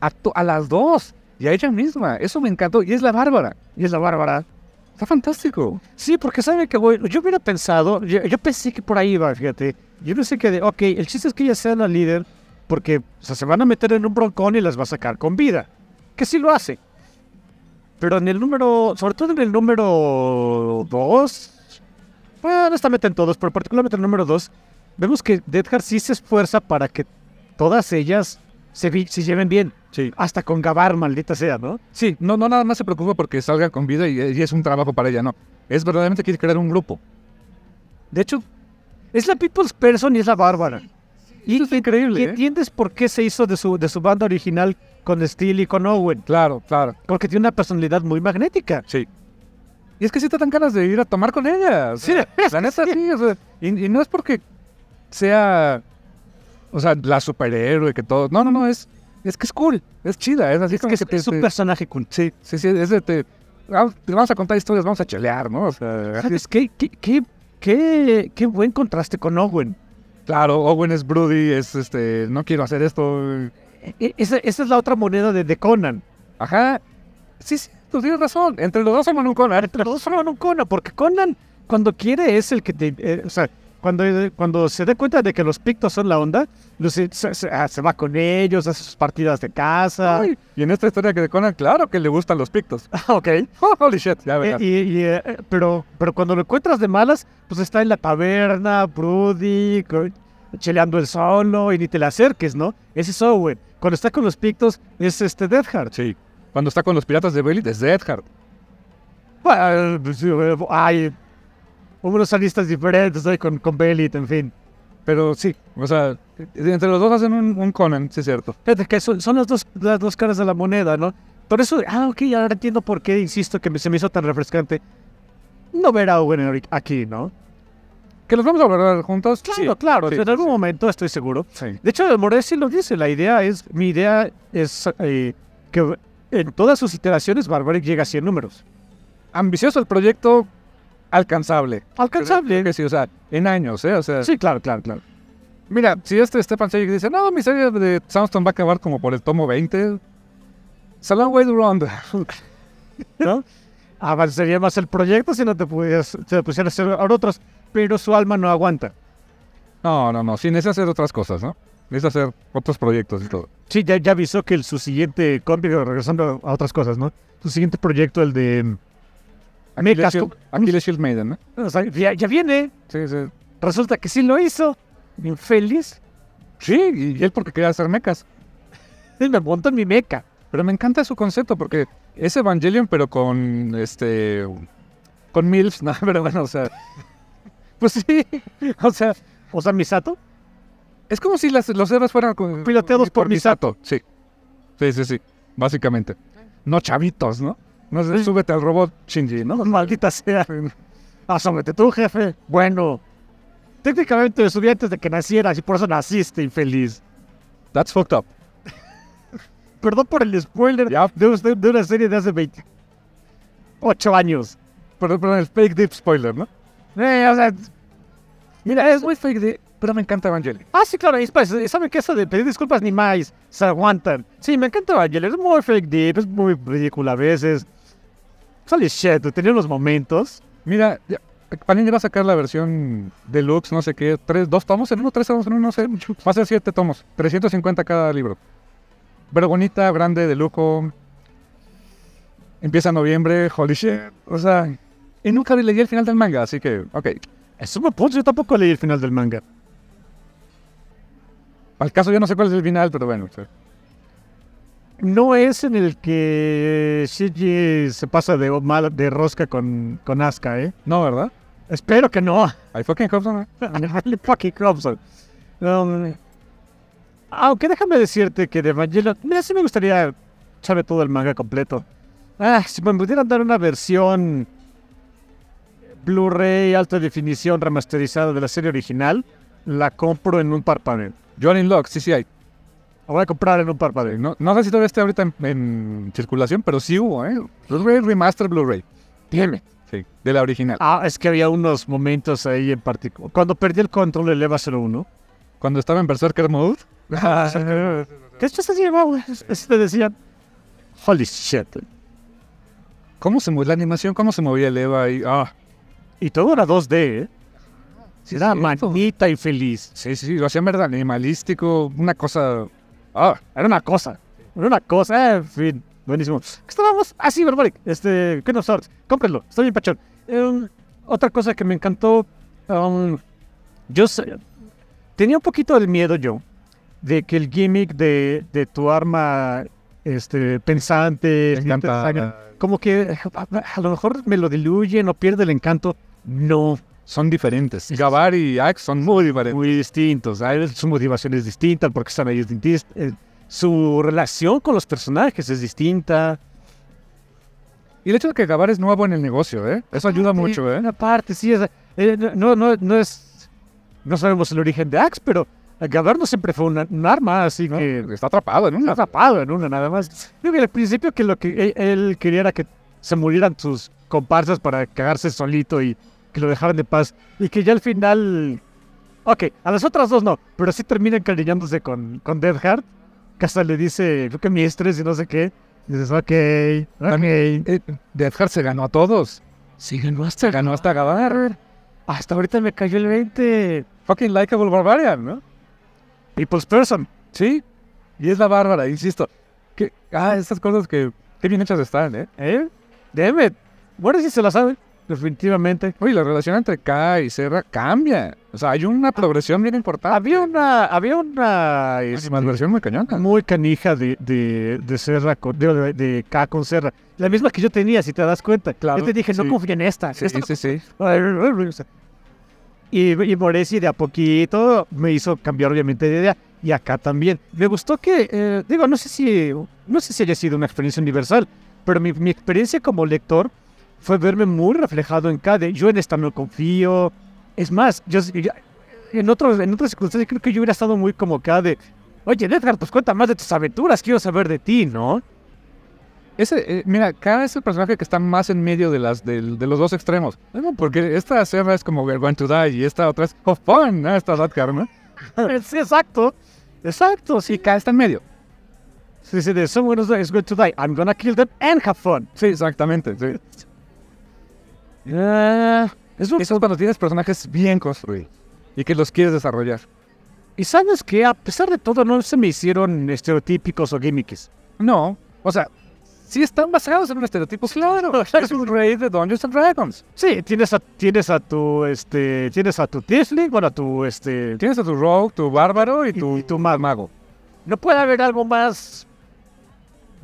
[SPEAKER 1] A, to- a las dos y a ella misma. Eso me encantó. Y es la Bárbara.
[SPEAKER 2] Y es la Bárbara.
[SPEAKER 1] Está fantástico.
[SPEAKER 2] Sí, porque sabe que voy. Yo hubiera pensado, yo, yo pensé que por ahí iba, fíjate. Yo pensé que, de, ok, el chiste es que ella sea la líder, porque o sea, se van a meter en un broncón y las va a sacar con vida. Que sí lo hace. Pero en el número, sobre todo en el número 2, bueno, está meten todos, pero particularmente en el número 2, vemos que Deadheart sí se esfuerza para que todas ellas se, vi- se lleven bien.
[SPEAKER 1] Sí.
[SPEAKER 2] Hasta con Gabar, maldita sea, ¿no?
[SPEAKER 1] Sí, no, no nada más se preocupa porque salga con vida y, y es un trabajo para ella, no. Es verdaderamente quiere crear un grupo.
[SPEAKER 2] De hecho, es la People's Person y es la Bárbara. Y
[SPEAKER 1] Eso es increíble,
[SPEAKER 2] y
[SPEAKER 1] ¿eh?
[SPEAKER 2] entiendes por qué se hizo de su, de su banda original con Steel y con Owen.
[SPEAKER 1] Claro, claro.
[SPEAKER 2] Porque tiene una personalidad muy magnética.
[SPEAKER 1] Sí. Y es que sí te dan ganas de ir a tomar con ella. Sí, la neta sí. o sea, y, y no es porque sea, o sea, la superhéroe que todo. No, no, no, es, es que es cool, es chida, es así
[SPEAKER 2] Es
[SPEAKER 1] como
[SPEAKER 2] que es,
[SPEAKER 1] que te-
[SPEAKER 2] es un
[SPEAKER 1] te-
[SPEAKER 2] personaje cool. Sí.
[SPEAKER 1] Sí, sí, es de te, ah, te vamos a contar historias, vamos a chelear, ¿no? O sea, así es.
[SPEAKER 2] ¿Sabes qué, qué, qué, qué, qué buen contraste con Owen?
[SPEAKER 1] claro, Owen es broody, es este, no quiero hacer esto.
[SPEAKER 2] E- Esa, esa es la otra moneda de, de Conan.
[SPEAKER 1] Ajá. Sí, sí, tú tienes razón. Entre los dos somos un conar.
[SPEAKER 2] Entre los dos forman un Conan, porque Conan cuando quiere es el que te... eh, o sea, cuando, eh, cuando se da cuenta de que los pictos son la onda, los- se, se- ah, se va con ellos, hace sus partidas de casa.
[SPEAKER 1] Ay, Y en esta historia que de Conan, claro que le gustan los pictos. Oh,
[SPEAKER 2] ok.
[SPEAKER 1] holy shit, ya
[SPEAKER 2] Eh,
[SPEAKER 1] verás.
[SPEAKER 2] y- y, eh, eh, pero, pero cuando lo encuentras de malas, pues está en la taberna, Brody, co- cheleando el solo y ni te le acerques, ¿no? Ese es Owen. Cuando está con los pictos, es este Deadheart.
[SPEAKER 1] Sí. Cuando está con los piratas de Bailey, es Deadheart.
[SPEAKER 2] Bueno, pues, sí, eh, Hay unos analistas diferentes ahí con, con Belit, en fin.
[SPEAKER 1] Pero sí, o sea, entre los dos hacen un, un Conan, sí es cierto.
[SPEAKER 2] Fíjate que son, son las, dos, las dos caras de la moneda, ¿no? Por eso, ah, ok, ahora entiendo por qué, insisto, que me- se me hizo tan refrescante no ver a Owen ahorita- aquí, ¿no?
[SPEAKER 1] ¿Que los vamos a hablar juntos?
[SPEAKER 2] Claro, claro,
[SPEAKER 1] sí,
[SPEAKER 2] en
[SPEAKER 1] sí,
[SPEAKER 2] algún
[SPEAKER 1] sí.
[SPEAKER 2] momento estoy seguro.
[SPEAKER 1] Sí.
[SPEAKER 2] De hecho, Moresi lo dice, la idea es, mi idea es eh, que en todas sus iteraciones Barbaric llega a 100 números.
[SPEAKER 1] Ambicioso el proyecto, alcanzable. Creo
[SPEAKER 2] Alcanzable.
[SPEAKER 1] que sí, o sea, en años, ¿eh? O sea,
[SPEAKER 2] Sí, claro, claro, claro.
[SPEAKER 1] mira, si este Stefan Seig dice, no, mi serie de Soundstone va a acabar como por el tomo 20, it's a long way to run.
[SPEAKER 2] ¿no? Avanzaría más el proyecto si no te, pudieras, te pusieras a hacer otros, pero su alma no aguanta.
[SPEAKER 1] No, no, no, sí, necesita hacer otras cosas, ¿no? Necesita hacer otros proyectos y todo.
[SPEAKER 2] Sí, ya, ya avisó que el- su siguiente cómic, regresando a otras cosas, ¿no? Su siguiente proyecto, el de... mm,
[SPEAKER 1] Aquiles
[SPEAKER 2] Mechas
[SPEAKER 1] Shield, Aquiles Shield Maiden, ¿no?
[SPEAKER 2] o sea, ya, ya viene.
[SPEAKER 1] Sí, sí.
[SPEAKER 2] Resulta que sí lo hizo. Infeliz.
[SPEAKER 1] Sí, y- y él porque quería hacer mecas.
[SPEAKER 2] Y me monto en mi meca.
[SPEAKER 1] Pero me encanta su concepto porque es Evangelion, pero con este. con MILFs, ¿no? Pero bueno, o sea. Pues sí, o sea,
[SPEAKER 2] O sea, Misato.
[SPEAKER 1] es como si las- los héroes fueran con-
[SPEAKER 2] Piloteados por Misato.
[SPEAKER 1] Sí. Sí, sí, sí, básicamente. No chavitos, ¿no? No sé, súbete al robot Shinji, ¿no?
[SPEAKER 2] Maldita sea. Asómete tú, jefe. Bueno, Técnicamente lo subí antes de que nacieras y por eso naciste, infeliz.
[SPEAKER 1] That's fucked up.
[SPEAKER 2] Perdón por el spoiler
[SPEAKER 1] Ya.
[SPEAKER 2] de, usted- de una serie de hace 28 años.
[SPEAKER 1] Perdón, perdón, el fake deep spoiler, ¿no?
[SPEAKER 2] Eh, o sea,
[SPEAKER 1] Mira, es muy fake deep, pero me encanta Evangelion.
[SPEAKER 2] ah, sí, claro, es, pues, saben que eso de pedir disculpas ni más, se aguantan. Sí, me encanta Evangelion, es muy fake deep, es muy ridícula a veces. Holy shit, tenía unos momentos.
[SPEAKER 1] Mira, ya, Panini va a sacar la versión deluxe, no sé qué, tres, dos tomos en uno, tres tomos en uno, no sé. Va a ser siete tomos, 350 cada libro. Pero bonita, grande, de lujo. Empieza en noviembre, holy shit. O sea, y nunca leí el final del manga, así que, ok.
[SPEAKER 2] Es un buen punto, yo tampoco leí el final del manga.
[SPEAKER 1] Al caso yo no sé cuál es el final, pero bueno. o sea,
[SPEAKER 2] No es en el que Shiji se pasa de, mal- de rosca con, con Asuka, ¿eh?
[SPEAKER 1] No, ¿verdad?
[SPEAKER 2] Espero que no.
[SPEAKER 1] I fucking hope so, ¿no?
[SPEAKER 2] Harley fucking Thompson. Um, aunque déjame decirte que de Evangelion, mira, sí me gustaría saber todo el manga completo. Ah, si me pudieran dar una versión Blu-ray alta definición remasterizada de la serie original, la compro en un parpadeo.
[SPEAKER 1] Johnny Locke, sí, sí hay.
[SPEAKER 2] La voy a comprar en un
[SPEAKER 1] Eh,
[SPEAKER 2] parpadeo.
[SPEAKER 1] No, no sé si todavía está ahorita en, en circulación, pero sí hubo, ¿eh? Blu-ray Remaster Blu-ray.
[SPEAKER 2] Dime.
[SPEAKER 1] Sí, de la original.
[SPEAKER 2] Ah, es que había unos momentos ahí en particular. Cuando perdí el control del EVA 01.
[SPEAKER 1] Cuando estaba en Berserker Mode.
[SPEAKER 2] ¿Qué es así, güey? Te decían, holy shit.
[SPEAKER 1] ¿Cómo se movía la animación? ¿Cómo se movía el Eva ahí? Ah,
[SPEAKER 2] Y todo era 2D, ¿eh? era
[SPEAKER 1] sí,
[SPEAKER 2] manita infeliz.
[SPEAKER 1] sí, sí, lo hacían verdad animalístico, una cosa. Ah,
[SPEAKER 2] Era una cosa. Era una cosa. eh, en fin, buenísimo. ¿Qué estábamos? Ah, sí, Barbaric. Este, Kingdom Hearts. Cómprenlo. Estoy bien pachón. Em, otra cosa que me encantó. em, yo sé- tenía un poquito el miedo yo de que el gimmick de, de tu arma este, pensante,
[SPEAKER 1] Encantada.
[SPEAKER 2] sangre, como que eh, a, a lo mejor me lo diluyen o pierde el encanto. No,
[SPEAKER 1] son diferentes. Gabar y Axe son muy diferentes.
[SPEAKER 2] muy distintos. Hay sus motivaciones distintas porque están ahí distintas. eh, Su relación con los personajes es distinta.
[SPEAKER 1] Y el hecho de que Gabar es nuevo en el negocio, ¿eh? Eso ayuda mucho, ¿eh?
[SPEAKER 2] Una parte, sí. es- eh, no, no, no es. No sabemos el origen de Axe, pero Gabar no siempre fue una- un arma, así
[SPEAKER 1] ¿no?
[SPEAKER 2] que
[SPEAKER 1] Eh, Está atrapado en
[SPEAKER 2] está
[SPEAKER 1] una.
[SPEAKER 2] atrapado en una nada más. Creo que al principio que lo que e- él quería era que se murieran sus comparsas para cagarse solito y que lo dejaran de paz. Y que ya al final. Ok, a las otras dos no, pero sí termina encariñándose con, con Dead Heart. Que hasta le dice, creo que mi estrés y no sé qué. Y dices, ok, ok.
[SPEAKER 1] Eh, Death Heart se ganó a todos.
[SPEAKER 2] Sí, ganó hasta,
[SPEAKER 1] Ganó hasta Gabar.
[SPEAKER 2] Hasta ahorita me cayó el 20.
[SPEAKER 1] Fucking likable barbarian, ¿no?
[SPEAKER 2] People's Person.
[SPEAKER 1] Sí. Y es la bárbara, insisto. Que, ah, estas cosas que, qué bien hechas están, ¿eh?
[SPEAKER 2] ¿Eh? Damn it. Bueno, si se la saben, definitivamente.
[SPEAKER 1] Oye, la relación entre K y Serra cambia. O sea, hay una progresión bien importante.
[SPEAKER 2] Había una. Había una. este,
[SPEAKER 1] Animadversión muy cañona.
[SPEAKER 2] muy canija de, de, de Serra, con, de, de- de K con Serra. La misma que yo tenía, si te das cuenta.
[SPEAKER 1] Claro,
[SPEAKER 2] Yo te dije,
[SPEAKER 1] sí.
[SPEAKER 2] no confía en esta.
[SPEAKER 1] Sí,
[SPEAKER 2] esta no
[SPEAKER 1] sí, sí.
[SPEAKER 2] confía- Y, y Moresi de a poquito me hizo cambiar obviamente de idea. Y acá también. Me gustó que, eh, digo, no sé si no sé si haya sido una experiencia universal, pero mi, mi experiencia como lector fue verme muy reflejado en Cade. Yo en esta no confío. Es más, yo, yo- en, otros, en otras circunstancias creo que yo hubiera estado muy como Cade. Oye, Edgar, pues cuenta más de tus aventuras, quiero saber de ti, ¿no?
[SPEAKER 1] Ese, eh, mira, K es el personaje que está más en medio de, las, del- de los dos extremos. Bueno, porque esta Serra es como We're going to die y esta otra es Of fun, ¿no? Esta That Car, ¿no?
[SPEAKER 2] sí, exacto. Exacto, sí.
[SPEAKER 1] Y K está en medio.
[SPEAKER 2] Sí, sí, de someone is going to die. I'm gonna kill them and have fun.
[SPEAKER 1] Sí, exactamente. sí.
[SPEAKER 2] Ah, es un-
[SPEAKER 1] Eso es cuando tienes personajes bien construidos y que los quieres desarrollar.
[SPEAKER 2] Y sabes que a pesar de todo no se me hicieron estereotípicos o gimmicks.
[SPEAKER 1] No, o sea, sí están basados en un estereotipo. Claro, es un rey de Dungeons and Dragons.
[SPEAKER 2] Sí, tienes a, tienes a tu este, tienes a tu tiefling, bueno, a tu este,
[SPEAKER 1] Tienes a tu rogue, tu bárbaro y tu,
[SPEAKER 2] y tu mago.
[SPEAKER 1] mago.
[SPEAKER 2] no puede haber algo más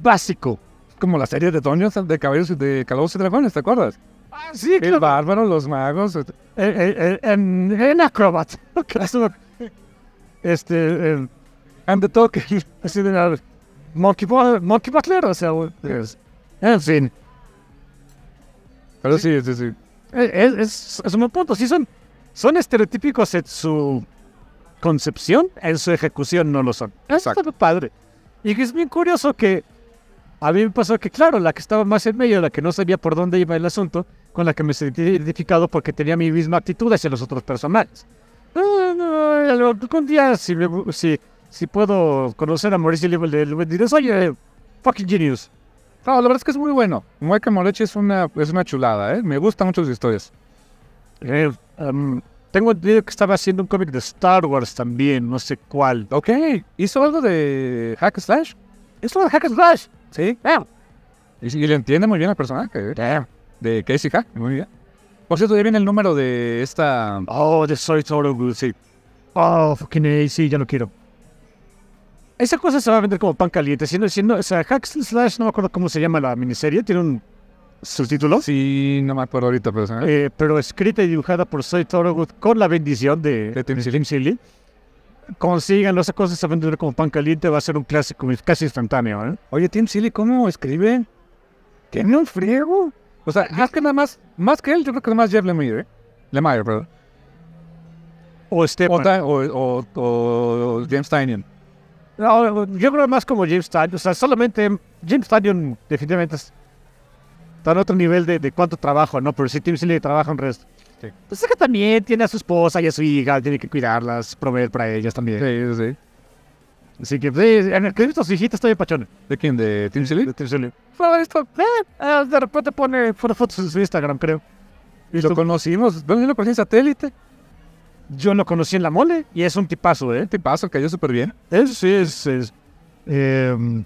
[SPEAKER 2] básico.
[SPEAKER 1] Como la serie de Dungeons and- de Caballeros y de Calabozos y Dragones, ¿te acuerdas?
[SPEAKER 2] Ah, sí,
[SPEAKER 1] El bárbaro, los magos. et-
[SPEAKER 2] Eh, eh, eh, en, en acrobat. Este, eh,
[SPEAKER 1] And the token.
[SPEAKER 2] así de la- Monkey, Bu- Monkey Butler, o sea, es- en fin.
[SPEAKER 1] Pero sí, sí, sí.
[SPEAKER 2] Eh, Es, es, es un buen punto. Sí, son son estereotípicos en su concepción, en su ejecución no lo son. Eso
[SPEAKER 1] Exacto.
[SPEAKER 2] está padre. Y que es bien curioso que a mí me pasó que, claro, la que estaba más en medio, la que no sabía por dónde iba el asunto, con la que me sentí identificado porque tenía mi misma actitud hacia los otros personajes. Eh, No, no, no, algún día, si, me bu- si, si puedo conocer a Mauricio Libre, le, le diré, oye, fucking genius.
[SPEAKER 1] No, la verdad es que es muy bueno. Mueca Morechi es una, es una chulada, ¿eh? Me gustan mucho sus historias.
[SPEAKER 2] Eh, um, tengo entendido que estaba haciendo un cómic de Star Wars también, no sé cuál.
[SPEAKER 1] Ok, hizo algo de Hack Slash.
[SPEAKER 2] Es lo de Hack and Slash.
[SPEAKER 1] Sí.
[SPEAKER 2] Damn.
[SPEAKER 1] Y, y le entiende muy bien al personaje, ¿eh?
[SPEAKER 2] Damn.
[SPEAKER 1] De Casey Hack, muy bien. Por cierto, ya viene el número de esta.
[SPEAKER 2] Oh, de Soy Toro Good, sí. Oh, fucking A, sí, ya no quiero. Esa cosa se va a vender como pan caliente. Si no, si no, o sea, Hack and Slash, no me acuerdo cómo se llama la miniserie, tiene un subtítulo.
[SPEAKER 1] Sí, no me acuerdo ahorita, pero. se me-
[SPEAKER 2] Eh, pero escrita y dibujada por Soy Thorogood con la bendición de,
[SPEAKER 1] De Tim
[SPEAKER 2] de
[SPEAKER 1] Seeley.
[SPEAKER 2] Seeley. Consíganlo, esa cosa se va a vender como pan caliente, va a ser un clásico casi instantáneo. ¿eh?
[SPEAKER 1] Oye, Tim Silly, ¿cómo escribe? Tiene un friego. O sea, más que nada más, más que él, yo creo que más Jeff Lemire, ¿eh? Lemire, perdón.
[SPEAKER 2] O este
[SPEAKER 1] O, Ta- o- o- o- o James Tynion.
[SPEAKER 2] No, yo creo más como James Tynion. O sea, solamente James Tynion definitivamente es- está en otro nivel de, de cuánto trabajo, ¿no? Pero sí, Tim Seeley trabaja un resto.
[SPEAKER 1] Sí.
[SPEAKER 2] Pues acá también tiene a su esposa y a su hija, tiene que cuidarlas, proveer para ellas
[SPEAKER 1] Sí,
[SPEAKER 2] también.
[SPEAKER 1] sí, sí.
[SPEAKER 2] Así que, sí, en el que he visto a su hijita está bien pachona.
[SPEAKER 1] ¿De quién? ¿De Tim Ah, Silly?
[SPEAKER 2] de Tim Seeley. Fue esto, eh, eh, de repente pone pone fotos en su Instagram, creo.
[SPEAKER 1] Y lo conocimos. ¿Dónde lo conocí en satélite?
[SPEAKER 2] Yo lo conocí en la mole y es un tipazo, ¿eh?
[SPEAKER 1] Te paso, cayó súper bien.
[SPEAKER 2] Es, sí, es, es, em,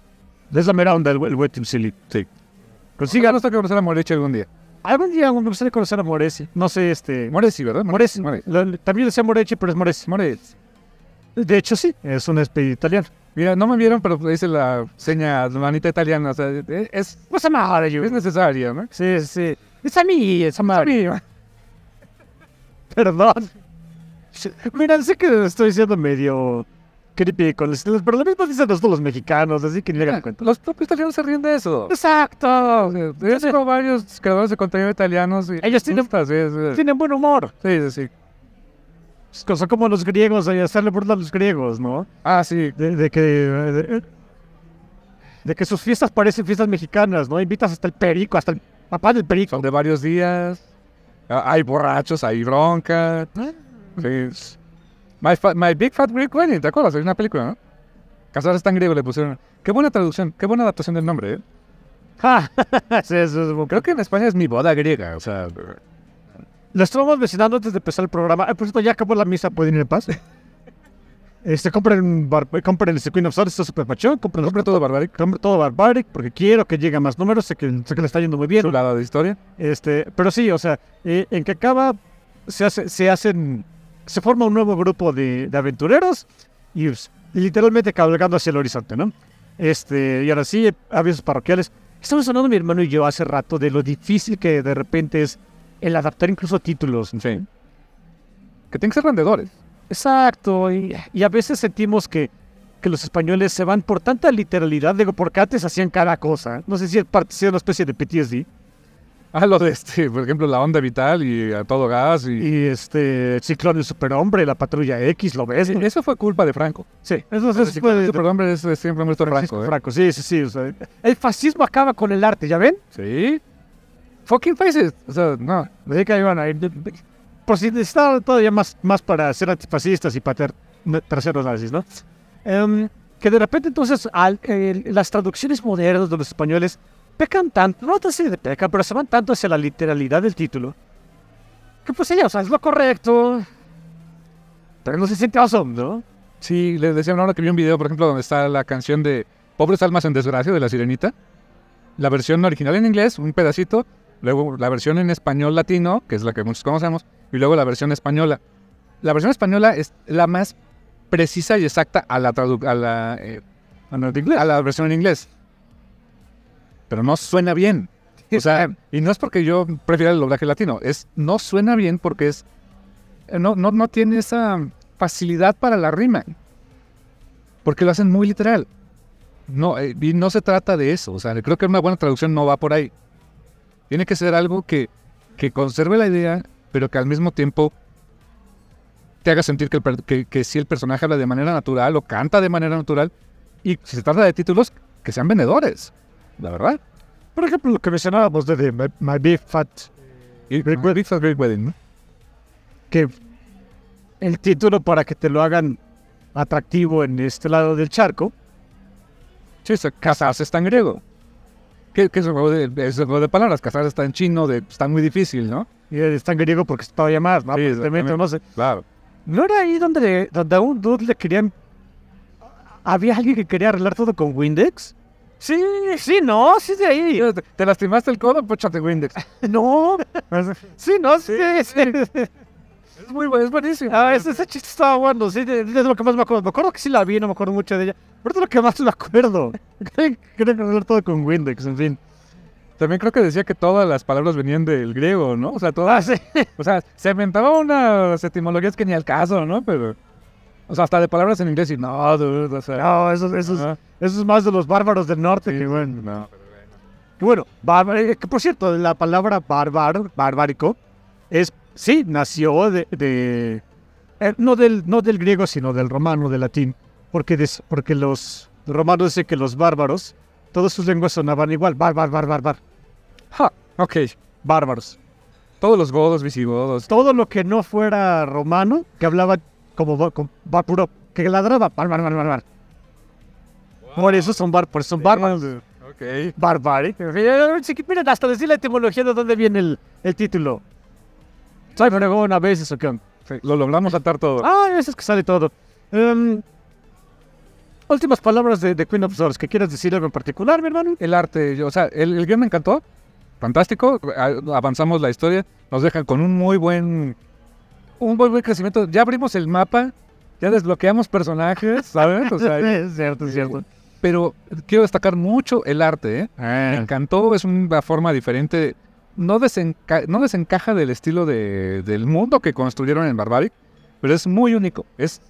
[SPEAKER 2] es la mera onda el, güey- el güey Tim Seeley.
[SPEAKER 1] Sí.
[SPEAKER 2] Consiga,
[SPEAKER 1] Siga, nos toca conocer a Moreche algún día.
[SPEAKER 2] Algún día me gustaría conocer a Moresi. No sé, este.
[SPEAKER 1] Moreci, ¿verdad?
[SPEAKER 2] Moresi.
[SPEAKER 1] Moreci.
[SPEAKER 2] Lo- le- También decía Morechi, pero es Moresi.
[SPEAKER 1] Moreci.
[SPEAKER 2] De hecho, sí, es un espíritu italiano.
[SPEAKER 1] Mira, no me vieron, pero hice la seña de manita italiana. O sea, e- es,
[SPEAKER 2] Pues amada, yo.
[SPEAKER 1] es necesaria, ¿no?
[SPEAKER 2] Sí, sí. Es a mí, es amada.
[SPEAKER 1] Mira,
[SPEAKER 2] Perdón. Mira, sé que estoy siendo medio creepy con los estilos, pero lo mismo dicen nosotros los mexicanos, así que ni hagan cuenta.
[SPEAKER 1] Los propios italianos se ríen de eso.
[SPEAKER 2] Exacto.
[SPEAKER 1] Yo tengo varios creadores de contenido italianos. Y
[SPEAKER 2] Ellos tienen-
[SPEAKER 1] Puta, sí, sí,
[SPEAKER 2] Tienen buen humor.
[SPEAKER 1] sí, sí, sí.
[SPEAKER 2] Es cosa como los griegos, ahí hacerle burla a los griegos, ¿no?
[SPEAKER 1] Ah, sí.
[SPEAKER 2] De, de que. De, eh, de que sus fiestas parecen fiestas mexicanas, ¿no? Invitas hasta el perico, hasta el papá del perico.
[SPEAKER 1] Son de varios días. Ah, Hay borrachos, hay bronca. Sí. My, Fa- My Big Fat Greek Wedding, ¿te acuerdas? Es una película, ¿no? Casarse tan griego le pusieron. Qué buena traducción, qué buena adaptación del nombre, ¿eh?
[SPEAKER 2] Ja, sí, eso es bueno.
[SPEAKER 1] Creo que en España es mi boda griega, o sea.
[SPEAKER 2] Lo estábamos mencionando antes de empezar el programa. Ay, por cierto, ya acabó la misa, pueden ir en paz. Este, compren, bar, compren el Queen of Swords, está súper machón. Compren,
[SPEAKER 1] Nombre todo barbaric,
[SPEAKER 2] compren todo Barbaric, porque quiero que lleguen más números. Sé que, sé que le está yendo muy bien.
[SPEAKER 1] chulada de historia.
[SPEAKER 2] Este, pero sí, o sea, eh, en que acaba, se, hace, se hacen, se forma un nuevo grupo de, de aventureros y pues, literalmente cabalgando hacia el horizonte, ¿no? Este, y ahora sí, eh, avisos parroquiales. Estamos hablando mi hermano y yo hace rato de lo difícil que de repente es el adaptar incluso títulos.
[SPEAKER 1] Sí. Que tienen que ser rendedores.
[SPEAKER 2] Exacto, y, y a veces sentimos que, que los españoles se van por tanta literalidad, digo, porque antes hacían cada cosa. No sé si es parte si era una especie de PTSD.
[SPEAKER 1] Ah, lo de este, por ejemplo, la onda vital y a todo gas. Y,
[SPEAKER 2] Y este, Ciclón el Superhombre, la Patrulla X, ¿lo ves? no?
[SPEAKER 1] eso fue culpa de Franco.
[SPEAKER 2] Sí, entonces
[SPEAKER 1] Sí,
[SPEAKER 2] fue de-
[SPEAKER 1] el superhombre es, es siempre nuestro
[SPEAKER 2] Francisco
[SPEAKER 1] Franco, ¿eh?
[SPEAKER 2] Franco, sí, sí, sí. o sea, el fascismo acaba con el arte, ¿ya ven?
[SPEAKER 1] ¿eh? Sí. Fucking faces. O sea, no.
[SPEAKER 2] Así que ahí van a ir. Por si necesitaban todavía más, más para ser antifascistas y para ter- no, traseros nazis, ¿no? Em, que de repente entonces al- el- las traducciones modernas de los españoles pecan tanto, no tan así de pecan, pero se van tanto hacia la literalidad del título, que pues ella, o sea, es lo correcto, pero no se siente awesome, ¿no?
[SPEAKER 1] Sí, les decía ahora que vi un video, por ejemplo, donde está la canción de Pobres Almas en Desgracia de La Sirenita. La versión original en inglés, un pedacito. Luego la versión en español latino, que es la que muchos conocemos. Y luego la versión española. La versión española es la más precisa y exacta a la, tradu- a la, eh, a la versión en inglés. Pero no suena bien. O sea, y no es porque yo prefiera el doblaje latino, es no suena bien porque es eh, no, no, no tiene esa facilidad para la rima. Porque lo hacen muy literal. No, eh, y no se trata de eso. O sea, creo que una buena traducción no va por ahí. Tiene que ser algo que, que conserve la idea, pero que al mismo tiempo te haga sentir que, el per- que- que si el personaje habla de manera natural o canta de manera natural. Y si se trata de títulos, que sean vendedores, la verdad.
[SPEAKER 2] Por ejemplo, lo que mencionábamos de, de My, My Big Fat
[SPEAKER 1] Y
[SPEAKER 2] Great
[SPEAKER 1] Big Fat Great Wedding, ¿no?
[SPEAKER 2] que el título para que te lo hagan atractivo en este lado del charco.
[SPEAKER 1] Sí, se- casarse está en griego. Que, que es, un juego de, es un juego de palabras, casarse está en chino, de- está muy difícil, ¿no?
[SPEAKER 2] Y está en griego porque es todavía más, ¿no?
[SPEAKER 1] Sí,
[SPEAKER 2] Aparentemente, no sé.
[SPEAKER 1] Claro.
[SPEAKER 2] ¿No era ahí donde, donde a un dude le querían... ¿Había alguien que quería arreglar todo con Windex? Sí, sí, no, sí de ahí.
[SPEAKER 1] Te, te lastimaste el codo, pochate Windex.
[SPEAKER 2] No, sí, no, sí, sí.
[SPEAKER 1] Es, muy, bu- es buenísimo.
[SPEAKER 2] Ah, ese, ese chiste estaba bueno, sí, de- de- es lo que más me acuerdo. Me acuerdo que sí la vi, no me acuerdo mucho de ella, pero es lo que más me acuerdo. Creo que arreglar todo con Windex, en fin.
[SPEAKER 1] También creo que decía que todas las palabras venían del griego, ¿no? O sea, todas. O sea, se inventaba unas etimologías que ni al caso, ¿no? Pero. O sea, hasta de palabras en inglés y no, dude, o sea.
[SPEAKER 2] No, eso, eso, es,
[SPEAKER 1] ajá.
[SPEAKER 2] eso es más de los bárbaros del norte que bueno.
[SPEAKER 1] No.
[SPEAKER 2] Que bueno, bárbaro, eh, que por cierto, la palabra bárbaro, bárbarico, es, sí, nació de, de- eh, no, del, no del griego, sino del romano, del latín, porque, des- porque los romanos dicen que los bárbaros, todas sus lenguas sonaban igual, bárbar, bárbar, bár,
[SPEAKER 1] Ja, ok.
[SPEAKER 2] bárbaros.
[SPEAKER 1] Todos los godos, visigodos.
[SPEAKER 2] Todo lo que no fuera romano, que hablaba como va- con- va puro, que ladraba, bárbar, bárbar, bár. Por eso son, bar, por eso son bárbaros.
[SPEAKER 1] Ok.
[SPEAKER 2] Barbari. Miren, hasta decir la etimología de dónde viene el, el título. Soy fregón a veces, ¿o qué onda?
[SPEAKER 1] Lo logramos atar todo.
[SPEAKER 2] Ah, eso es que sale todo. Em, últimas palabras de, de Queen of Swords. ¿Que quieras decir algo en particular, mi hermano?
[SPEAKER 1] El arte, yo- o sea, el, el guión me encantó. Fantástico. a- Avanzamos la historia. Nos dejan con un muy buen. Un muy buen crecimiento. Ya abrimos el mapa. Ya desbloqueamos personajes, ¿sabes? O sea, eh,
[SPEAKER 2] es cierto, es cierto.
[SPEAKER 1] pero quiero destacar mucho el arte, ¿eh? Me encantó, es una forma diferente. No, desenca- no desencaja del estilo de- del mundo que construyeron en Barbaric, pero es muy único. Es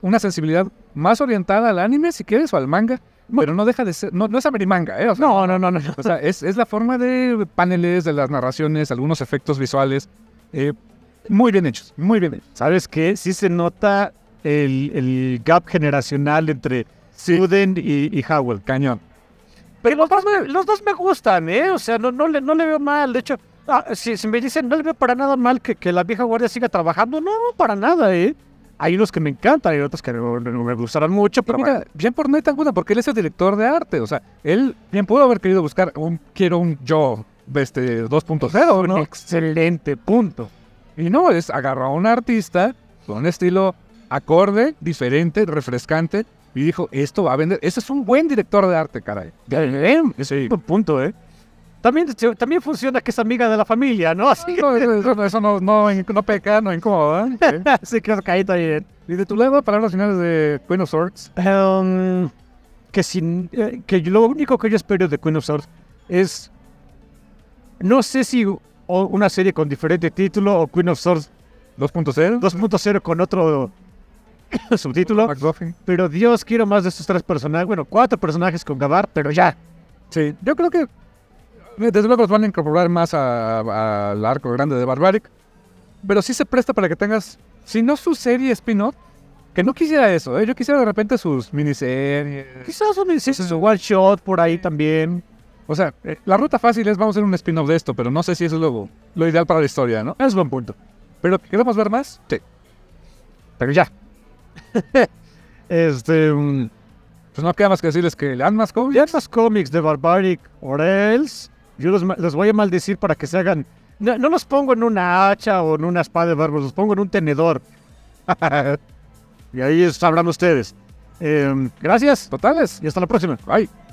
[SPEAKER 1] una sensibilidad más orientada al anime, si quieres, o al manga, pero no deja de ser. No, no es amerimanga, ¿eh? O sea,
[SPEAKER 2] No, no, no, no. no.
[SPEAKER 1] o sea, es, es la forma de paneles, de las narraciones, algunos efectos visuales. eh, muy bien hechos, muy bien hechos.
[SPEAKER 2] ¿Sabes qué? Sí se nota el, el gap generacional entre Suden y, y Howell.
[SPEAKER 1] Cañón.
[SPEAKER 2] Pero los dos, me, los dos me gustan, ¿eh? O sea, no, no, le, no le veo mal. De hecho, ah, si, si me dicen, no le veo para nada mal que, que la vieja guardia siga trabajando, no, no, para nada, ¿eh? Hay unos que me encantan, hay otros que no, no me gustarán mucho,
[SPEAKER 1] Y
[SPEAKER 2] pero
[SPEAKER 1] mira, bien por Nathan Buda, porque él es el director de arte. O sea, él bien pudo haber querido buscar un quiero un yo este 2.0,
[SPEAKER 2] bueno,
[SPEAKER 1] ¿no?
[SPEAKER 2] excelente punto.
[SPEAKER 1] Y no, es agarró a un artista con un estilo acorde, diferente, refrescante, y dijo, esto va a vender. Ese es un buen director de arte, caray.
[SPEAKER 2] Bien,
[SPEAKER 1] Sí.
[SPEAKER 2] buen ¿eh? punto, ¿eh? También, se- también funciona que es amiga de la familia, ¿no? Así que,
[SPEAKER 1] No, eso eso no, no, no peca, no incomoda. ¿eh?
[SPEAKER 2] así que caí también.
[SPEAKER 1] Y de tu lado, palabras finales de Queen of Swords.
[SPEAKER 2] Em, que sin, eh, que yo- lo único que yo espero de Queen of Swords es no sé si u- o una serie con diferente título o Queen of Swords
[SPEAKER 1] 2.0.
[SPEAKER 2] 2.0 con otro subtítulo,
[SPEAKER 1] McGuffin.
[SPEAKER 2] pero Dios quiero más de estos tres personajes, bueno, cuatro personajes con Gabar, pero ya.
[SPEAKER 1] Sí, yo creo que desde luego los van a incorporar más a- a- al arco grande de Barbaric, pero sí se presta para que tengas, si no su serie spin-off, que no quisiera eso, ¿eh? yo quisiera de repente sus miniseries.
[SPEAKER 2] Quizás un insisto, un one shot por ahí también.
[SPEAKER 1] O sea, eh, la ruta fácil es vamos a hacer un spin-off de esto, pero no sé si eso es lo, lo ideal para la historia, ¿no?
[SPEAKER 2] Es buen punto,
[SPEAKER 1] Pero queremos ver más, sí.
[SPEAKER 2] pero ya. este mm,
[SPEAKER 1] Pues no queda más que decirles que lean más cómics.
[SPEAKER 2] Ya los cómics de Barbaric or else, yo los, ma- los voy a maldecir para que se hagan. No, no los pongo en una hacha o en una espada de bárbaro, los pongo en un tenedor. y ahí sabrán ustedes. Em, gracias
[SPEAKER 1] Totales.
[SPEAKER 2] y hasta la próxima.
[SPEAKER 1] Bye.